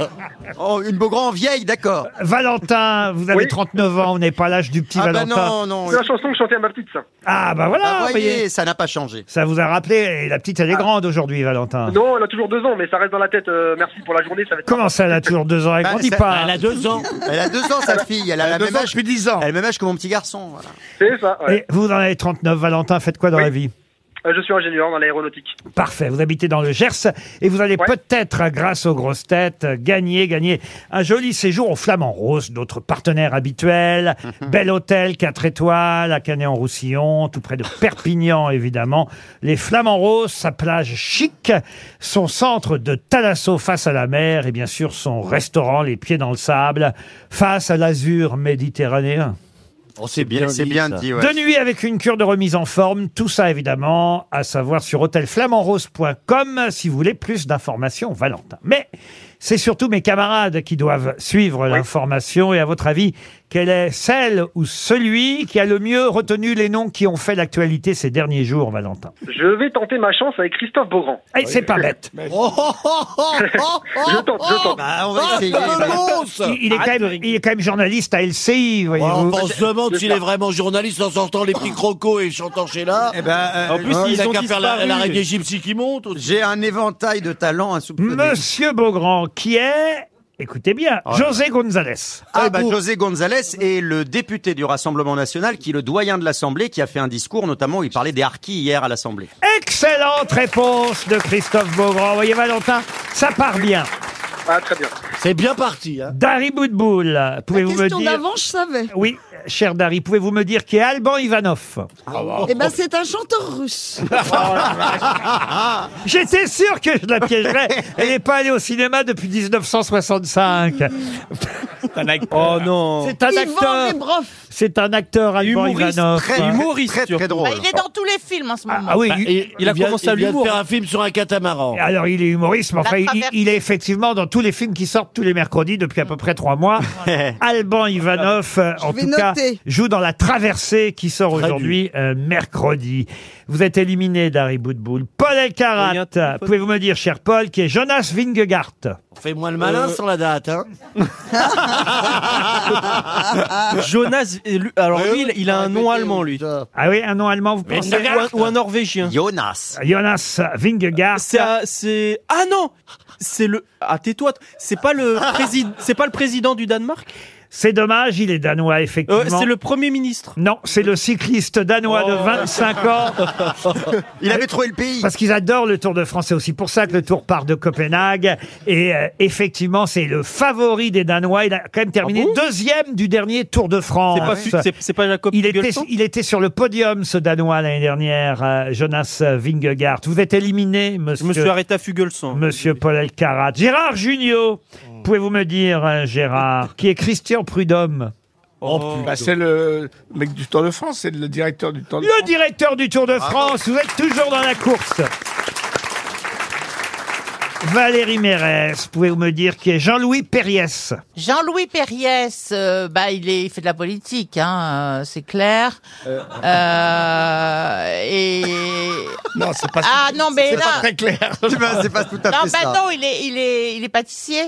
Speaker 9: Oh Beaugrand, une Beaugrand vieille, d'accord.
Speaker 2: Valentin, vous avez 39 ans, on n'est pas l'âge du petit
Speaker 9: Ah bah
Speaker 2: Valentin.
Speaker 9: non, non. C'est la
Speaker 2: chanson que chantait ma petite, ça. Ah bah voilà,
Speaker 9: Ah, voyez,
Speaker 2: voyez.
Speaker 9: ça n'a pas changé.
Speaker 2: Ça vous a rappelé, et la petite elle est grande aujourd'hui, Valentin.
Speaker 18: Ah. Non, elle a toujours deux ans, mais ça reste dans la tête. euh, merci pour la journée, ça va être.
Speaker 2: Comment ça, elle a toujours deux ans Elle
Speaker 9: Bah,
Speaker 2: grandit
Speaker 9: ça-
Speaker 2: pas.
Speaker 9: elle a deux ans. Elle a deux ans, sa fille. Elle a, la même âge. Depuis 10 ans. Elle a le même âge que mon petit garçon. Voilà.
Speaker 18: C'est ça, ouais.
Speaker 2: Et vous en avez 39, Valentin, faites quoi dans la vie
Speaker 18: Euh, je suis ingénieur dans l'aéronautique.
Speaker 2: Parfait, vous habitez dans le Gers et vous allez peut-être, grâce aux grosses têtes, gagner, gagner un joli séjour au Flamand Rose, notre partenaire habituel. Bel hôtel, 4 étoiles, à Canet-en-Roussillon, tout près de Perpignan, évidemment. Les Flamands Roses, sa plage chic, son centre de thalasso face à la mer et bien sûr son restaurant, les pieds dans le sable, face à l'azur méditerranéen. Oh,
Speaker 9: c'est bien, c'est bien dit. ouais.
Speaker 2: De nuit avec une cure de remise en forme, tout ça évidemment, à savoir sur hôtelflamandrose.com si vous voulez plus d'informations, Valentin. Mais c'est surtout mes camarades qui doivent suivre l'information et à votre avis, quelle est celle ou celui qui a le mieux retenu les noms qui ont fait l'actualité ces derniers jours, Valentin
Speaker 18: Je vais tenter ma chance avec Christophe Beaugrand.
Speaker 2: Eh, c'est pas bête.
Speaker 9: Oh,
Speaker 18: je tente, je tente.
Speaker 9: Bah, on va essayer.
Speaker 2: Ah, Il, il est quand même, il est quand même journaliste à LCI, voyez-vous.
Speaker 6: Oh, on se demande s'il est vraiment journaliste en sortant les petits crocos et chantant chez là. en plus, ben, euh, il a qu'à faire la, la reggae gypsy qui monte.
Speaker 9: J'ai un éventail de talents insoupçonnés.
Speaker 2: Monsieur Beaugrand, qui est, écoutez bien,
Speaker 9: Oh là.
Speaker 2: José González.
Speaker 9: Ah, bah, José González est le député du Rassemblement national, qui est le doyen de l'Assemblée, qui a fait un discours, notamment où il parlait des harkis hier à l'Assemblée.
Speaker 2: Excellente réponse de Christophe Beaugrand. Vous voyez, Valentin, ça part bien.
Speaker 18: Ah, très bien.
Speaker 2: C'est bien parti. hein. Dari Boudboul, pouvez-vous me
Speaker 7: Question
Speaker 2: dire...
Speaker 7: d'avant, je savais.
Speaker 2: Oui, cher Dari, pouvez-vous me dire qui est Alban Ivanov
Speaker 7: Eh ben, c'est un chanteur russe.
Speaker 2: J'étais sûr que je la piégerais. Elle n'est pas allée au cinéma depuis 1965. Oh non. C'est un
Speaker 7: Ivan
Speaker 2: acteur. C'est un acteur, Alban
Speaker 6: Humoriste,
Speaker 2: Ivanov.
Speaker 6: très- humoriste, Très, très surtout. drôle.
Speaker 4: Bah, il est dans tous les films en ce moment.
Speaker 2: Ah
Speaker 6: Bah,
Speaker 2: oui,
Speaker 6: vient- il vient de
Speaker 2: l'humour.
Speaker 6: faire un film sur un catamaran.
Speaker 2: Alors, il est humoriste, mais
Speaker 6: La
Speaker 2: enfin, il,
Speaker 6: traverse-
Speaker 2: il est effectivement dans tous les films qui sortent tous les mercredis depuis à peu près trois mois. Alban Ivanov, euh, en
Speaker 7: vais
Speaker 2: tout cas,
Speaker 7: noter.
Speaker 2: joue dans La Traversée qui sort aujourd'hui euh, mercredi. Vous êtes éliminé, Dari Boudboul. Paul Elkarat, pouvez-vous me dire, cher Paul, qui est Jonas Vingegaard
Speaker 6: Fais-moi le malin
Speaker 2: Euh,
Speaker 6: sans la date. Hein.
Speaker 8: Jonas, et lui- alors lui, il, il a un nom allemand, lui.
Speaker 2: Ah oui, un nom allemand, vous
Speaker 8: Ou
Speaker 2: pensez
Speaker 8: un, ou un norvégien.
Speaker 9: Jonas.
Speaker 2: Jonas Vingegaard.
Speaker 8: C'est, un- c'est- ah non, c'est le, ah tais-toi, c'est pas le président, c'est pas le président du Danemark.
Speaker 2: C'est dommage, il est danois, effectivement.
Speaker 8: Euh, c'est le premier ministre.
Speaker 2: Non, c'est le cycliste danois de
Speaker 8: Oh.
Speaker 2: 25 ans.
Speaker 9: Il avait trouvé le pays.
Speaker 2: Parce qu'ils adorent le Tour de France. C'est aussi pour ça que le Tour part de Copenhague. Et euh, effectivement, c'est le favori des Danois. Il a quand même terminé deuxième du dernier Tour de France.
Speaker 8: Ah C'est pas fu- c'est- c'est pas Jacob
Speaker 2: il était,
Speaker 8: Fuglsang
Speaker 2: il était sur le podium, ce Danois, l'année dernière, euh, Jonas Vingegaard. Vous êtes éliminé, monsieur.
Speaker 8: Je me suis arrêté à Fugelsang.
Speaker 2: Monsieur Paul Elkarat. Gérard Junio, pouvez-vous me dire, euh, Gérard, qui est Christian Prudhomme
Speaker 11: Bah, c'est le mec du Tour de France, c'est le directeur du Tour de
Speaker 2: Le directeur du Tour de France, vous êtes toujours dans la course. Valérie Mérès, pouvez-vous me dire qui est Jean-Louis Perriès
Speaker 4: Jean-Louis Perriès, euh, bah, il, est, il fait de la politique, hein, euh, c'est clair. Euh, et...
Speaker 11: Non, c'est pas
Speaker 4: Ah non, mais là...
Speaker 11: clair.
Speaker 9: c'est pas tout à
Speaker 4: Non,
Speaker 9: fait
Speaker 4: bah
Speaker 9: ça.
Speaker 4: non, il est, il est, il est pâtissier.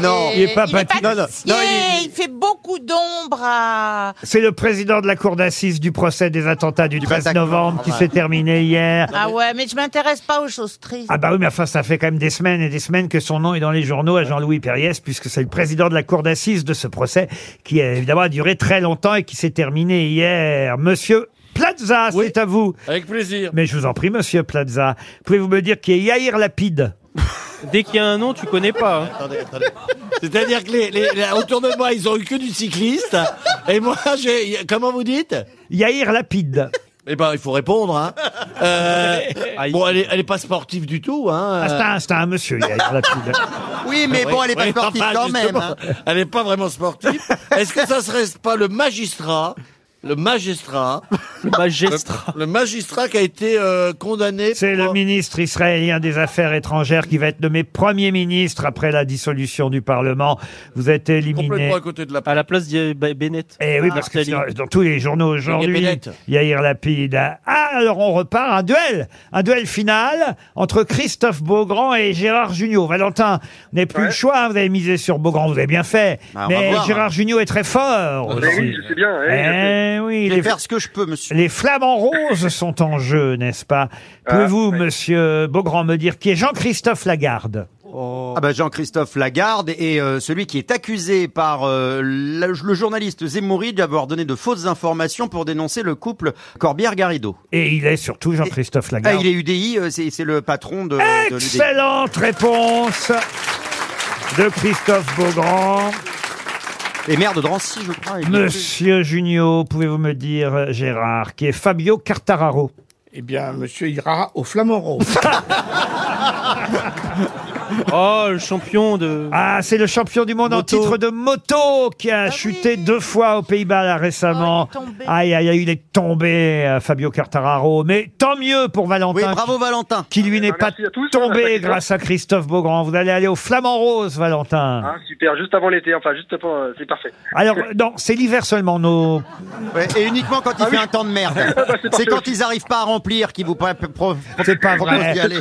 Speaker 9: Non.
Speaker 4: Et
Speaker 2: Il est pas pâtissier.
Speaker 4: pâtissier,
Speaker 2: Non, non, non,
Speaker 4: il... fait beaucoup d'ombre à...
Speaker 2: C'est le président de la cour d'assises du procès des attentats du 13
Speaker 4: Bataclan.
Speaker 2: novembre qui
Speaker 4: Ouais.
Speaker 2: s'est terminé hier.
Speaker 4: Ah ouais, mais je m'intéresse pas aux choses tristes.
Speaker 2: Ah bah oui, mais enfin, ça fait quand même des semaines et des semaines que son nom est dans les journaux à Jean-Louis Perriès, puisque c'est le président de la cour d'assises de ce procès, qui a évidemment a duré très longtemps et qui s'est terminé hier. Monsieur Plaza, c'est à vous.
Speaker 4: Euh,
Speaker 6: Avec plaisir.
Speaker 2: Mais je vous en prie, monsieur Plaza, pouvez-vous me dire qui est Yair Lapide
Speaker 8: Dès qu'il y a un nom, tu connais pas. hein.
Speaker 6: C'est-à-dire que les, les- les- autour de moi, ils ont eu que du cycliste. Et moi, j'ai. Comment vous dites
Speaker 2: Yair Lapide.
Speaker 6: Eh ben, il faut répondre. Hein. Euh, bon, elle est, elle est pas sportive du tout. Hein.
Speaker 2: Ah, c'est un- c'est un, monsieur, Yair Lapide.
Speaker 6: Oui,
Speaker 9: mais bon, elle est pas sportive quand même, hein.
Speaker 6: Elle n'est pas vraiment sportive. Est-ce que ça serait pas le magistrat, le magistrat
Speaker 8: Le magistrat.
Speaker 6: Le, magistrat qui a été euh, condamné.
Speaker 2: C'est le ministre israélien des Affaires étrangères qui va être nommé Premier ministre après la dissolution du Parlement. Vous êtes éliminé.
Speaker 8: côté de la À la place de Bennett. Ah,
Speaker 2: Eh oui, parce que c'est dans tous les journaux aujourd'hui,
Speaker 8: Bennett.
Speaker 2: Yair Lapid. a- Ah, alors on repart, un duel, un duel final entre Christophe Beaugrand et Gérard Junior. Valentin, vous n'avez plus le choix, hein, vous avez misé sur Beaugrand, vous avez bien fait.
Speaker 14: Bah, on va
Speaker 2: Mais
Speaker 14: voir, Ah, bah
Speaker 2: Gérard Junior est très fort.
Speaker 18: Mais oui,
Speaker 2: aussi.
Speaker 18: je sais
Speaker 5: Ah
Speaker 18: bien. hein.
Speaker 2: Eh oui,
Speaker 14: Je vais
Speaker 2: les-
Speaker 14: faire ce que je peux, monsieur.
Speaker 2: les flamants roses sont en jeu, n'est-ce pas Pouvez-vous, monsieur Beaugrand, me dire qui est Jean-Christophe Lagarde Oh.
Speaker 9: Ah bah Jean-Christophe Lagarde est euh, celui qui est accusé par euh, la- le journaliste Zemmouri d'avoir donné de fausses informations pour dénoncer le couple Corbière-Garrido.
Speaker 2: Et il est surtout Jean-Christophe
Speaker 9: Ah,
Speaker 2: Lagarde.
Speaker 9: il est UDI, euh, c'est c'est le patron de, de l'UDI.
Speaker 2: Excellente réponse de Christophe Beaugrand.
Speaker 9: Et maire de Drancy, je crois. il est-
Speaker 2: Monsieur Junio, pouvez-vous me dire, euh, Gérard, qui est Fabio Cartararo
Speaker 11: Eh bien, monsieur ira au Flamand Rose.
Speaker 2: Oh, le champion de... Ah, c'est le champion du monde en titre de moto qui a chuté deux fois aux Pays-Bas là, récemment. aïe, aïe, aïe, il est tombé, euh, Fabio Cartararo. Mais tant mieux pour Valentin.
Speaker 9: Oui, bravo Valentin.
Speaker 2: Qui lui n'est pas tombé grâce à Christophe Beaugrand. Vous allez aller au Flamand Rose, Valentin.
Speaker 18: Ah, super, juste avant l'été, enfin, juste pour. euh, c'est parfait.
Speaker 2: Alors, non, c'est l'hiver seulement, nos...
Speaker 9: Ouais, et uniquement
Speaker 18: Ah
Speaker 9: quand il fait un temps de
Speaker 2: Ah
Speaker 9: merde.
Speaker 18: bah,
Speaker 9: c'est quand ils arrivent pas à remplir qu'ils vous pro- pro-
Speaker 2: C'est pas
Speaker 9: proposent
Speaker 2: vrai.
Speaker 9: d'y aller.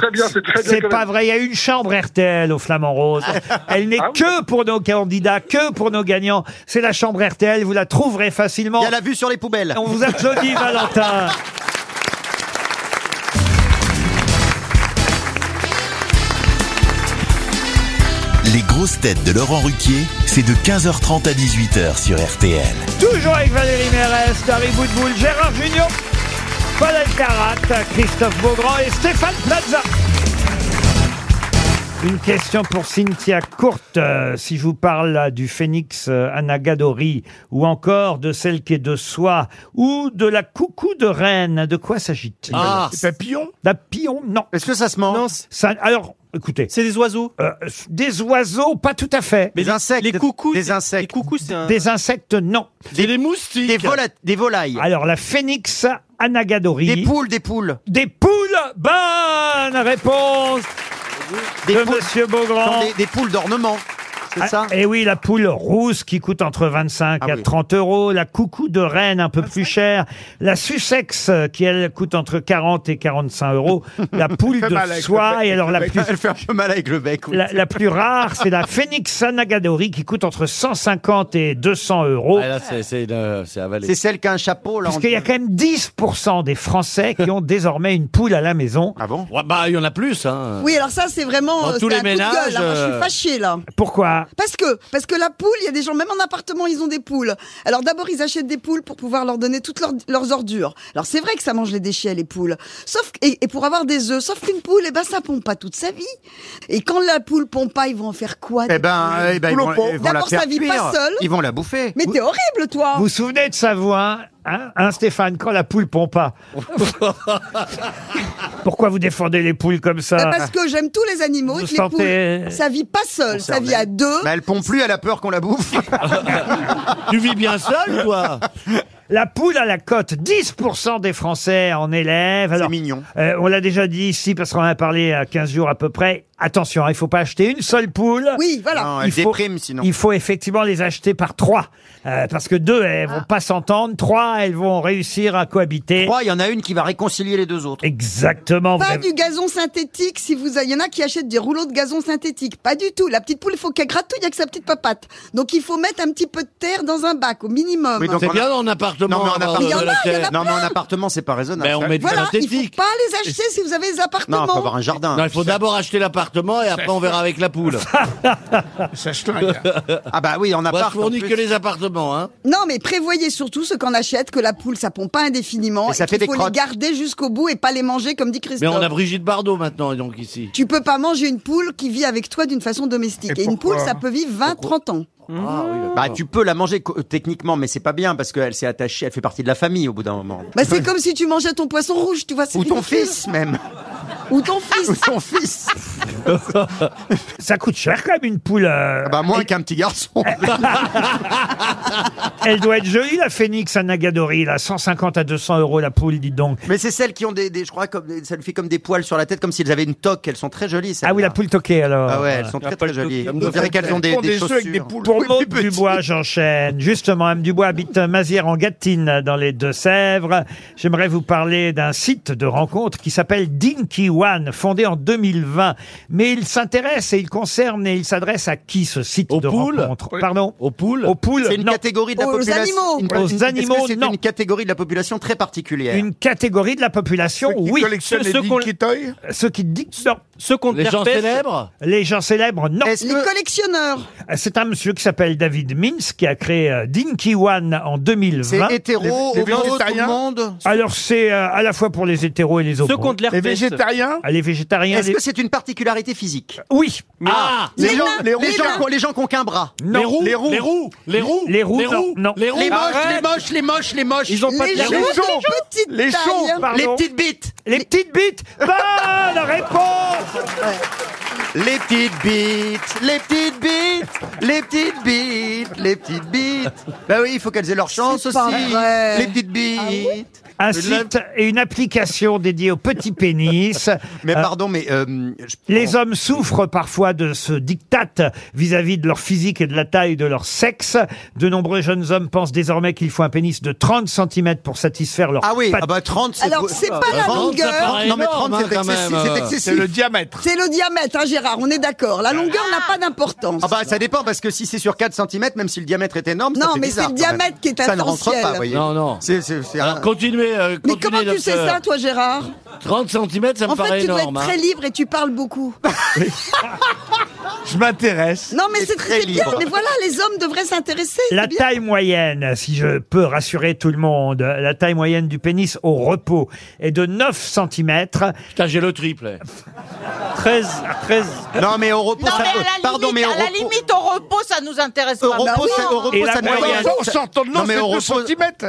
Speaker 2: C'est pas vrai. Il y a une chambre RTL au Flamand Rose. Elle n'est
Speaker 9: Ah
Speaker 2: que pour nos candidats, que pour nos gagnants. C'est la chambre RTL. Vous la trouverez facilement.
Speaker 9: Il y a la vue sur les poubelles.
Speaker 2: On vous applaudit, Valentin.
Speaker 1: Les grosses têtes de Laurent Ruquier, c'est de 15h30 à 18h sur RTL.
Speaker 2: Toujours avec Valérie Mérès, Dari Boudboul, Gérard Junior, Paul Elkarat, Christophe Beaugrand et Stéphane Plaza. Une question pour Cynthia Courte. Euh, si je vous parle là, du phénix euh, Anagadori ou encore de celle qui est de soie ou de la coucou de reine, de quoi s'agit-il
Speaker 11: Ah, Des
Speaker 2: papillons Papillons, non.
Speaker 9: Est-ce que ça se mange
Speaker 2: ça, Alors, écoutez. Euh,
Speaker 8: C'est des oiseaux
Speaker 2: Des oiseaux, pas tout à fait.
Speaker 8: Mais
Speaker 9: des insectes.
Speaker 8: Les coucous.
Speaker 9: Des insectes.
Speaker 8: c'est un.
Speaker 2: Des insectes, non.
Speaker 9: Des, moustiques. Des, vola- des volailles.
Speaker 2: Alors, la phénix Anagadori.
Speaker 9: Des poules, des poules.
Speaker 2: Des poules Bonne réponse
Speaker 9: Des
Speaker 2: de
Speaker 9: poules-
Speaker 2: Monsieur Beaugrand.
Speaker 9: Non, des, des poules d'ornement. C'est ça Ah
Speaker 2: Et Ah. eh oui, la poule rousse qui coûte entre 25 à 30 euros, la coucou de Rennes un peu plus chère, la Sussex euh, qui elle coûte entre 40 et 45 euros, la poule
Speaker 9: Elle fait
Speaker 2: de
Speaker 9: mal avec le
Speaker 2: soie
Speaker 9: bec,
Speaker 2: et alors la
Speaker 9: avec-
Speaker 2: plus
Speaker 9: Elle fait un peu mal avec le bec. oui.
Speaker 2: la, la plus rare, c'est la Phoenix Nagadori qui coûte entre 150 et 200 euros.
Speaker 6: Ah, là, c'est- c'est une- c'est avalé.
Speaker 9: C'est celle qui a un chapeau, là. on-
Speaker 2: Puisqu'il y a quand même 10% des Français qui ont désormais une poule à la maison.
Speaker 9: Ah bon
Speaker 6: Ouais, bah, il y en a plus, hein.
Speaker 7: Oui, alors ça, c'est vraiment.
Speaker 6: Dans
Speaker 7: euh,
Speaker 6: tous
Speaker 7: c'est
Speaker 6: les
Speaker 7: un coup de gueule,
Speaker 6: ménages,
Speaker 7: hein. Moi, je
Speaker 6: euh,
Speaker 7: suis fâchée, là.
Speaker 2: Pourquoi
Speaker 7: Parce que, parce que la poule, il y a des gens, même en appartement, ils ont des poules. Alors d'abord, ils achètent des poules pour pouvoir leur donner toutes leurs, leurs ordures. Alors c'est vrai que ça mange les déchets, les poules. Sauf, que- et, et pour avoir des œufs. Sauf qu'une poule, eh ben, ça pompe pas toute sa vie. Et quand la poule pompe pas, ils vont en faire quoi
Speaker 9: Eh
Speaker 7: des
Speaker 9: ben,
Speaker 7: poules
Speaker 9: eh ben, ils
Speaker 7: Poule au
Speaker 9: vont-
Speaker 7: pot.
Speaker 9: ils vont la
Speaker 7: D'abord, ça
Speaker 9: faire
Speaker 7: vit
Speaker 9: cuire.
Speaker 7: pas seule.
Speaker 9: Ils vont la bouffer.
Speaker 7: Mais t'es horrible, toi.
Speaker 2: Vous vous souvenez de sa voix, hein, hein, Stéphane, quand la poule pompa Pourquoi vous défendez les poules comme ça
Speaker 7: Ben, parce que j'aime tous les animaux.
Speaker 2: Bah, Vous
Speaker 7: et que les
Speaker 2: sentez-
Speaker 7: poules, ça vit pas seul. Ça vit à deux.
Speaker 9: Mais elle pompe plus, elle a peur qu'on la bouffe.
Speaker 6: Tu vis bien seul, toi
Speaker 2: La poule à la cote, 10% des Français en élèves. C'est
Speaker 9: mignon.
Speaker 2: on l'a déjà dit ici parce qu'on en a parlé à 15 jours à peu près. Attention, hein, il faut pas acheter une seule poule.
Speaker 7: Oui, voilà.
Speaker 9: Non, elle
Speaker 2: il faut,
Speaker 9: déprime, sinon.
Speaker 2: il faut effectivement les acheter par trois. Euh, parce que deux, elles
Speaker 7: Ah.
Speaker 2: vont pas s'entendre. Trois, elles vont réussir à cohabiter.
Speaker 9: Trois, il y en a une qui va réconcilier les deux autres.
Speaker 2: Exactement. vous
Speaker 7: Pas
Speaker 2: avez-
Speaker 7: du gazon synthétique, si vous, il y en a qui achètent des rouleaux de gazon synthétique. Pas du tout. La petite poule, il faut qu'elle gratouille avec sa petite papate. Donc il faut mettre un petit peu de terre dans un bac, au minimum.
Speaker 9: Oui, donc
Speaker 6: C'est
Speaker 9: on a-
Speaker 6: bien en appartement. euh,
Speaker 9: Non, mais en
Speaker 6: avoir
Speaker 9: appartement,
Speaker 6: de la
Speaker 7: il y en a
Speaker 6: terre.
Speaker 9: Non, mais en appartement, c'est pas raisonnable.
Speaker 6: Mais Ben, on met du
Speaker 7: voilà, il faut
Speaker 6: synthétique.
Speaker 7: pas les acheter si vous avez des
Speaker 9: Non,
Speaker 7: appartements.
Speaker 9: faut avoir un jardin.
Speaker 6: Non, il faut d'abord acheter l'appartement et après on verra avec la poule.
Speaker 11: Ça se flingue.
Speaker 9: Ah bah oui, en
Speaker 6: On va
Speaker 9: appart.
Speaker 6: se
Speaker 9: en
Speaker 6: fournir
Speaker 9: plus.
Speaker 6: que les appartements, hein.
Speaker 7: Non, mais prévoyez surtout ce qu'on achète, que la poule, ça pompe pas indéfiniment.
Speaker 9: Et ça
Speaker 7: et
Speaker 9: fait
Speaker 7: qu'il
Speaker 9: des
Speaker 7: faut
Speaker 9: crottes.
Speaker 7: les garder jusqu'au bout et pas les manger, comme dit
Speaker 6: Mais
Speaker 7: Christophe.
Speaker 6: on a Brigitte Bardot maintenant, donc ici.
Speaker 7: Tu peux pas manger une poule qui vit avec toi d'une façon domestique.
Speaker 6: Et
Speaker 7: Et, une
Speaker 6: pourquoi
Speaker 7: poule, ça peut vivre 20, 30 ans.
Speaker 6: Ah oui, d'accord.
Speaker 9: Bah, tu peux la manger co- techniquement, mais c'est pas bien parce qu'elle s'est attachée, elle fait partie de la famille au bout d'un moment.
Speaker 7: Bah, c'est comme si tu mangeais ton poisson rouge, tu vois. c'est
Speaker 9: Ou ton
Speaker 7: ridicule.
Speaker 9: fils, même.
Speaker 7: Ou ton fils.
Speaker 9: Ou ton fils.
Speaker 2: Ça coûte cher quand même une poule. bah moins qu'un petit garçon. Elle doit être jolie la phénix à Nagadori, là, 150 à 200 euros la poule, dites donc.
Speaker 9: Mais c'est celles qui ont des, des- je crois, comme, des- ça lui fait comme des poils sur la tête, comme s'ils avaient une toque. Elles sont très jolies.
Speaker 2: Ah oui, la poule toquée alors.
Speaker 9: Ah ouais, elles sont très très jolies. On dirait qu'elles ont des, des chaussures.
Speaker 2: Pour Maud Dubois, j'enchaîne. Justement, Mme Dubois habite Mazières en Gâtine, dans les Deux-Sèvres. J'aimerais vous parler d'un site de rencontre qui s'appelle Dinky One, fondé en 2020. Mais il s'intéresse et il concerne et il s'adresse à qui ce site de rencontre Pardon Aux poules Aux poules
Speaker 9: C'est une
Speaker 2: non.
Speaker 9: catégorie de la population. une- une-
Speaker 2: Aux
Speaker 9: est-ce que
Speaker 2: animaux,
Speaker 9: c'est
Speaker 2: non.
Speaker 9: une catégorie de la population très particulière.
Speaker 2: Une catégorie de la population, oui.
Speaker 9: collectionnent les Dinky
Speaker 2: qu'on- Ceux qui dictent, non. Ceux qu'on
Speaker 9: Les gens
Speaker 2: herpès-
Speaker 9: célèbres
Speaker 2: Les gens célèbres, non. Euh,
Speaker 7: Les collectionneurs.
Speaker 2: C'est un monsieur qui s'appelle David Mintz qui a créé euh, Dinky One en 2020.
Speaker 9: C'est hétéro, Les- homo, les végétariens tout le monde
Speaker 2: Alors c'est euh, à la fois pour les hétéros et les opposés. Ah,
Speaker 9: contre l'herpès. Les végétariens
Speaker 2: Les végétariens.
Speaker 9: Est-ce
Speaker 2: les-
Speaker 9: que c'est une particularité physique
Speaker 2: Oui.
Speaker 9: Ah, les, gens, les, gens, qui ont- les gens qui ont qu'un bras.
Speaker 2: Non. Les roux, Les roux. les roux, les roux, Les roux, les roux, non, non.
Speaker 9: Les,
Speaker 2: Les roux.
Speaker 9: moches,
Speaker 2: Arrête.
Speaker 9: les moches, les moches, les moches.
Speaker 2: Ils ont pas de Les la roux, roue. les chauds,
Speaker 9: les chauds,
Speaker 2: pardon.
Speaker 9: les petites bites.
Speaker 2: Les petites bites. Bonne réponse.
Speaker 9: Les petites bites, les petites bites, les petites bites, les petites bites. Bah oui, il faut qu'elles aient leur chance aussi.
Speaker 2: pas vrai.
Speaker 9: Les
Speaker 7: Ah
Speaker 9: petites bites.
Speaker 2: Un site et une application dédiée aux petits pénis. Euh,
Speaker 9: Mais pardon, mais euh,
Speaker 2: les hommes souffrent parfois de ce diktat vis-à-vis de leur physique et de la taille de leur sexe. De nombreux jeunes hommes pensent désormais qu'il faut un pénis de 30 cm pour satisfaire leur
Speaker 9: Ah oui,
Speaker 2: pat-
Speaker 9: ah bah 30 c'est
Speaker 7: Alors, c'est pas la
Speaker 9: 30, ça
Speaker 7: longueur.
Speaker 9: paraît Non, mais 30,
Speaker 7: énorme,
Speaker 9: c'est
Speaker 7: hein, quand
Speaker 9: excessif,
Speaker 7: même.
Speaker 9: c'est excessif.
Speaker 7: C'est le
Speaker 9: diamètre.
Speaker 7: C'est le diamètre, hein, Gérard, on est d'accord. La longueur n'a pas d'importance.
Speaker 9: Ah bah ça dépend parce que si c'est sur 4 cm, même si le diamètre est énorme, ça
Speaker 7: Non,
Speaker 9: fait
Speaker 7: mais
Speaker 9: bizarre
Speaker 7: c'est le
Speaker 9: quand même.
Speaker 7: diamètre qui est
Speaker 9: Ça ne rentre
Speaker 7: essentiel.
Speaker 9: pas, voyez.
Speaker 6: Non, non.
Speaker 9: C'est, c'est, c'est un-
Speaker 6: Continuez, euh,
Speaker 7: Mais
Speaker 6: continuez,
Speaker 7: comment tu sais
Speaker 6: docteur.
Speaker 7: ça, toi, Gérard
Speaker 6: 30 cm, ça me
Speaker 7: En
Speaker 6: paraît
Speaker 7: fait, tu dois
Speaker 6: énorme.
Speaker 7: être très
Speaker 6: hein.
Speaker 7: libre et tu parles beaucoup.
Speaker 6: Je m'intéresse.
Speaker 7: Non, mais
Speaker 6: Et
Speaker 7: c'est
Speaker 6: très
Speaker 7: très bien.
Speaker 6: libre.
Speaker 7: Mais voilà, les hommes devraient s'intéresser. c'est
Speaker 2: La
Speaker 7: bien.
Speaker 2: taille moyenne, si je peux rassurer tout le monde, la taille moyenne du pénis au repos est de 9 cm.
Speaker 6: Putain, j'ai le triple.
Speaker 2: 13, 13.
Speaker 9: Non, mais au repos,
Speaker 4: Non, mais à la limite, à la limite, au repos, ça nous
Speaker 7: Ah
Speaker 4: intéresse
Speaker 7: bah
Speaker 4: pas.
Speaker 9: Au repos,
Speaker 4: vraiment,
Speaker 9: ça- au
Speaker 4: hein.
Speaker 9: repos, ça ne veut rien dire. Non, mais au repos-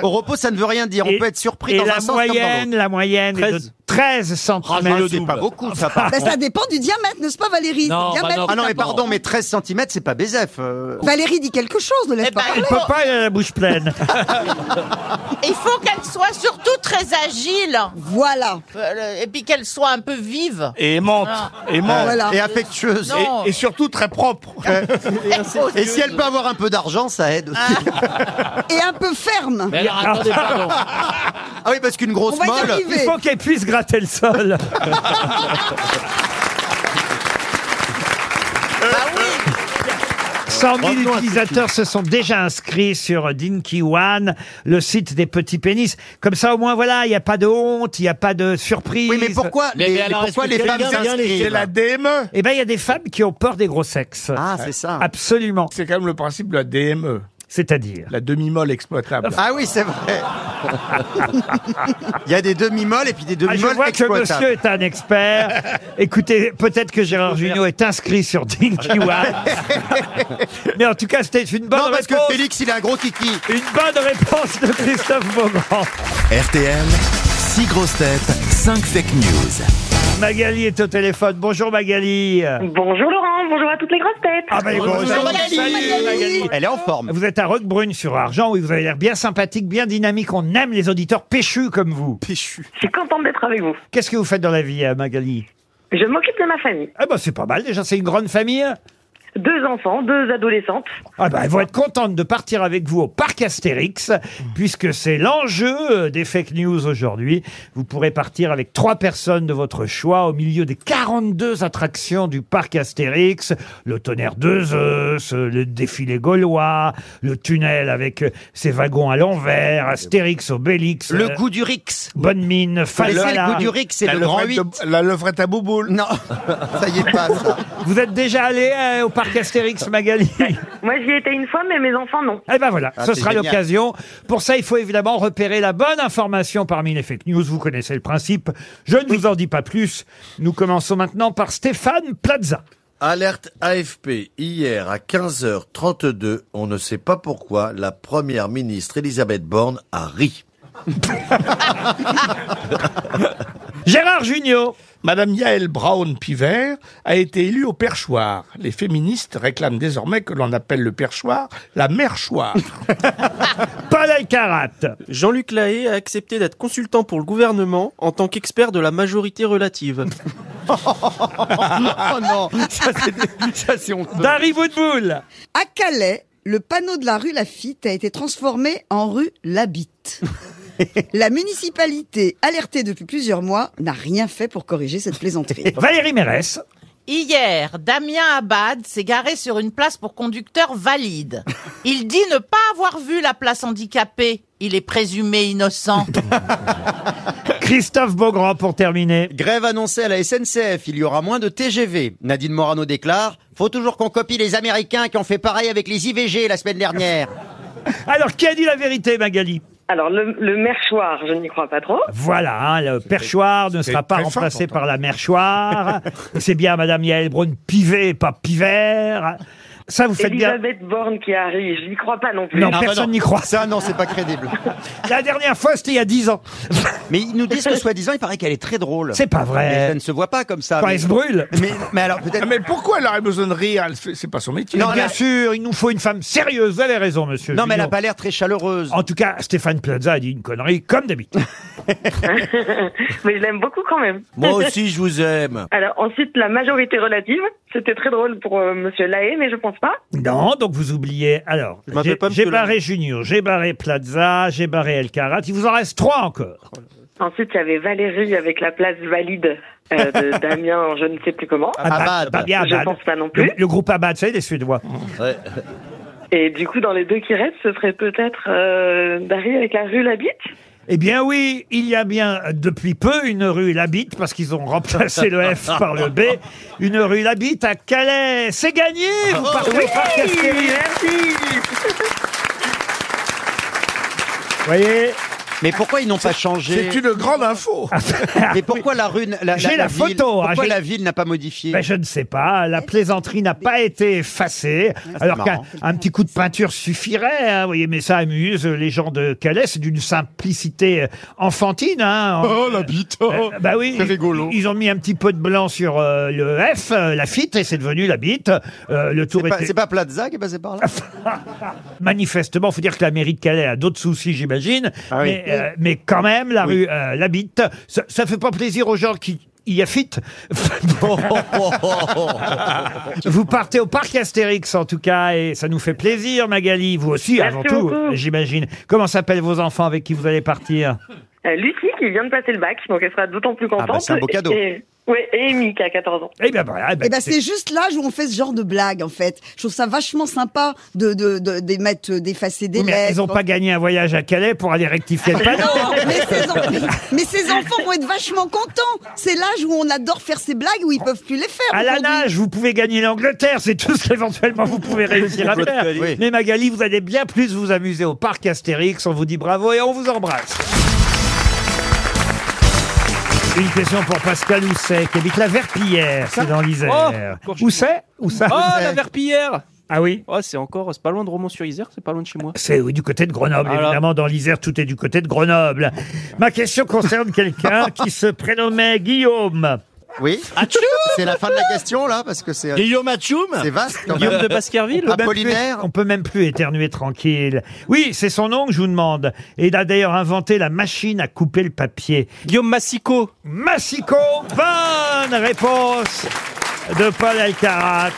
Speaker 9: Au repos, ça ne veut rien dire. On peut être surpris
Speaker 2: Et
Speaker 9: dans
Speaker 2: la
Speaker 9: un sens comme dans
Speaker 2: moyenne,
Speaker 9: l'autre.
Speaker 2: la moyenne est de 13 cm.
Speaker 9: Ah, mais le C'est double. pas beaucoup, ça, par
Speaker 7: Ben,
Speaker 9: contre.
Speaker 7: ça dépend du diamètre, n'est-ce pas, Valérie
Speaker 9: Non,
Speaker 7: Le
Speaker 9: bah
Speaker 7: diamètre Bah,
Speaker 9: non.
Speaker 7: est
Speaker 9: Ah non, mais
Speaker 7: important.
Speaker 9: pardon, mais 13 cm, c'est pas bézef. euh.
Speaker 7: Valérie dit quelque chose, ne
Speaker 9: Eh ben,
Speaker 7: laisse pas
Speaker 2: Il
Speaker 7: parler.
Speaker 2: peut pas, il a la bouche pleine.
Speaker 4: Il faut qu'elle soit surtout très agile. Euh,
Speaker 7: Voilà.
Speaker 4: Et puis qu'elle soit un peu vive.
Speaker 11: Et aimante.
Speaker 4: Ah.
Speaker 11: aimante.
Speaker 4: Voilà.
Speaker 9: Et affectueuse.
Speaker 4: Non.
Speaker 11: Et, et surtout très propre.
Speaker 9: Et si elle peut avoir un peu d'argent, ça aide aussi.
Speaker 7: Ah. Et un peu ferme.
Speaker 9: Mais alors, attendez, pardon. Ah oui, parce qu'une grosse
Speaker 7: On va y
Speaker 9: molle.
Speaker 7: arriver. Il faut
Speaker 2: qu'elle puisse gratter le sol.
Speaker 9: Euh,
Speaker 2: 100 000
Speaker 9: revenons à
Speaker 2: utilisateurs se sont déjà inscrits sur Dinky One, le site des petits pénis. Comme ça, au moins, voilà, il n'y a pas de honte, il n'y a pas de surprise.
Speaker 9: Oui, mais pourquoi Mais- les- mais alors, pourquoi est-ce que les quelqu'un femmes vient les- s'inscrivent C'est la
Speaker 11: E.
Speaker 2: DME Eh bien, il y a des femmes qui ont peur des gros sexes.
Speaker 9: Ah, c'est ça.
Speaker 2: Absolument.
Speaker 11: C'est quand même le principe de la DME.
Speaker 2: C'est-à-dire
Speaker 11: La demi-molle exploitable.
Speaker 9: Ah oui, c'est vrai. Il y a des demi-molles et puis des
Speaker 2: Ah, je
Speaker 9: demi-molles
Speaker 2: vois que
Speaker 9: exploitables.
Speaker 2: monsieur est un expert. Écoutez, peut-être que Gérard Junior est inscrit sur Dinky One. Mais en tout cas, c'était une bonne
Speaker 9: Non, parce que
Speaker 2: réponse.
Speaker 9: Félix, il a un gros kiki.
Speaker 2: Une bonne réponse de Christophe Beaugrand.
Speaker 1: RTL, 6 grosses têtes, 5 fake news.
Speaker 2: Magali est au téléphone. Bonjour Magali.
Speaker 17: Bonjour Laurent, Oh, bonjour à toutes les grosses têtes.
Speaker 2: Ah bah, les grosses têtes. Salut, Magali.
Speaker 9: Elle est en forme.
Speaker 2: Vous êtes à Roquebrune sur Argent, oui, vous avez l'air bien sympathique, bien dynamique. On aime les auditeurs péchus comme vous.
Speaker 9: Péchu.
Speaker 17: Je suis contente d'être avec vous.
Speaker 2: Qu'est-ce que vous faites dans la vie, euh, Magali
Speaker 17: Je m'occupe de ma famille.
Speaker 2: Ah bah c'est pas mal déjà, c'est une grande famille.
Speaker 17: Deux enfants, deux adolescentes.
Speaker 2: Ah bah, elles vont être contentes de partir avec vous au parc Astérix, puisque c'est l'enjeu euh, des fake news aujourd'hui. Vous pourrez partir avec trois personnes de votre choix au milieu des 42 attractions du parc Astérix. Le tonnerre de Zeus, euh, le défilé gaulois, le tunnel avec euh, ses wagons à l'envers, Astérix, Obélix.
Speaker 9: Le
Speaker 2: euh,
Speaker 9: goût du Rix.
Speaker 2: Bonne mine, Falsala.
Speaker 9: le goût du Rix, c'est le grand 8.
Speaker 11: La levrette à bouboule.
Speaker 9: Non, ça y est pas, ça.
Speaker 2: Vous êtes déjà allé euh, au parc Astérix, Magali
Speaker 17: Moi j'y étais une fois, mais mes enfants non.
Speaker 2: Eh ben voilà,
Speaker 9: Ah,
Speaker 2: ce
Speaker 9: c'est
Speaker 2: sera
Speaker 9: génial.
Speaker 2: l'occasion. Pour ça, il faut évidemment repérer la bonne information parmi les fake news. Vous connaissez le principe. Je ne vous en dis pas plus. Nous commençons maintenant par Stéphane Plaza.
Speaker 19: Alerte AFP, hier à 15h32, on ne sait pas pourquoi, la première ministre Elisabeth Borne a ri.
Speaker 2: Gérard Junior.
Speaker 11: Madame Yael Brown-Piver a été élue au perchoir. Les féministes réclament désormais que l'on appelle le perchoir la merchoir.
Speaker 2: Paul Alcarat.
Speaker 8: Jean-Luc Lahaye a accepté d'être consultant pour le gouvernement en tant qu'expert de la majorité relative.
Speaker 14: oh non,
Speaker 7: ça,
Speaker 14: ça c'est honteux.
Speaker 2: Dari Boudboul.
Speaker 7: À Calais, le panneau de la rue Lafitte a été transformé en rue Labitte. La municipalité, alertée depuis plusieurs mois, n'a rien fait pour corriger cette plaisanterie.
Speaker 2: Valérie Mérès. Eh
Speaker 4: Hier, Damien Abad s'est garé sur une place pour conducteur valide. Il dit ne pas avoir vu la place handicapée. Il est présumé innocent.
Speaker 2: Christophe Beaugrand pour terminer.
Speaker 9: Grève annoncée à la SNCF, il y aura moins de TGV. Nadine Morano déclare Faut toujours qu'on copie les Américains qui ont fait pareil avec les IVG la semaine dernière.
Speaker 2: Alors, qui a dit la vérité, Magali
Speaker 17: Alors, le, le merchoir, je n'y crois pas trop.
Speaker 2: Voilà, hein, le perchoir ne sera pas
Speaker 17: très
Speaker 2: remplacé par la merchoir. C'est bien Madame Yael Braun Pivet, pas Pivert. Ça, vous faites bien.
Speaker 17: Elisabeth Borne qui arrive, je n'y crois pas non plus.
Speaker 2: Non, personne n'y croit.
Speaker 9: Ça, non, c'est pas crédible.
Speaker 2: La dernière fois, c'était il y a 10 ans.
Speaker 9: Mais ils nous disent que soi-disant, il paraît qu'elle est très drôle.
Speaker 2: C'est pas vrai.
Speaker 9: Mais ça ne se voit pas comme ça.
Speaker 2: Quand
Speaker 9: mais-
Speaker 2: elle se brûle.
Speaker 9: Mais, mais alors peut-être.
Speaker 11: Ah, Mais pourquoi elle aurait besoin de rire Elle fait- C'est pas son métier.
Speaker 2: Non, bien sûr, il nous faut une femme sérieuse. Vous avez raison, monsieur.
Speaker 9: Non, mais elle a
Speaker 2: Junior.
Speaker 9: pas l'air très chaleureuse.
Speaker 2: En tout cas, Stéphane Plaza a dit une connerie, comme d'habitude.
Speaker 17: Mais je l'aime beaucoup quand même.
Speaker 19: Moi aussi, je vous aime.
Speaker 17: Alors, ensuite, la majorité relative. C'était très drôle pour euh, Monsieur Lahaye, mais je pense pas.
Speaker 2: Non, donc vous oubliez. Alors,
Speaker 8: m'appelle
Speaker 2: j'ai
Speaker 8: pas
Speaker 2: j'ai
Speaker 8: Monsieur
Speaker 2: barré Junior, j'ai barré Plaza, j'ai barré El Karat. Il vous en reste trois encore.
Speaker 17: Ensuite, il y avait Valérie avec la place valide euh, de Damien, je ne sais plus comment.
Speaker 2: Ah, bah, Pas bien
Speaker 17: Je
Speaker 2: Abad.
Speaker 17: pense pas non
Speaker 2: Le,
Speaker 17: plus.
Speaker 2: le groupe Abad, vous savez, les Suédois.
Speaker 17: Et du coup, dans les deux qui restent, ce serait peut-être euh, Dari avec la rue Labitte.
Speaker 2: Eh bien oui, il y a bien euh, depuis peu une rue Labitte, parce qu'ils ont remplacé le F par le B, une rue Labitte à Calais. C'est gagné Vous partez au parc Astérix. Vous voyez
Speaker 9: Mais pourquoi ils n'ont pas changé
Speaker 11: C'est une grande info.
Speaker 9: Mais pourquoi la rue, n- la,
Speaker 2: J'ai la
Speaker 9: ville-
Speaker 2: photo, hein,
Speaker 9: pourquoi
Speaker 2: j'ai-
Speaker 9: la ville n'a pas modifié
Speaker 2: Ben, je ne sais pas, la plaisanterie n'a pas été effacée, alors qu'un
Speaker 9: marrant.
Speaker 2: un petit coup de peinture suffirait, hein, vous voyez, mais ça amuse les gens de Calais, c'est d'une simplicité euh, enfantine. Hein,
Speaker 15: Oh, la bite, oh,
Speaker 2: bah oui,
Speaker 15: c'est
Speaker 2: ils-
Speaker 15: rigolo.
Speaker 2: Ils, ont mis un petit peu de blanc sur euh, le F, euh, la FIT, et c'est devenu la bite. Euh, le tour
Speaker 9: C'est pas,
Speaker 2: était-
Speaker 9: c'est pas Plaza qui est passé par là
Speaker 2: Manifestement, faut dire que la mairie de Calais a d'autres soucis, j'imagine. mais, euh, mais quand même, la rue euh, l'habite. Ça, ça fait pas plaisir aux gens qui y affitent. vous partez au parc Astérix, en tout cas, et ça nous fait plaisir, Magali. Vous aussi,
Speaker 17: Merci
Speaker 2: avant tout,
Speaker 17: beaucoup.
Speaker 2: j'imagine. Comment s'appellent vos enfants avec qui vous allez partir
Speaker 17: Euh, Lucie qui vient de passer le bac, donc elle sera d'autant plus contente.
Speaker 2: bah, c'est un beau cadeau.
Speaker 17: Et, ouais, et Amy qui a 14 ans.
Speaker 2: Eh bien, voilà. eh ben,
Speaker 7: Et ben c'est juste l'âge où on fait ce genre de blague en fait. Je trouve ça vachement sympa de de de, de mettre euh, d'effacer des
Speaker 2: Oui, mais
Speaker 7: lettres.
Speaker 2: ils n'ont pas gagné un voyage à Calais pour aller rectifier le panneau.
Speaker 7: Ah, mais, ces en- mais ces enfants vont être vachement contents. C'est l'âge où on adore faire ces blagues où ils peuvent plus les faire.
Speaker 2: À la
Speaker 7: aujourd'hui.
Speaker 2: nage, vous pouvez gagner l'Angleterre, c'est tout ce qu'éventuellement vous pouvez réussir à faire.
Speaker 9: Oui.
Speaker 2: Mais Magali, vous allez bien plus vous amuser au parc Astérix. On vous dit bravo et on vous embrasse. Une question pour Pascal Housset, qui habite la Verpillière, c'est dans l'Isère.
Speaker 8: Oh,
Speaker 2: Où c'est Où ça
Speaker 8: Oh, la verpillière
Speaker 2: Ah oui
Speaker 8: Oh, c'est encore, c'est pas loin de Romans-sur-Isère, c'est pas loin de chez moi.
Speaker 2: C'est oui, du côté de Grenoble,
Speaker 8: Alors.
Speaker 2: évidemment. Dans l'Isère, tout est du côté de Grenoble. Ma question concerne quelqu'un qui se prénommait Guillaume.
Speaker 9: Oui.
Speaker 8: Ah,
Speaker 9: C'est la fin de la question là parce que c'est euh,
Speaker 6: Guillaume Atchoum
Speaker 9: c'est vaste. Quand même.
Speaker 8: Guillaume de Baskerville
Speaker 2: On peut même plus-
Speaker 9: Apollinaire.
Speaker 2: on peut même plus éternuer tranquille. Oui, c'est son nom que je vous demande. Et il a d'ailleurs inventé la machine à couper le papier.
Speaker 8: Guillaume Massico.
Speaker 2: Massico, bonne réponse de Paul Alcarat.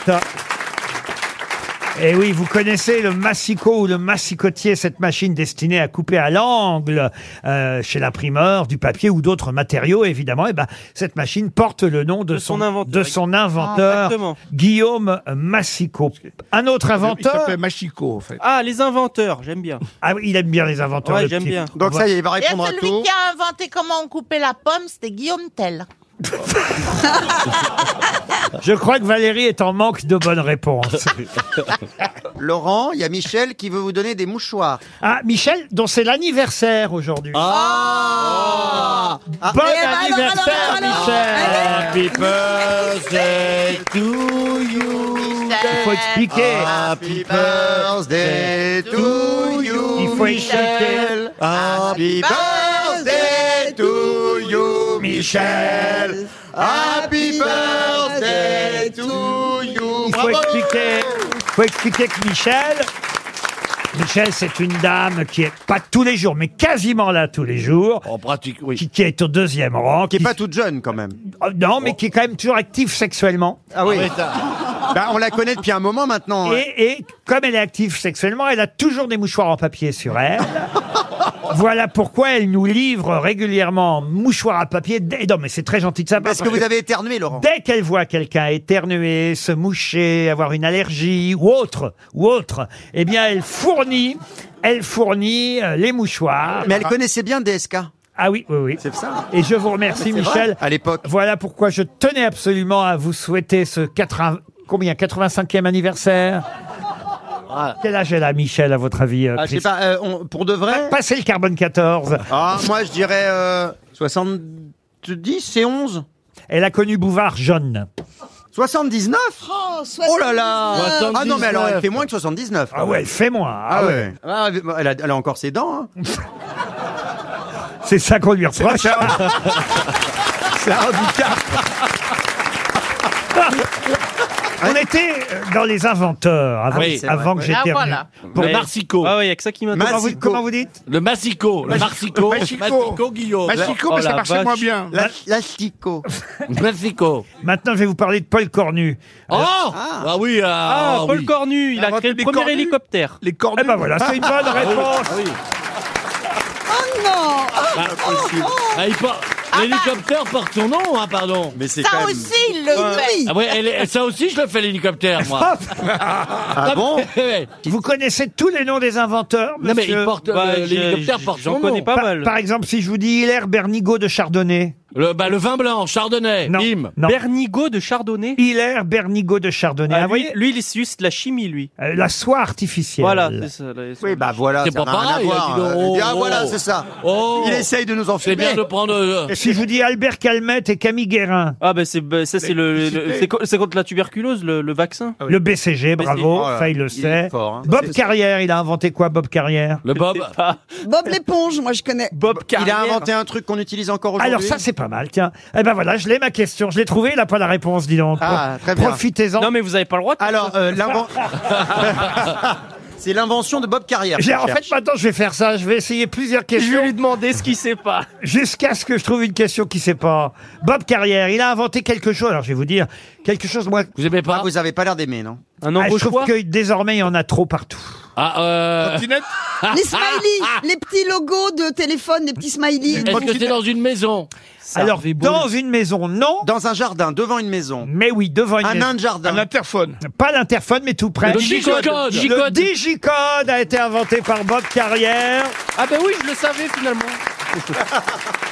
Speaker 2: Et Eh oui, vous connaissez le massicot ou le massicotier, cette machine destinée à couper à l'angle euh, chez l'imprimeur du papier ou d'autres matériaux, évidemment. Et ben, cette machine porte le nom de,
Speaker 8: son
Speaker 2: son,
Speaker 8: inventeur.
Speaker 2: de son inventeur,
Speaker 8: Exactement.
Speaker 2: Guillaume Massicot. Un autre
Speaker 11: Il
Speaker 2: inventeur.
Speaker 11: s'appelle Machico, en fait.
Speaker 8: Ah, les inventeurs, j'aime bien.
Speaker 2: Ah oui, il aime bien les inventeurs.
Speaker 8: Ouais,
Speaker 2: le
Speaker 8: j'aime
Speaker 2: petit.
Speaker 8: bien.
Speaker 9: Donc ça y est, il va
Speaker 4: Et il y a
Speaker 9: répondre à
Speaker 4: celui
Speaker 9: tout.
Speaker 4: qui a inventé comment on coupait la pomme, c'était Guillaume Tell.
Speaker 2: Je crois que Valérie est en manque de bonnes réponses.
Speaker 9: Laurent, il y a Michel qui veut vous donner des mouchoirs.
Speaker 2: ah, Michel, dont c'est l'anniversaire aujourd'hui.
Speaker 5: Oh,
Speaker 9: Ah,
Speaker 2: Bon
Speaker 9: Eh ben,
Speaker 7: alors,
Speaker 2: anniversaire,
Speaker 7: alors, alors,
Speaker 2: Michel
Speaker 19: Happy birthday to you.
Speaker 2: Il faut expliquer.
Speaker 19: Happy birthday to you.
Speaker 2: Il faut expliquer.
Speaker 19: Happy birthday to you, Michel. Michel. Happy birthday to you.
Speaker 2: Il faut expliquer, faut expliquer que Michel. Michel, c'est une dame qui est pas tous les jours, mais quasiment là tous les jours. En pratique, oui. Qui, qui est au deuxième rang. Qui est pas toute jeune, quand même. Non, mais qui est quand même toujours active sexuellement.
Speaker 9: Ah oui. Bah, on la connaît depuis un moment maintenant. hein.
Speaker 2: Et, et comme elle est active sexuellement, elle a toujours des mouchoirs en papier sur elle. voilà pourquoi elle nous livre régulièrement mouchoirs à papier. Et non, mais c'est très gentil de sa part.
Speaker 9: Parce que vous avez éternué, Laurent.
Speaker 2: Dès qu'elle voit quelqu'un éternuer, se moucher, avoir une allergie ou autre, ou autre, eh bien, elle fournit, elle fournit euh, les mouchoirs.
Speaker 9: Mais elle connaissait bien DSK.
Speaker 2: Ah oui, oui, oui. C'est ça. Et je vous remercie,
Speaker 9: C'est
Speaker 2: Michel.
Speaker 9: vrai, à l'époque.
Speaker 2: Voilà pourquoi je tenais absolument à vous souhaiter ce 80, combien, 85e anniversaire. Quel âge elle a, Michel, à votre avis euh,
Speaker 9: Ah, je sais
Speaker 2: Christ-
Speaker 9: pas, euh, on- pour de vrai
Speaker 2: Passer le carbone 14.
Speaker 9: Ah, moi je dirais euh, 70 et 11.
Speaker 2: Elle a connu Bouvard jeune.
Speaker 9: 79
Speaker 7: Oh,
Speaker 9: Oh là là
Speaker 7: 79.
Speaker 9: Ah non mais alors elle fait moins que 79.
Speaker 2: Ah ouais, elle fait moins.
Speaker 9: Ah,
Speaker 2: Ah
Speaker 9: ouais.
Speaker 2: ouais.
Speaker 9: Ah, elle, a, elle a encore ses dents. hein.
Speaker 2: C'est ça qu'on lui reproche.
Speaker 9: C'est un handicap.
Speaker 2: On était euh, dans les inventeurs avant, avant que j'éternue. Pour Marcy
Speaker 8: Marsico. Ah oui, il n'y a que ça qui m'intéresse.
Speaker 2: Comment vous- comment vous dites
Speaker 6: Le Massico. Le Marsico. Massico Guillaume. Oh, la vache.
Speaker 2: L'astico. L'astico. Maintenant, je vais vous parler de Paul Cornu. Euh,
Speaker 6: Oh ah. oui.
Speaker 8: Ah, Paul Cornu, il a créé le premier hélicoptère.
Speaker 11: Les cornus.
Speaker 2: Eh ben voilà, c'est une bonne réponse.
Speaker 7: Oh non
Speaker 6: Ah, L'hélicoptère porte son nom, hein, pardon. Mais
Speaker 4: Ça aussi, il le fait.
Speaker 6: Ah ouais, elle- elle- ça aussi, je le fais l'hélicoptère, moi. ah bon
Speaker 2: Vous connaissez tous les noms des inventeurs
Speaker 6: Non, mais
Speaker 2: monsieur
Speaker 6: il porte- Bah, euh, je- l'hélicoptère je- porte j'en son connais nom. pas
Speaker 2: Par-
Speaker 6: mal.
Speaker 2: Par exemple, si je vous dis Hilaire Bernigot de Chardonnay.
Speaker 6: Le, bah, le vin blanc, chardonnay,
Speaker 2: Non.
Speaker 6: Eh, bim.
Speaker 2: Bernigot de Chardonnay Hilaire Bernigot de Chardonnay. Ah, vous
Speaker 8: lui,
Speaker 2: voyez,
Speaker 8: lui, il est juste la chimie, lui.
Speaker 2: euh, la soie artificielle.
Speaker 8: Voilà, c'est ça.
Speaker 9: Oui, bah voilà,
Speaker 8: C'est
Speaker 9: ça
Speaker 8: pas
Speaker 9: n'a rien
Speaker 8: pareil,
Speaker 9: à voir,
Speaker 8: dis donc.
Speaker 9: hein. Il dit, ah
Speaker 8: Oh,
Speaker 9: voilà,
Speaker 8: oh.
Speaker 9: c'est ça.
Speaker 8: Oh.
Speaker 9: Il essaye de nous enfumer.
Speaker 8: C'est bien de prendre, euh,
Speaker 2: Si je vous dis Albert Calmette et Camille Guérin.
Speaker 8: Ah ben c'est ben, ça c'est le, le- c'est co- c'est contre la tuberculose le, le vaccin.
Speaker 2: Le BCG, bravo,
Speaker 8: Oh là,
Speaker 2: ça il le
Speaker 8: il est
Speaker 2: sait.
Speaker 8: fort, hein.
Speaker 2: Bob
Speaker 8: C'est-
Speaker 2: Carrière, il a inventé quoi Bob Carrière
Speaker 6: Le Bob.
Speaker 7: Bob l'éponge, moi je connais.
Speaker 8: Bob
Speaker 9: Il a inventé un truc qu'on utilise encore aujourd'hui.
Speaker 2: Alors ça c'est pas mal, tiens. Eh ben voilà, je l'ai ma question, je l'ai trouvée, il n'a pas la réponse, dis donc.
Speaker 9: Ah, très bien.
Speaker 2: Profitez-en.
Speaker 8: Non mais vous avez pas le droit. de-
Speaker 9: Alors, euh, l'inven- c'est l'invention de Bob Carrière.
Speaker 2: J'ai-
Speaker 9: qu'on
Speaker 2: en fait
Speaker 9: cherche.
Speaker 2: maintenant je vais faire ça, je vais essayer plusieurs
Speaker 8: Je
Speaker 2: questions
Speaker 8: vais lui demander ce qu'il sait pas.
Speaker 2: jusqu'à ce que je trouve une question qui sait pas. Bob Carrière, il a inventé quelque chose, alors je vais vous dire, quelque chose moi...
Speaker 6: Vous aimez
Speaker 9: Ah,
Speaker 6: pas
Speaker 9: vous avez pas l'air d'aimer, non
Speaker 8: Un
Speaker 2: Ah, je
Speaker 8: embauchoir.
Speaker 2: trouve que désormais il y en a trop partout.
Speaker 6: Ah, euh,
Speaker 7: Les smileys, les petits logos de téléphone, les petits smileys.
Speaker 6: Est-ce que c'est dans une maison
Speaker 2: alors dans une maison, non,
Speaker 9: Dans un jardin, devant une maison.
Speaker 2: mais oui, devant une
Speaker 9: Un
Speaker 2: maison.
Speaker 9: nain de jardin.
Speaker 11: Un interphone.
Speaker 2: Pas l'interphone, mais tout près.
Speaker 6: Le digicode.
Speaker 2: Le digicode.
Speaker 6: Digicode.
Speaker 2: a été inventé par Bob Carrière.
Speaker 8: Ah ben oui je le savais finalement.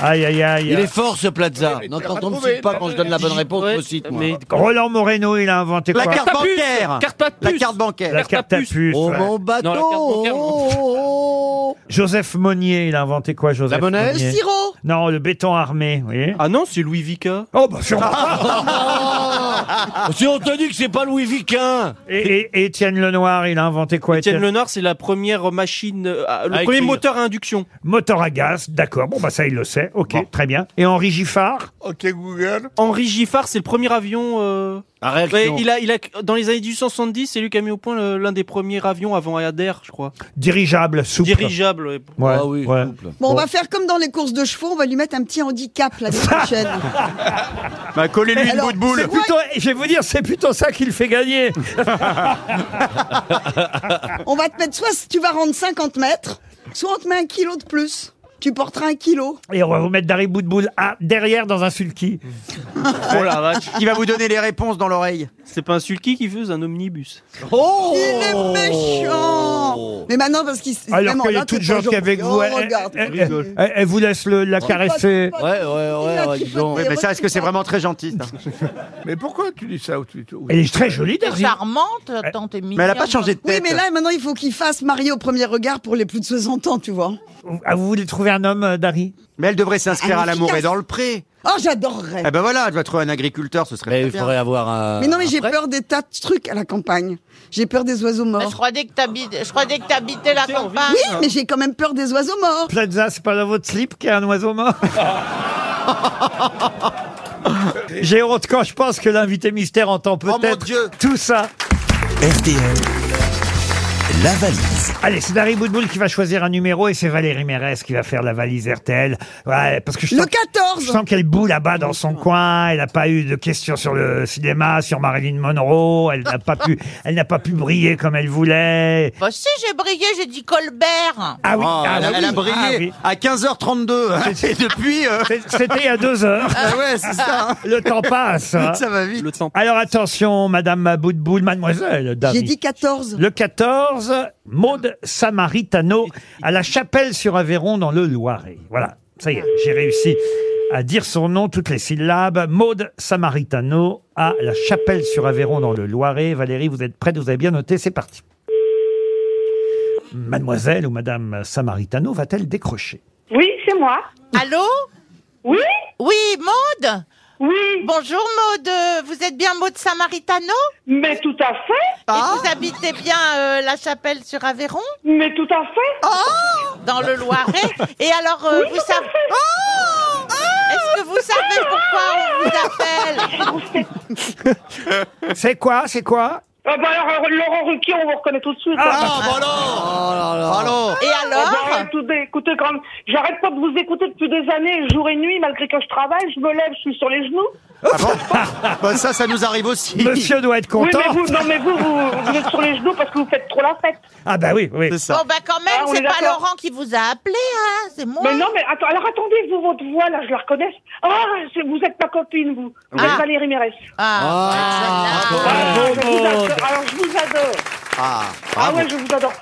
Speaker 2: Aïe, aïe, aï
Speaker 6: Il est fort ce Plaza.
Speaker 11: mais
Speaker 6: Non,
Speaker 11: t'as
Speaker 6: quand
Speaker 11: pas
Speaker 6: on ne
Speaker 11: trouvé,
Speaker 6: cite pas
Speaker 11: t'as
Speaker 6: qu'on
Speaker 11: pas-
Speaker 6: se donne la bonne réponse,
Speaker 8: Ouais,
Speaker 6: je cite, moi. Ah.
Speaker 8: mais
Speaker 2: Roland Moreno, il a inventé
Speaker 9: La
Speaker 2: quoi
Speaker 9: carte
Speaker 8: à puce.
Speaker 9: bancaire.
Speaker 8: Carte à
Speaker 9: La
Speaker 8: puce.
Speaker 9: carte bancaire.
Speaker 2: La carte à puce.
Speaker 6: Oh
Speaker 2: ouais.
Speaker 6: mon
Speaker 8: Non, la carte
Speaker 6: bateau Oh,
Speaker 8: bancaire, non.
Speaker 2: Joseph Monnier, il a inventé quoi, Joseph
Speaker 6: La monnaie
Speaker 2: Monnier
Speaker 7: Le sirop.
Speaker 2: Non, le béton armé, vous voyez
Speaker 8: Ah non c'est Louis Vica.
Speaker 2: Oh, bah, sûrement pas.
Speaker 5: Ah,
Speaker 6: Si on te dit que c'est pas Louis Viquin
Speaker 2: Et- Et et Étienne Lenoir, il a inventé quoi
Speaker 8: Étienne Lenoir c'est la première machine, euh, le
Speaker 6: À
Speaker 8: premier
Speaker 6: écrire.
Speaker 8: moteur à induction.
Speaker 2: Ah, Moteur à gaz, d'accord. Bon, bah, ça, il le sait. Ok, très bien. Et Henri Giffard
Speaker 11: Ok Google.
Speaker 8: Henri Giffard c'est le premier avion. euh,
Speaker 6: À réaction.
Speaker 8: ouais, il a il a dans les années 1870 c'est lui qui a mis au point le- l'un des premiers avions avant Adair je crois.
Speaker 2: Dirigeable, souple.
Speaker 8: Dirigeable. ouais.
Speaker 2: Ouais,
Speaker 6: Ah oui,
Speaker 2: ouais.
Speaker 6: couple.
Speaker 7: Bon, on va faire comme dans les courses de chevaux, on va lui mettre un petit handicap l'année prochaine.
Speaker 9: Bah, collez-lui une
Speaker 7: Alors,
Speaker 9: bout de boule.
Speaker 7: c'est quoi
Speaker 2: Plutôt, je vais vous dire, c'est plutôt ça qu'il fait gagner.
Speaker 7: On va te mettre soit tu vas rendre 50 mètres, soit on te met un kilo de plus. Tu porteras un kilo.
Speaker 2: Et on va vous mettre Dari Boudboul à, derrière dans un sulky.
Speaker 8: Oh la vache.
Speaker 9: Qui va vous donner les réponses dans l'oreille.
Speaker 8: C'est pas un sulky qui veut c'est un omnibus.
Speaker 6: Oh
Speaker 7: Il est méchant Mais maintenant, parce qu'il c'est
Speaker 2: Alors
Speaker 7: vraiment,
Speaker 2: qu'elle
Speaker 7: là,
Speaker 2: est toute
Speaker 7: t'es pas
Speaker 2: gentille avec
Speaker 7: gentil.
Speaker 2: vous.
Speaker 7: Oh,
Speaker 2: Elle,
Speaker 7: regarde.
Speaker 2: elle- elle- elle- elle vous laisse le- la caresser.
Speaker 7: Pas-
Speaker 6: Ouais, ouais,
Speaker 7: Oh. Il y en
Speaker 6: ouais,
Speaker 7: a
Speaker 6: ouais,
Speaker 7: qui
Speaker 6: dis
Speaker 7: veulent
Speaker 6: donc.
Speaker 9: Oui, mais ça, est-ce que c'est vraiment très gentil ça
Speaker 11: Mais pourquoi tu dis ça ou tu- tu- ou-
Speaker 2: Elle est très jolie,
Speaker 4: T'es
Speaker 2: Dari.
Speaker 4: charmante, attends, t'es mignonne.
Speaker 9: Mais elle a pas changé de
Speaker 7: Oui,
Speaker 9: tête.
Speaker 7: mais là, maintenant, il faut qu'il fasse marier au premier regard pour les plus de 60 ans, tu vois.
Speaker 2: Ah, vous voulez trouver un homme, euh, Dari
Speaker 9: Mais elle devrait s'inscrire
Speaker 7: Ah,
Speaker 9: à l'amour
Speaker 7: efficace.
Speaker 9: et dans le pré.
Speaker 7: Oh, j'adorerais
Speaker 9: Eh ben voilà, elle doit trouver un agriculteur, ce serait
Speaker 6: Mais
Speaker 9: très
Speaker 6: il
Speaker 9: bien.
Speaker 6: faudrait avoir un.
Speaker 9: Euh,
Speaker 7: Mais non, mais j'ai
Speaker 6: après.
Speaker 7: peur des tas de trucs à la campagne. J'ai peur des oiseaux
Speaker 4: Bah, Je
Speaker 7: morts.
Speaker 4: croyais que t'habitais, je croyais que t'habitais la
Speaker 8: en ville.
Speaker 4: campagne.
Speaker 7: Oui, mais j'ai quand même peur des oiseaux morts.
Speaker 2: Plaza, c'est pas dans votre slip qu'il y a un oiseau mort J'ai honte quand je pense que l'invité mystère entend peut-être tout ça.
Speaker 1: RTL, la valise.
Speaker 2: Allez, c'est Dari Boudboul qui va choisir un numéro et c'est Valérie Mérès qui va faire la valise RTL. Ouais, parce que je sens, le 14 Je sens qu'elle bout là-bas dans son coin. Elle n'a pas eu de questions sur le cinéma, sur Marilyn Monroe. Elle n'a pas pu, elle n'a pas pu briller comme elle voulait.
Speaker 4: Bah si, j'ai brillé, j'ai dit Colbert.
Speaker 2: Ah oui,
Speaker 9: Oh,
Speaker 2: ah
Speaker 9: elle,
Speaker 2: oui,
Speaker 9: elle a
Speaker 2: ah
Speaker 9: brillé
Speaker 2: oui.
Speaker 9: à 15h32 hein. et depuis. euh,
Speaker 2: C'était il y a deux heures.
Speaker 9: Ah ouais, c'est ça.
Speaker 2: Le temps passe. hein.
Speaker 9: Ça va vite.
Speaker 2: Alors attention, Madame Boudboul, Mademoiselle. Dari.
Speaker 7: J'ai dit 14.
Speaker 2: Le 14, Maude Samaritano à la chapelle sur Aveyron dans le Loiret. Voilà, ça y est, j'ai réussi à dire son nom, toutes les syllabes. Maude Samaritano à la chapelle sur Aveyron dans le Loiret. Valérie, vous êtes prête, vous avez bien noté, c'est parti. Mademoiselle ou Madame Samaritano va-t-elle décrocher
Speaker 4: Oui, c'est moi. Allô Oui Oui, Maude Oui. Bonjour Maude, Euh, vous êtes bien Maude Samaritano Mais tout à fait. Et vous habitez bien euh, la chapelle sur Aveyron Mais tout à fait. Oh Dans le Loiret. Et alors, euh, vous savez... Oh Est-ce que vous savez pourquoi on vous appelle
Speaker 2: C'est quoi, c'est quoi
Speaker 17: Ah bah alors, euh, Laurent Ruquier, on vous reconnaît tout de suite. Eh ben,
Speaker 2: Ah,
Speaker 17: bah
Speaker 2: alors.
Speaker 17: Et alors écoutez, quand- j'arrête pas de vous écouter depuis des années, jour et nuit, malgré que je travaille, je me lève, je suis sur les genoux.
Speaker 9: bah, ça, ça nous arrive aussi.
Speaker 2: Monsieur doit être
Speaker 17: Oui,
Speaker 2: content.
Speaker 17: mais vous, non mais vous, vous, vous êtes sur les genoux parce que vous faites trop la fête.
Speaker 2: Ah bah oui, oui.
Speaker 4: Bon, bah quand même,
Speaker 17: Ah, on
Speaker 4: c'est
Speaker 17: est
Speaker 4: pas
Speaker 17: d'accord.
Speaker 4: Laurent qui vous a appelé, hein, c'est moi.
Speaker 17: Mais non, mais attends, alors attendez, vous, votre voix, là, je la reconnais. Ah, c'est- vous êtes ma copine, vous. Vous êtes Valérie Mérès.
Speaker 4: Ah.
Speaker 17: Ah, je vous adore. Alors, je vous adore. Ah ouais, je vous adore.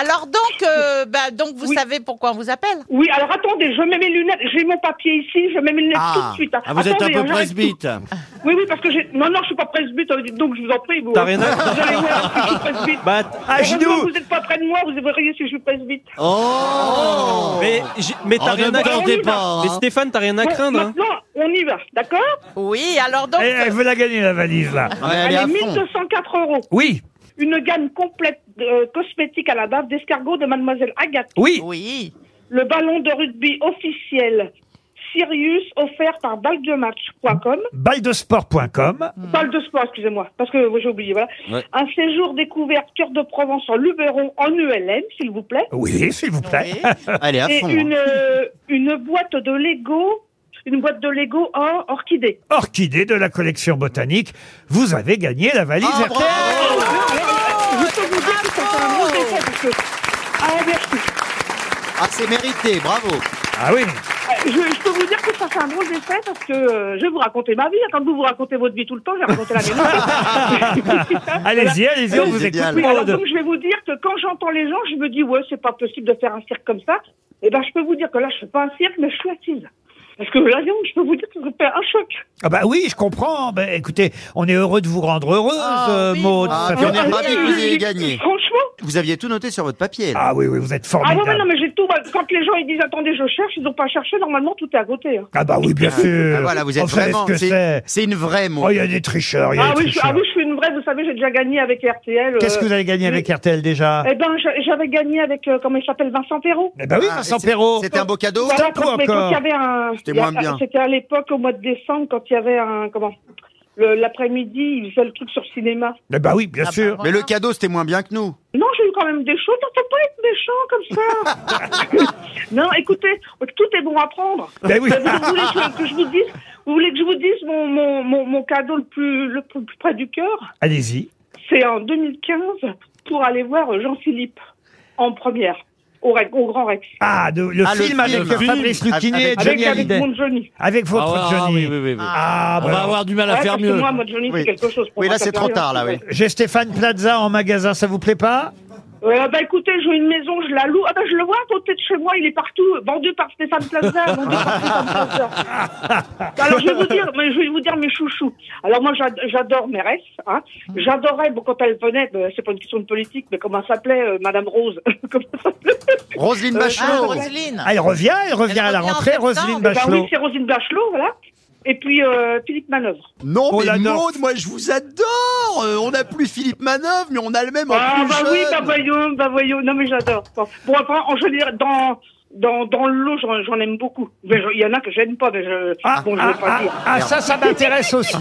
Speaker 4: Alors donc, euh, bah, donc vous savez pourquoi on vous appelle
Speaker 17: Oui, alors attendez, je mets mes lunettes, j'ai mon papier ici, je mets mes lunettes tout de suite. hein.
Speaker 6: Ah, vous êtes un
Speaker 17: Attendez,
Speaker 6: peu
Speaker 17: hein, j'arrête
Speaker 6: presbyte.
Speaker 17: tout. Oui, oui, parce que j'ai... Non, non, je suis pas presbyte, euh, dites donc je vous en prie, vous.
Speaker 6: T'as rien à-
Speaker 17: Vous allez voir si je suis presbyte.
Speaker 6: Bah,
Speaker 8: à
Speaker 17: Heureusement,
Speaker 8: genoux.
Speaker 17: Vous n'êtes pas près de moi, vous verriez si je suis presbyte.
Speaker 8: Oh Mais, j'ai- mais t'as
Speaker 17: Oh,
Speaker 8: rien
Speaker 17: ne
Speaker 8: à
Speaker 17: me tentez
Speaker 8: craindre.
Speaker 17: pas, hein.
Speaker 8: Mais Stéphane, t'as rien à
Speaker 17: Bon,
Speaker 8: craindre. hein.
Speaker 17: Maintenant, on y va, d'accord
Speaker 4: Oui, alors donc...
Speaker 2: Eh,
Speaker 6: Eh,
Speaker 2: Elle veut la gagner, la valise,
Speaker 9: Ah,
Speaker 2: là.
Speaker 17: Elle est 1204 euros.
Speaker 2: Oui.
Speaker 17: Une gamme complète de euh, cosmétiques à la base d'escargot de Mademoiselle Agathe.
Speaker 2: Oui.
Speaker 4: Oui.
Speaker 17: Le ballon de rugby officiel Sirius offert par balledematch.com.
Speaker 2: Baldesport.com.
Speaker 17: Balle de sport, excusez-moi, parce que j'ai oublié, voilà.
Speaker 2: Ouais.
Speaker 17: Un séjour découvert Cœur de Provence en Luberon en ULM, s'il vous plaît.
Speaker 2: Oui, s'il vous plaît.
Speaker 17: Et
Speaker 2: hein.
Speaker 9: hein.
Speaker 17: une, euh, une boîte de Lego, une boîte de Lego en orchidée.
Speaker 2: Orchidée de la collection botanique. Vous avez gagné la valise
Speaker 17: Ah,
Speaker 2: RTL.
Speaker 17: Je peux vous dire que ça fait un gros effet, parce que... Ah, merci.
Speaker 9: Ah, c'est mérité, bravo.
Speaker 2: Ah oui.
Speaker 17: Euh, Je, je peux vous dire que ça fait un gros effet parce que euh, je vais vous raconter ma vie. hein. Quand vous vous racontez votre vie tout le temps, je vais raconter la mienne.
Speaker 2: Allez-y, allez-y, on
Speaker 17: Oui,
Speaker 2: vous écoute.
Speaker 17: oui, alors
Speaker 2: Maude.
Speaker 17: donc, je vais vous dire que quand j'entends les gens, je me dis, ouais, c'est pas possible de faire un cirque comme ça. Et ben, je peux vous dire que là, je fais pas un cirque, mais je suis assise. Parce que là, disons, je peux vous dire que je fais un choc.
Speaker 2: Ah bah oui, je comprends. Bah, écoutez, on est heureux de vous rendre heureuse, euh, Maude.
Speaker 9: Ah,
Speaker 2: Ça
Speaker 9: puis
Speaker 2: fait-
Speaker 9: on est ravis que vous ayez gagné.
Speaker 17: Franchement
Speaker 9: Vous aviez tout noté sur votre papier.
Speaker 2: Ah oui, oui, vous êtes
Speaker 17: Ah
Speaker 2: formidable.
Speaker 17: ouais, ouais, non, mais j'ai tout. bah, Quand les gens ils disent, attendez, je cherche, ils ont pas cherché. Normalement, tout est à côté. hein.
Speaker 2: Ah bah oui, bien
Speaker 9: Ah,
Speaker 2: sûr.
Speaker 9: ah, voilà, vous êtes
Speaker 2: On savait
Speaker 9: vraiment-
Speaker 2: ce que
Speaker 9: c'est-
Speaker 2: c'est.
Speaker 9: c'est une vraie Maude.
Speaker 2: Oh, il y a des tricheurs, il y a
Speaker 17: Ah
Speaker 2: des
Speaker 17: oui, je,
Speaker 2: tricheurs.
Speaker 17: ah oui, je suis une vraie. Vous savez, j'ai déjà gagné avec RTL. euh,
Speaker 2: Qu'est-ce que vous avez gagné avec RTL déjà
Speaker 9: euh,
Speaker 17: Eh ben, j'a- j'avais gagné avec, euh, comment il s'appelle, Vincent Perrault.
Speaker 2: Eh ben oui, Vincent Perrault. C'était un beau cadeau
Speaker 17: Voilà,
Speaker 2: C'est un
Speaker 17: quand,
Speaker 2: coup
Speaker 17: mais quand
Speaker 2: encore.
Speaker 17: il y avait un...
Speaker 2: C'était
Speaker 17: il y a-
Speaker 2: moins bien.
Speaker 17: C'était à l'époque, au mois de décembre, quand il y avait un... Comment le- L'après-midi, il faisait le truc sur le cinéma.
Speaker 2: Eh bah oui,
Speaker 17: Ah
Speaker 2: bien sûr.
Speaker 9: Mais le cadeau, c'était moins bien que nous.
Speaker 17: Non, j'ai eu quand même des choses. T'as pas être méchant comme ça. non, écoutez, tout est bon à prendre.
Speaker 2: Ben oui.
Speaker 17: Mais vous voulez que, que je vous dise, vous voulez que je vous dise mon, mon, mon, mon cadeau le plus, le plus près du cœur
Speaker 2: Allez-y.
Speaker 17: C'est en 2015 pour aller voir Jean-Philippe en première au, Rex- au Grand Rex.
Speaker 2: Ah, de- le,
Speaker 17: Ah, le
Speaker 2: film,
Speaker 17: film.
Speaker 2: avec
Speaker 17: Le
Speaker 2: Fabrice
Speaker 17: film.
Speaker 2: Lucchini
Speaker 17: Avec-
Speaker 2: et Johnny
Speaker 17: avec
Speaker 2: Hallyday.
Speaker 17: mon Johnny.
Speaker 2: Avec votre
Speaker 6: Ah,
Speaker 2: Johnny.
Speaker 6: oui, oui, oui, oui.
Speaker 2: Ah,
Speaker 6: On
Speaker 2: bah
Speaker 6: va
Speaker 2: alors.
Speaker 6: avoir du mal à
Speaker 17: Ouais,
Speaker 6: faire
Speaker 17: parce que
Speaker 6: mieux.
Speaker 17: moi, moi, Johnny, c'est quelque chose. Pour moi, ça fait rien.
Speaker 2: J'ai Stéphane Plaza en magasin, ça vous plaît pas
Speaker 17: Ouais, bah écoutez, j'ai une maison, je la loue. Ah bah je le vois à côté de chez moi, il est partout, vendu par Stéphane Plaza, vendu par Stéphane Plaza. Ah. Alors je vais vous dire, mais je vais vous dire mes chouchous. Alors moi j'ad- j'adore Mérès, hein. J'adorais bon, quand elle venait, bah, c'est pas une question de politique, mais comment elle s'appelait euh, Madame Rose Comment elle s'appelait
Speaker 9: Roselyne
Speaker 17: Euh,
Speaker 9: Bachelot.
Speaker 17: Charles
Speaker 2: Ah, elle revient, elle revient à la rentrée, Roselyne
Speaker 17: Eh ben
Speaker 2: Bachelot.
Speaker 17: oui, c'est Roselyne Bachelot, voilà. Et puis euh, Philippe Manœuvre.
Speaker 9: Non,
Speaker 2: On
Speaker 9: mais
Speaker 2: l'adore.
Speaker 9: Maude, moi, je vous adore. Euh, on n'a plus Philippe Manœuvre,
Speaker 2: Eh,
Speaker 9: mais on a le même en
Speaker 17: Ah
Speaker 9: plus
Speaker 17: bah
Speaker 9: jeune.
Speaker 17: oui, bah voyons, bah voyons. Non mais j'adore. Bon, bon, enfin, en général, dans Dans, dans le lot, j'en j'en aime beaucoup. Mais je- il y en a que j'aime pas, mais je, bon, je vais pas
Speaker 2: Ah,
Speaker 17: dire.
Speaker 2: ah, ça, ça m'intéresse aussi.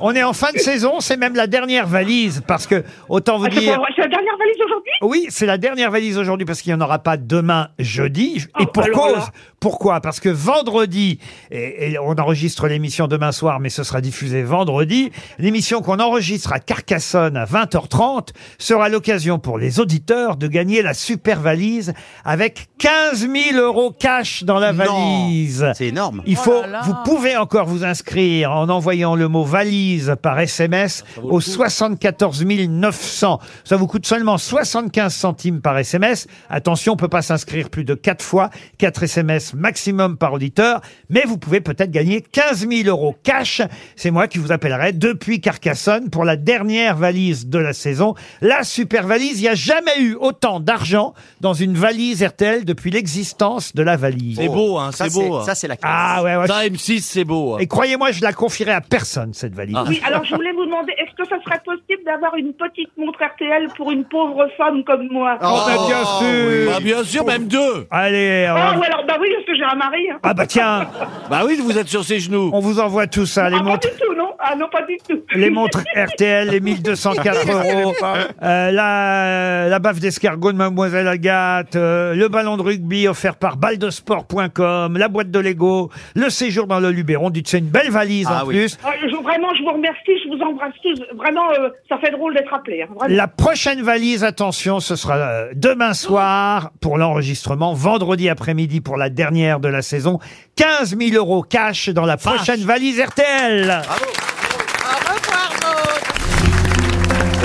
Speaker 2: On est en fin de saison, c'est même la dernière valise, parce que, autant vous
Speaker 17: Ah, c'est
Speaker 2: dire...
Speaker 17: pas vrai, c'est la dernière valise aujourd'hui
Speaker 2: Oui, c'est la dernière valise aujourd'hui parce qu'il n'y en aura pas demain jeudi. Et pour
Speaker 17: alors
Speaker 2: cause.
Speaker 17: là.
Speaker 2: Pourquoi Parce que vendredi, et, et on enregistre l'émission demain soir, mais ce sera diffusé vendredi, l'émission qu'on enregistre à Carcassonne à 20h30 sera l'occasion pour les auditeurs de gagner la super valise avec 15 000 euros cash dans la valise. C'est énorme. Il
Speaker 9: Oh
Speaker 2: faut,
Speaker 9: là là.
Speaker 2: vous pouvez encore vous inscrire en envoyant le mot valise par SMS au 74 900. Ça vous coûte seulement 75 centimes par SMS. Attention, on peut pas s'inscrire plus de 4 fois, 4 SMS maximum par auditeur, mais vous pouvez peut-être gagner 15 000 euros cash. C'est moi qui vous appellerai depuis Carcassonne pour la dernière valise de la saison. La super valise, il n'y a jamais eu autant d'argent dans une valise RTL depuis l'existence de la valise.
Speaker 6: C'est beau, hein, c'est beau. hein.
Speaker 2: Ah ouais, ouais.
Speaker 6: Ça, M6, c'est beau. hein. Ah.
Speaker 2: Et croyez-moi, je la confierai à personne, cette valise.
Speaker 17: Oui, alors je voulais vous demander, est-ce que ça serait possible d'avoir une petite montre RTL pour une pauvre femme comme moi
Speaker 2: Oh, bah, bien sûr
Speaker 6: Bah, bien sûr, même deux
Speaker 2: Allez on
Speaker 17: Ah,
Speaker 2: va-
Speaker 17: ou alors, bah oui, parce que j'ai un mari. hein.
Speaker 2: Ah bah tiens
Speaker 6: Bah oui, vous êtes sur ses genoux
Speaker 2: On vous envoie tout ça, les
Speaker 17: Ah,
Speaker 2: montres...
Speaker 17: pas du tout, non Ah non, pas du tout.
Speaker 2: Les montres RTL, les 1204 euros, euh, la, la baffe d'escargot de Mademoiselle Agathe, euh, le ballon de rugby offert par baldesport.com, la boîte de Lego, le séjour dans le Luberon. Dites, c'est une belle valise en plus.
Speaker 17: Ah, je- vraiment, je vous remercie, je vous embrasse tous. Vraiment, euh, ça fait drôle d'être appelé. hein, vraiment.
Speaker 2: La prochaine valise, attention, ce sera euh, demain soir pour l'enregistrement, vendredi après-midi pour la dernière de la saison. 15 000 euros cash dans la prochaine valise RTL.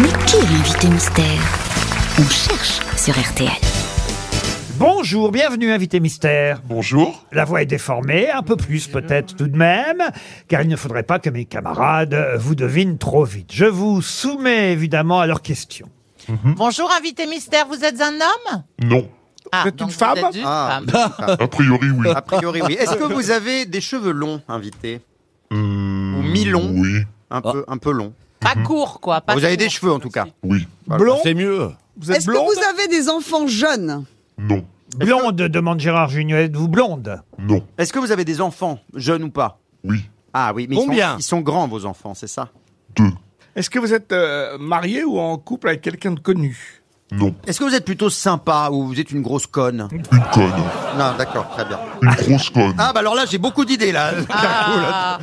Speaker 12: Mais qui est l'invité mystère On cherche sur RTL.
Speaker 2: Bonjour, bienvenue invité mystère. Bonjour. La voix est déformée, un peu plus peut-être tout de même, car il ne faudrait pas que mes camarades euh, vous devinent trop vite. Je vous soumets évidemment à leurs questions.
Speaker 4: Bonjour, invité mystère, vous êtes un homme
Speaker 2: Hum, Non.
Speaker 4: ah, donc vous êtes une
Speaker 9: Ah.
Speaker 4: femme.
Speaker 9: A
Speaker 2: priori, oui.
Speaker 9: A priori, oui. Est-ce que vous avez des cheveux longs, invité
Speaker 2: Hum,
Speaker 9: Ou mi-longs Oui. Un peu, un peu longs.
Speaker 4: Pas court, quoi. Pas
Speaker 9: vous avez des
Speaker 4: court.
Speaker 9: cheveux, en tout cas
Speaker 2: Oui.
Speaker 9: Blond C'est mieux.
Speaker 7: Est-ce que vous avez des enfants jeunes
Speaker 2: Blonde, demande Gérard Junior, êtes-vous blonde Non.
Speaker 9: Est-ce que vous avez des enfants, jeunes ou pas
Speaker 2: Oui.
Speaker 9: Ah oui, mais ils sont-
Speaker 11: Combien
Speaker 9: ils, sont, grands, vos enfants, c'est ça
Speaker 11: Est-ce que vous êtes euh, marié ou en couple avec quelqu'un de connu
Speaker 9: Non. Est-ce que vous êtes plutôt sympa ou vous êtes une grosse conne Une
Speaker 11: conne.
Speaker 9: Non, d'accord, très bien.
Speaker 11: Une grosse conne.
Speaker 9: Ah bah alors là, j'ai beaucoup d'idées, là.
Speaker 5: Ah,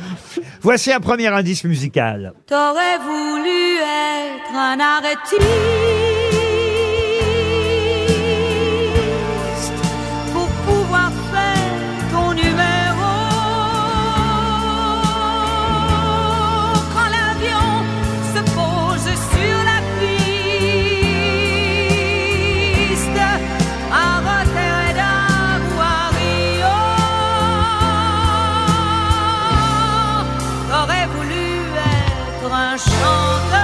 Speaker 2: Voici un premier indice musical.
Speaker 5: T'aurais voulu être un arrêtiste pour pouvoir faire ton numéro. Quand l'avion se pose sur la piste à Rotterdam ou à Rio, t'aurais voulu être un chanteur.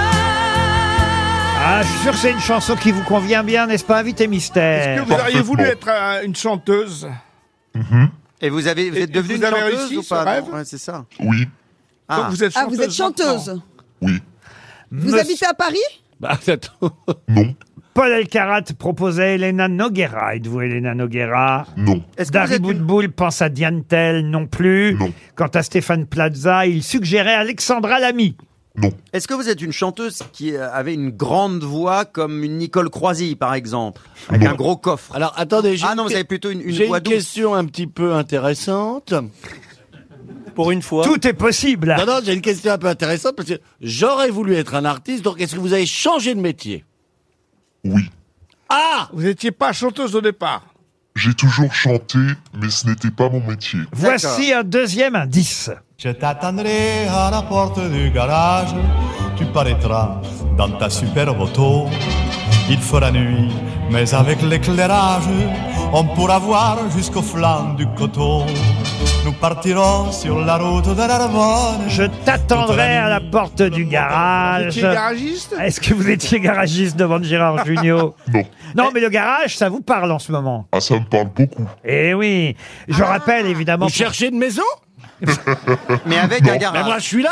Speaker 2: Ah, je suis sûr que c'est une chanson qui vous convient bien, n'est-ce pas, invité mystère
Speaker 11: Est-ce que vous auriez voulu être euh, une chanteuse
Speaker 9: Et vous, avez, vous êtes
Speaker 11: Et
Speaker 9: devenu
Speaker 11: vous
Speaker 9: une
Speaker 11: avez
Speaker 9: chanteuse
Speaker 11: réussi
Speaker 9: ou
Speaker 11: ce
Speaker 9: pas Non,
Speaker 11: rêve
Speaker 9: ouais, C'est ça.
Speaker 11: Oui.
Speaker 9: Ah.
Speaker 11: Donc vous êtes
Speaker 7: Ah, vous êtes chanteuse Oui. Vous
Speaker 2: Monsieur-
Speaker 7: habitez à Paris
Speaker 2: Paul Elkarat proposait Elena Noguera. Êtes-vous Elena Noguera Non.
Speaker 9: Est-ce que vous
Speaker 2: Dari
Speaker 9: êtes une-
Speaker 2: Boudboul pense à Diane Tell non plus. Quant à Stéphane Plaza, il suggérait Alexandra Lamy.
Speaker 9: Est-ce que vous êtes une chanteuse qui euh, avait une grande voix comme une Nicole Croisy, par exemple Avec un gros coffre.
Speaker 6: Alors attendez, j'ai
Speaker 9: Ah non,
Speaker 6: une-
Speaker 9: vous avez plutôt une, une
Speaker 6: j'ai
Speaker 9: voix
Speaker 6: une
Speaker 9: douce.
Speaker 6: question un petit peu intéressante.
Speaker 8: Pour une fois.
Speaker 2: Tout est possible.
Speaker 6: Non, non, j'ai une question un peu intéressante parce que j'aurais voulu être un artiste, donc est-ce que vous avez changé de métier
Speaker 11: Ah Vous n'étiez pas chanteuse au départ
Speaker 20: J'ai toujours chanté, mais ce n'était pas mon métier.
Speaker 2: Voici un deuxième indice.
Speaker 21: Je t'attendrai à la porte du garage. Tu paraîtras dans ta superbe auto. Il fera nuit, mais avec l'éclairage, on pourra voir jusqu'au flanc du coteau. Nous partirons sur la route de Narbonne.
Speaker 2: Je t'attendrai à la porte du garage.
Speaker 21: Vous étiez garagiste
Speaker 2: Est-ce que vous étiez garagiste devant Gérard Junior Non. Non, mais le garage, ça vous parle en ce moment.
Speaker 20: Ah, ça me parle beaucoup.
Speaker 2: Eh oui. Je rappelle évidemment.
Speaker 20: Vous cherchez
Speaker 2: une maison
Speaker 14: Mais avec
Speaker 2: Bon,
Speaker 14: un garage. Euh,
Speaker 2: ben moi, je suis là,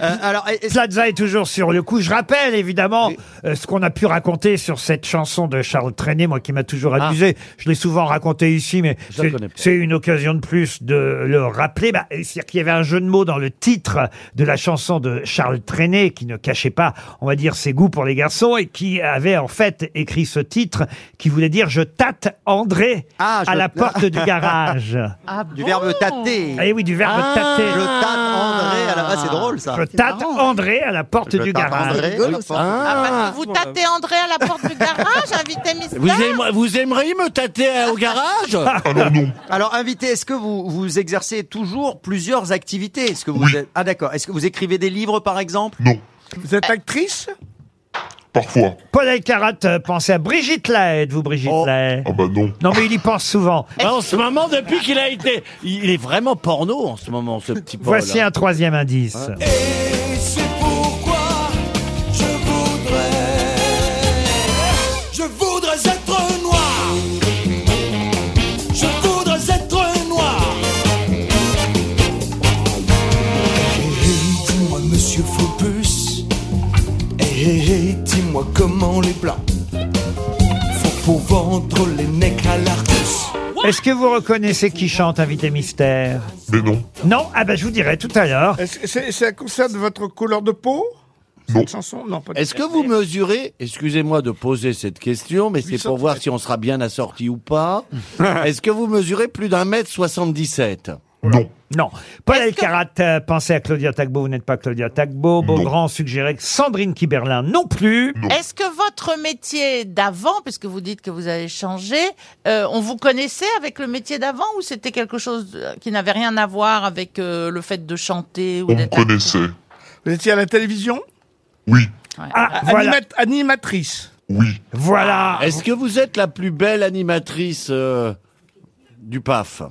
Speaker 2: hein
Speaker 14: alors, et- et-
Speaker 2: Plaza est toujours sur le coup. Je rappelle évidemment euh, ce qu'on a pu raconter sur cette chanson de Charles Trenet, moi qui m'a toujours
Speaker 14: Ah.
Speaker 2: amusé. Je l'ai souvent raconté ici, mais
Speaker 6: Je la
Speaker 2: c'est-
Speaker 6: connais pas.
Speaker 2: c'est une occasion de plus de le rappeler. Bah, C'est-à-dire qu'il y avait un jeu de mots dans le titre de la chanson de Charles Trenet qui ne cachait pas, on va dire, ses goûts pour les garçons et qui avait en fait écrit ce titre qui voulait dire Je tâte André
Speaker 14: Ah,
Speaker 9: Ah,
Speaker 14: je-
Speaker 2: à la porte du garage.
Speaker 6: Ah
Speaker 14: du verbe
Speaker 6: Oh.
Speaker 14: tâter.
Speaker 2: Eh oui, du verbe
Speaker 14: Ah,
Speaker 2: tâter.
Speaker 14: Je tâte André à la. Ah, c'est drôle ça.
Speaker 2: Je tâte André à la porte
Speaker 14: Je
Speaker 2: du
Speaker 14: tâte
Speaker 2: garage.
Speaker 14: André à la porte du garage.
Speaker 4: Ah, parce que vous tâtez André à la porte du garage, invité mystère
Speaker 6: Vous, aimeriez- vous aimeriez me tâter euh, au garage Alors non.
Speaker 9: Alors, invité, est-ce que vous, vous exercez toujours plusieurs activités Est-ce que vous êtes- Ah d'accord. Est-ce que vous écrivez des livres, par exemple
Speaker 20: Non.
Speaker 9: Vous êtes actrice
Speaker 20: Parfois.
Speaker 2: Paul Elkarat euh, pensez à Brigitte Lahaye, vous, Brigitte
Speaker 14: Oh.
Speaker 2: Lahaye
Speaker 20: Ah bah non.
Speaker 2: Non, mais il y pense souvent.
Speaker 6: en ce moment, depuis qu'il a été... Il est vraiment porno en ce moment, ce petit Paul. hein.
Speaker 2: Voici un troisième indice.
Speaker 5: Et c'est pourquoi je voudrais, je voudrais être noir. Je voudrais être noir. Hé hé, dis-moi, monsieur Phobus. Hé hé hé, dis-moi comment les blancs font pour vendre les nègres à l'Artus.
Speaker 2: Est-ce que vous reconnaissez qui chante Invité Mystère
Speaker 20: Mais non.
Speaker 2: Non Ah bah je vous dirai tout à l'heure.
Speaker 11: Est-ce que c'est- Ça concerne votre couleur de peau Cette chanson Non, pas du
Speaker 6: Est-ce
Speaker 11: tout.
Speaker 6: que vous mesurez, excusez-moi de poser cette question, mais c'est pour voir si on sera bien assorti ou pas, est-ce que vous mesurez plus d'un mètre 77
Speaker 20: Non.
Speaker 2: Non. Paul Elkarat, euh, pensez à Claudia Tagbo, vous n'êtes pas Claudia Tagbo. Beaugrand suggérait que Sandrine Kiberlin non plus.
Speaker 4: Est-ce que votre métier d'avant, puisque vous dites que vous avez changé, euh, on vous connaissait avec le métier d'avant ou c'était quelque chose euh, qui n'avait rien à voir avec euh, le fait de chanter ou
Speaker 20: On me
Speaker 4: d'être
Speaker 20: connaissait.
Speaker 11: Vous étiez à la télévision
Speaker 20: Oui.
Speaker 2: Ah,
Speaker 6: voilà.
Speaker 11: Animatrice.
Speaker 20: Oui.
Speaker 2: Voilà.
Speaker 6: Ah. Est-ce que vous êtes la plus belle animatrice euh, du PAF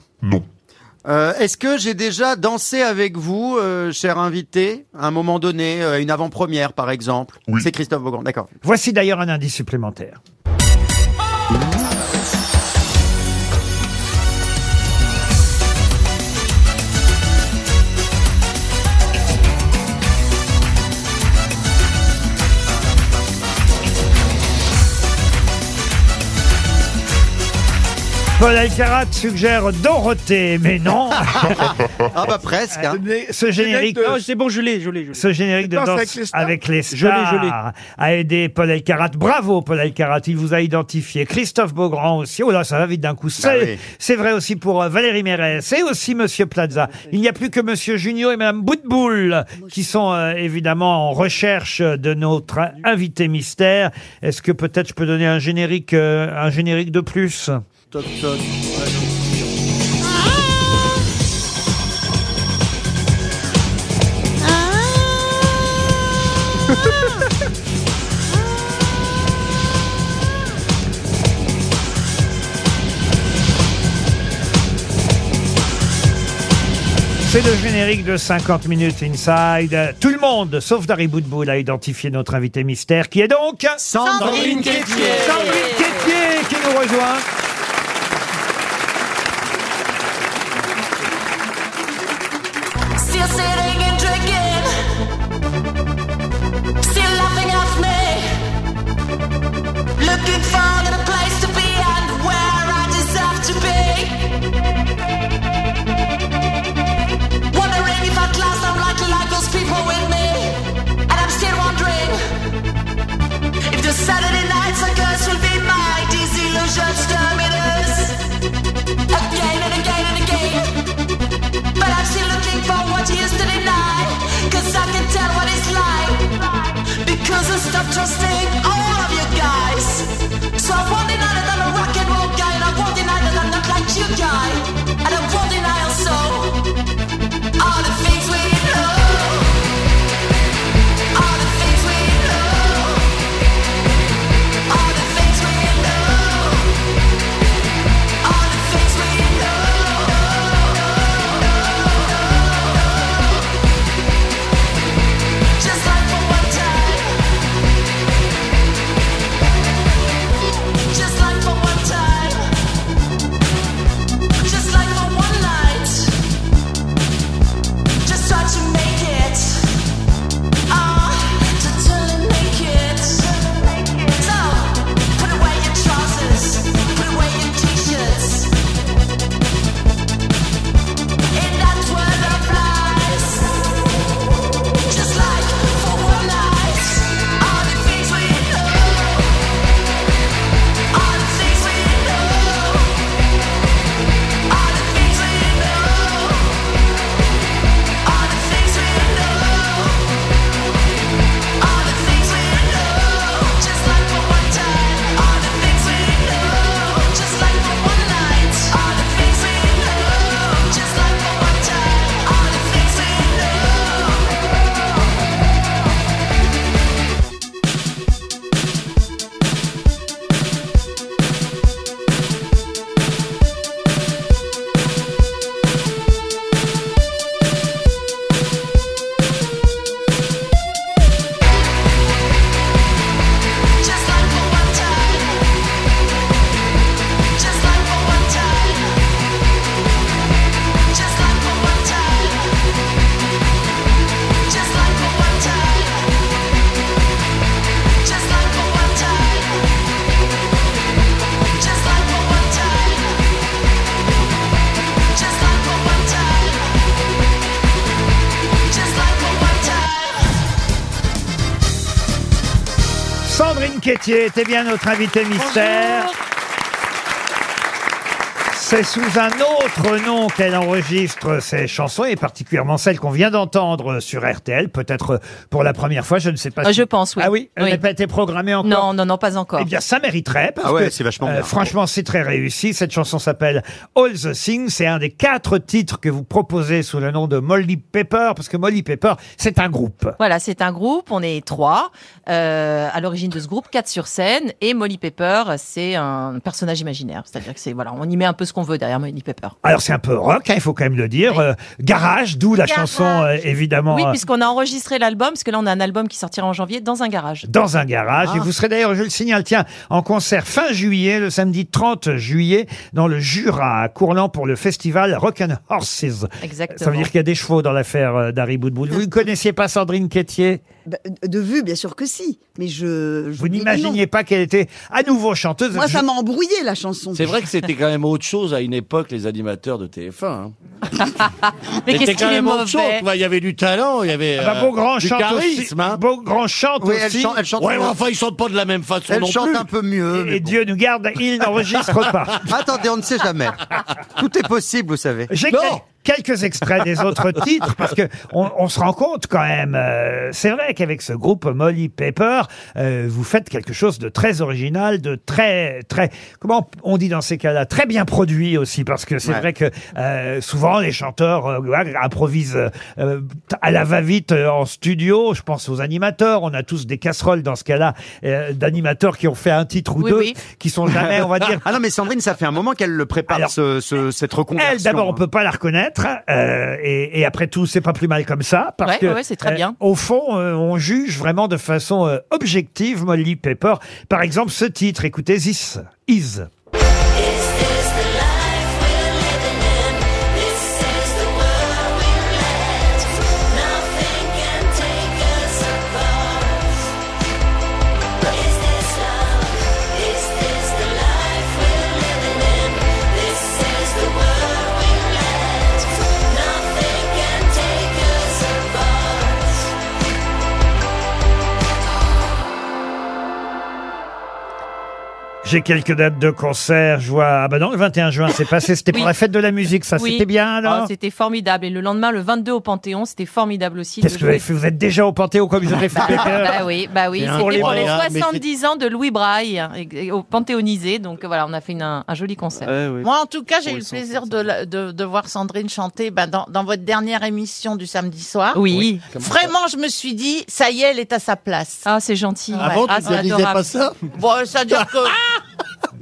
Speaker 9: Euh, Est-ce que j'ai déjà dansé avec vous, euh, cher invité, à un moment donné, euh, à une avant-première, par exemple C'est Christophe Beaugrand, d'accord.
Speaker 2: Voici d'ailleurs un indice supplémentaire. Paul Alcarat suggère Dorothée, mais non
Speaker 9: Ah bah presque. hein.
Speaker 2: Ce générique...
Speaker 8: Non, Ah, c'est bon, je l'ai, je l'ai, je l'ai.
Speaker 2: Ce générique de
Speaker 8: Danse
Speaker 2: danse
Speaker 8: avec les stars.
Speaker 2: avec les stars
Speaker 8: Je l'ai, je l'ai.
Speaker 2: a aidé Paul Elkarat. Bravo Paul Elkarat, il vous a identifié. Christophe Beaugrand aussi. Oh là, ça va vite d'un coup. C'est
Speaker 9: oui.
Speaker 2: c'est vrai aussi pour euh, Valérie Mérès et aussi Monsieur Plaza. Il n'y a plus que Monsieur Junio et Madame Boutboul qui sont euh, évidemment en recherche de notre invité mystère. Est-ce que peut-être je peux donner un générique, euh, un générique de plus
Speaker 6: Toc toc.
Speaker 5: Ah.
Speaker 2: C'est le générique de 50 minutes inside. Tout le monde, sauf Dari Boutboul, a identifié notre invité mystère, qui est donc
Speaker 5: Sandrine Quétier.
Speaker 2: Sandrine Quétier qui nous rejoint.
Speaker 5: Still sitting and drinking. Still laughing at me. Looking for another place to be and where I deserve to be. Wondering if at last I'm likely like those people with me. And I'm still wondering if the Saturday nights and girls will be my disillusioned story. Ah,
Speaker 2: Marquetier était bien notre invité mystère. C'est sous un autre nom qu'elle enregistre ses chansons, et particulièrement celle qu'on vient d'entendre sur RTL, peut-être euh, pour la première fois, je ne sais pas.
Speaker 10: Euh, je pense, oui.
Speaker 2: Ah oui, elle n'a pas été programmée encore.
Speaker 10: Non, non, non, pas encore.
Speaker 2: Eh bien, ça mériterait. Parce
Speaker 10: Ah ouais,
Speaker 2: que, euh,
Speaker 10: c'est vachement bien.
Speaker 2: franchement, c'est très réussi. Cette chanson s'appelle All the Things. C'est un des quatre titres que vous proposez sous le nom de Molly Pepper, parce que Molly Pepper, c'est un groupe.
Speaker 10: Euh, Voilà, c'est un groupe, on est trois euh, à l'origine de ce groupe, quatre sur scène, et Molly Pepper, c'est un personnage imaginaire, c'est-à-dire que c'est voilà, on y met un peu ce qu'on veut derrière Molly Pepper.
Speaker 2: Alors c'est un peu rock, hein, il faut quand même le dire. Euh, garage, d'où la chanson euh, évidemment
Speaker 10: Oui,
Speaker 2: euh,
Speaker 10: puisqu'on a enregistré l'album, parce que là on a un album qui sortira en janvier dans un garage.
Speaker 2: dans un garage.
Speaker 10: Ah.
Speaker 2: Et vous serez d'ailleurs, je le signale, tiens, en concert fin juillet, le samedi 30 juillet, dans le Jura, à Courland pour le festival Rock'n Horses.
Speaker 10: Exactement.
Speaker 2: Ça veut dire qu'il y a des chevaux dans l'affaire euh, d'Harry Boudboul. Vous ne connaissiez pas Sandrine Quétier
Speaker 7: Bah, de vue, bien sûr que si, mais je. je
Speaker 2: Vous n'imaginiez pas qu'elle était à nouveau chanteuse
Speaker 7: Moi, ça
Speaker 2: Je-
Speaker 7: m'a embrouillé la chanson.
Speaker 6: C'est vrai que c'était quand même autre chose à une époque, les animateurs de TF1. hein.
Speaker 7: Mais
Speaker 6: C'était
Speaker 7: qu'est-ce
Speaker 6: quand
Speaker 7: qu'il est
Speaker 6: même autre chose,
Speaker 7: mauvais.
Speaker 6: tu vois, Il y avait du talent, il y avait euh,
Speaker 2: Ah bah, Beaugrand
Speaker 6: du
Speaker 2: chante
Speaker 6: charisme.
Speaker 2: aussi.
Speaker 6: hein.
Speaker 2: Beaugrand chante
Speaker 6: Oui, elle
Speaker 2: aussi.
Speaker 6: chante- elle chante Ouais, mieux. mais enfin, ils chantent pas de la même façon
Speaker 2: Elle
Speaker 6: non
Speaker 2: chante
Speaker 6: plus.
Speaker 2: un peu mieux. Et, Dieu nous garde, il n'enregistre pas.
Speaker 14: Attendez, on ne sait jamais. Tout est possible, vous savez.
Speaker 2: J'ai quel- quelques extraits des autres titres parce que on, on se rend compte quand même. euh, c'est vrai qu'avec ce groupe Molly Pepper, euh, vous faites quelque chose de très original, de très très comment on dit dans ces cas-là, très bien produit aussi parce que c'est
Speaker 22: Ouais.
Speaker 2: vrai que euh, souvent les chanteurs euh, voilà, improvisent euh, à la va-vite euh, en studio. Je pense aux animateurs. On a tous des casseroles dans ce cas-là euh, d'animateurs qui ont fait un titre ou deux qui sont jamais, on va dire,
Speaker 14: Ah non, mais Sandrine, ça fait un moment qu'elle le prépare, ce- ce- cette reconversion.
Speaker 2: elle, d'abord, on
Speaker 14: hein.
Speaker 2: peut pas la reconnaître, euh, et, et après tout, c'est pas plus mal comme ça, parce
Speaker 10: Ouais,
Speaker 2: que
Speaker 10: ouais, c'est très bien.
Speaker 2: Au fond, euh, on juge vraiment de façon euh, objective Molly Pepper. Par exemple, ce titre, écoutez, Is, Is. J'ai quelques dates de concert. Je vois, ah bah non, le 21 juin, c'est passé. C'était pour la fête de la musique, ça.
Speaker 10: Oui.
Speaker 2: C'était bien, alors.
Speaker 10: Ah, C'était formidable. Et le lendemain, le 22 au Panthéon, c'était formidable aussi.
Speaker 2: Qu'est-ce
Speaker 10: de
Speaker 2: que vous avez
Speaker 10: jouer.
Speaker 2: fait Vous êtes déjà au Panthéon comme je l'ai fait.
Speaker 10: bah, bah oui, bah oui.
Speaker 2: C'est
Speaker 10: C'était
Speaker 2: pour
Speaker 10: pour
Speaker 2: les
Speaker 10: les,
Speaker 2: Bréens, mais c'est-
Speaker 10: 70 ans de Louis Braille, hein, et- et au Panthéonisé. Donc euh, voilà, on a fait une- un, un joli concert.
Speaker 4: Moi, en tout cas, j'ai eu le plaisir de, la- de, de voir Sandrine chanter ben, dans, dans votre dernière émission du samedi soir.
Speaker 10: Oui. Oui, comme ça.
Speaker 4: Vraiment, je me suis dit, ça y est, elle est à sa place.
Speaker 10: Ah, c'est gentil.
Speaker 4: Ouais. Ah, c'est adorable. Bon, ça veut dire que.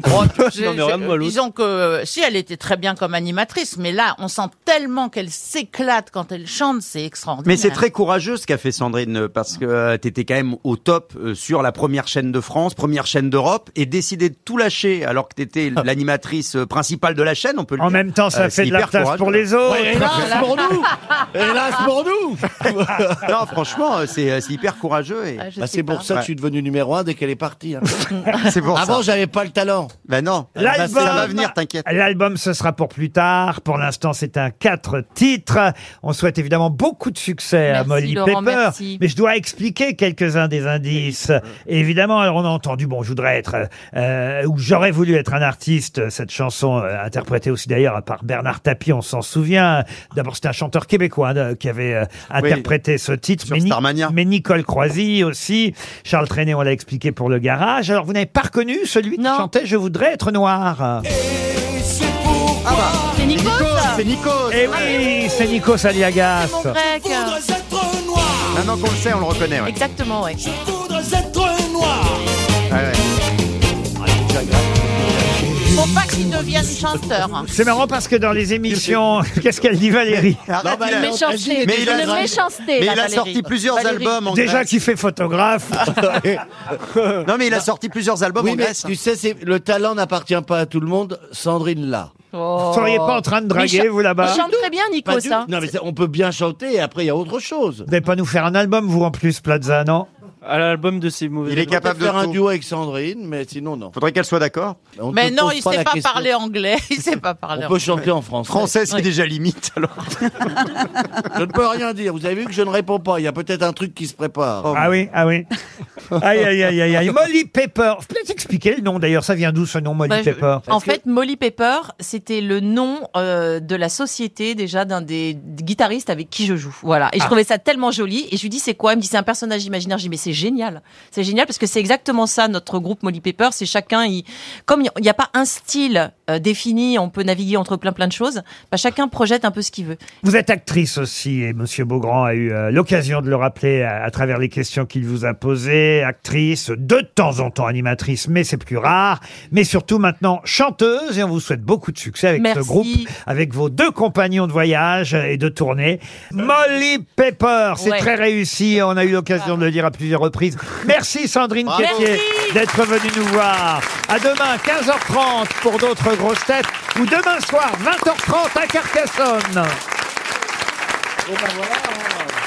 Speaker 4: Bon, j'ai-
Speaker 8: Non, mais
Speaker 4: j'ai-
Speaker 8: rien de mal, l'autre.
Speaker 4: disons que euh, si elle était très bien comme animatrice, mais là, on sent tellement qu'elle s'éclate quand elle chante, c'est extraordinaire.
Speaker 9: Mais c'est très courageux ce qu'a fait Sandrine euh, parce que euh, t'étais quand même au top euh, sur la première chaîne de France, première chaîne d'Europe et décider de tout lâcher alors que t'étais l'animatrice euh, principale de la chaîne, on peut le
Speaker 2: Ah. En
Speaker 9: dire.
Speaker 2: même temps, ça
Speaker 9: Euh,
Speaker 2: fait
Speaker 9: c'est
Speaker 2: de la
Speaker 9: hyper
Speaker 2: place pour
Speaker 9: courageux.
Speaker 2: les
Speaker 6: Oh,
Speaker 2: autres.
Speaker 6: Hélas pour nous
Speaker 9: Non, franchement, euh, c'est euh, c'est hyper courageux. Et...
Speaker 6: Ah, je Bah, sais c'est pour pas. ça que je suis
Speaker 9: devenu numéro un dès qu'elle est partie.
Speaker 6: C'est
Speaker 9: pour ça.
Speaker 6: hein. Avant, j'avais pas le talent. Ah, bah,
Speaker 9: Ben non.
Speaker 2: L'album,
Speaker 9: Ça va venir, t'inquiète.
Speaker 2: L'album, ce sera pour plus tard. Pour l'instant, c'est un quatre titres. On souhaite évidemment beaucoup de succès à
Speaker 23: Merci,
Speaker 2: Molly
Speaker 23: Laurent,
Speaker 2: Pepper.
Speaker 23: merci.
Speaker 2: Mais je dois expliquer quelques-uns des indices. Évidemment, alors on a entendu, bon, je voudrais être, euh, ou j'aurais voulu être un artiste. Cette chanson, euh, interprétée aussi d'ailleurs par Bernard Tapie, on s'en souvient. D'abord, c'était un chanteur québécois hein, de- qui avait euh, interprété ce titre. mais, Ni- mais Nicole Croisy aussi. Charles Trenet, on l'a expliqué pour le garage. Alors, vous n'avez pas reconnu celui qui chantait Je voudrais être noir.
Speaker 10: C'est Nikos
Speaker 9: C'est Nikos
Speaker 2: Eh oui, c'est Nikos Aliagas.
Speaker 10: Mon grec.
Speaker 9: Maintenant qu'on le sait, on le reconnaît. ouais.
Speaker 10: Exactement, ouais.
Speaker 4: Faut pas qu'il devienne chanteur. hein.
Speaker 2: C'est marrant parce que dans les émissions, qu'est-ce qu'elle dit Valérie
Speaker 4: Arrête, Non, bah, une méchanceté,
Speaker 9: Mais il a- une méchanceté, mais là, il a Valérie. sorti plusieurs Valérie. albums en
Speaker 2: Déjà
Speaker 9: Grèce.
Speaker 2: qui fait photographe.
Speaker 9: non, mais il a sorti plusieurs albums
Speaker 6: Oui,
Speaker 9: en
Speaker 6: mais
Speaker 9: Grèce. hein.
Speaker 6: Tu sais, c'est- le talent n'appartient pas à tout le monde. Sandrine là.
Speaker 10: Vous seriez pas en train de draguer, Mais il cha- vous, là-bas Oh. il chante très bien, Nico,
Speaker 6: Pas du-
Speaker 10: ça.
Speaker 6: Non, mais ça- on peut bien chanter et après, il y a autre chose.
Speaker 2: Vous n'allez pas nous faire un album, vous, en plus, Plaza, non
Speaker 8: à l'album de ses mauvais.
Speaker 6: Il est capable de faire un duo
Speaker 8: avec Sandrine, mais sinon non.
Speaker 9: Faudrait qu'elle soit d'accord.
Speaker 4: Mais non, il sait pas parler anglais. Il sait pas parler anglais.
Speaker 9: Français, c'est
Speaker 4: Oui.
Speaker 9: déjà limite, alors.
Speaker 6: Je ne peux rien dire. Vous avez vu que je ne réponds pas. Il y a peut-être un truc qui se prépare.
Speaker 9: Oh.
Speaker 2: Ah oui, ah oui. Aïe, aïe, aïe, aïe, aïe. Molly Pepper. Vous pouvez expliquer le nom d'ailleurs, ça vient d'où ce nom Molly
Speaker 10: Bah, je-
Speaker 9: Ah,
Speaker 2: Pepper
Speaker 10: En fait, Molly Pepper, c'était le nom euh, de la société déjà d'un des guitaristes avec qui je joue. Voilà. Et je
Speaker 2: Ah.
Speaker 10: trouvais ça tellement joli. Et je lui dis, c'est quoi Il me dit, c'est un personnage imaginaire. Je dis, mais c'est génial. C'est génial parce que c'est exactement ça, notre groupe Molly Pepper. C'est chacun, il... comme il n'y a pas un style euh, défini, on peut naviguer entre plein plein de choses, bah, chacun projette un peu ce qu'il veut.
Speaker 2: Vous êtes actrice aussi, et Monsieur Beaugrand a eu euh, l'occasion de le rappeler à, à travers les questions qu'il vous a posées. Actrice, de temps en temps animatrice, mais c'est plus rare. Mais surtout maintenant chanteuse, et on vous souhaite beaucoup de succès avec
Speaker 10: Merci.
Speaker 2: ce groupe, avec vos deux compagnons de voyage euh, et de tournée. Molly Pepper, c'est
Speaker 10: Ouais.
Speaker 2: très réussi, on a eu l'occasion de le dire à plusieurs reprises. Merci Sandrine
Speaker 10: Bravo.
Speaker 2: Quétier d'être venue nous voir. À demain, 15h30 pour d'autres grosses têtes, ou demain soir, 20h30 à Carcassonne.
Speaker 17: bah,
Speaker 6: Eh ben voilà, hein.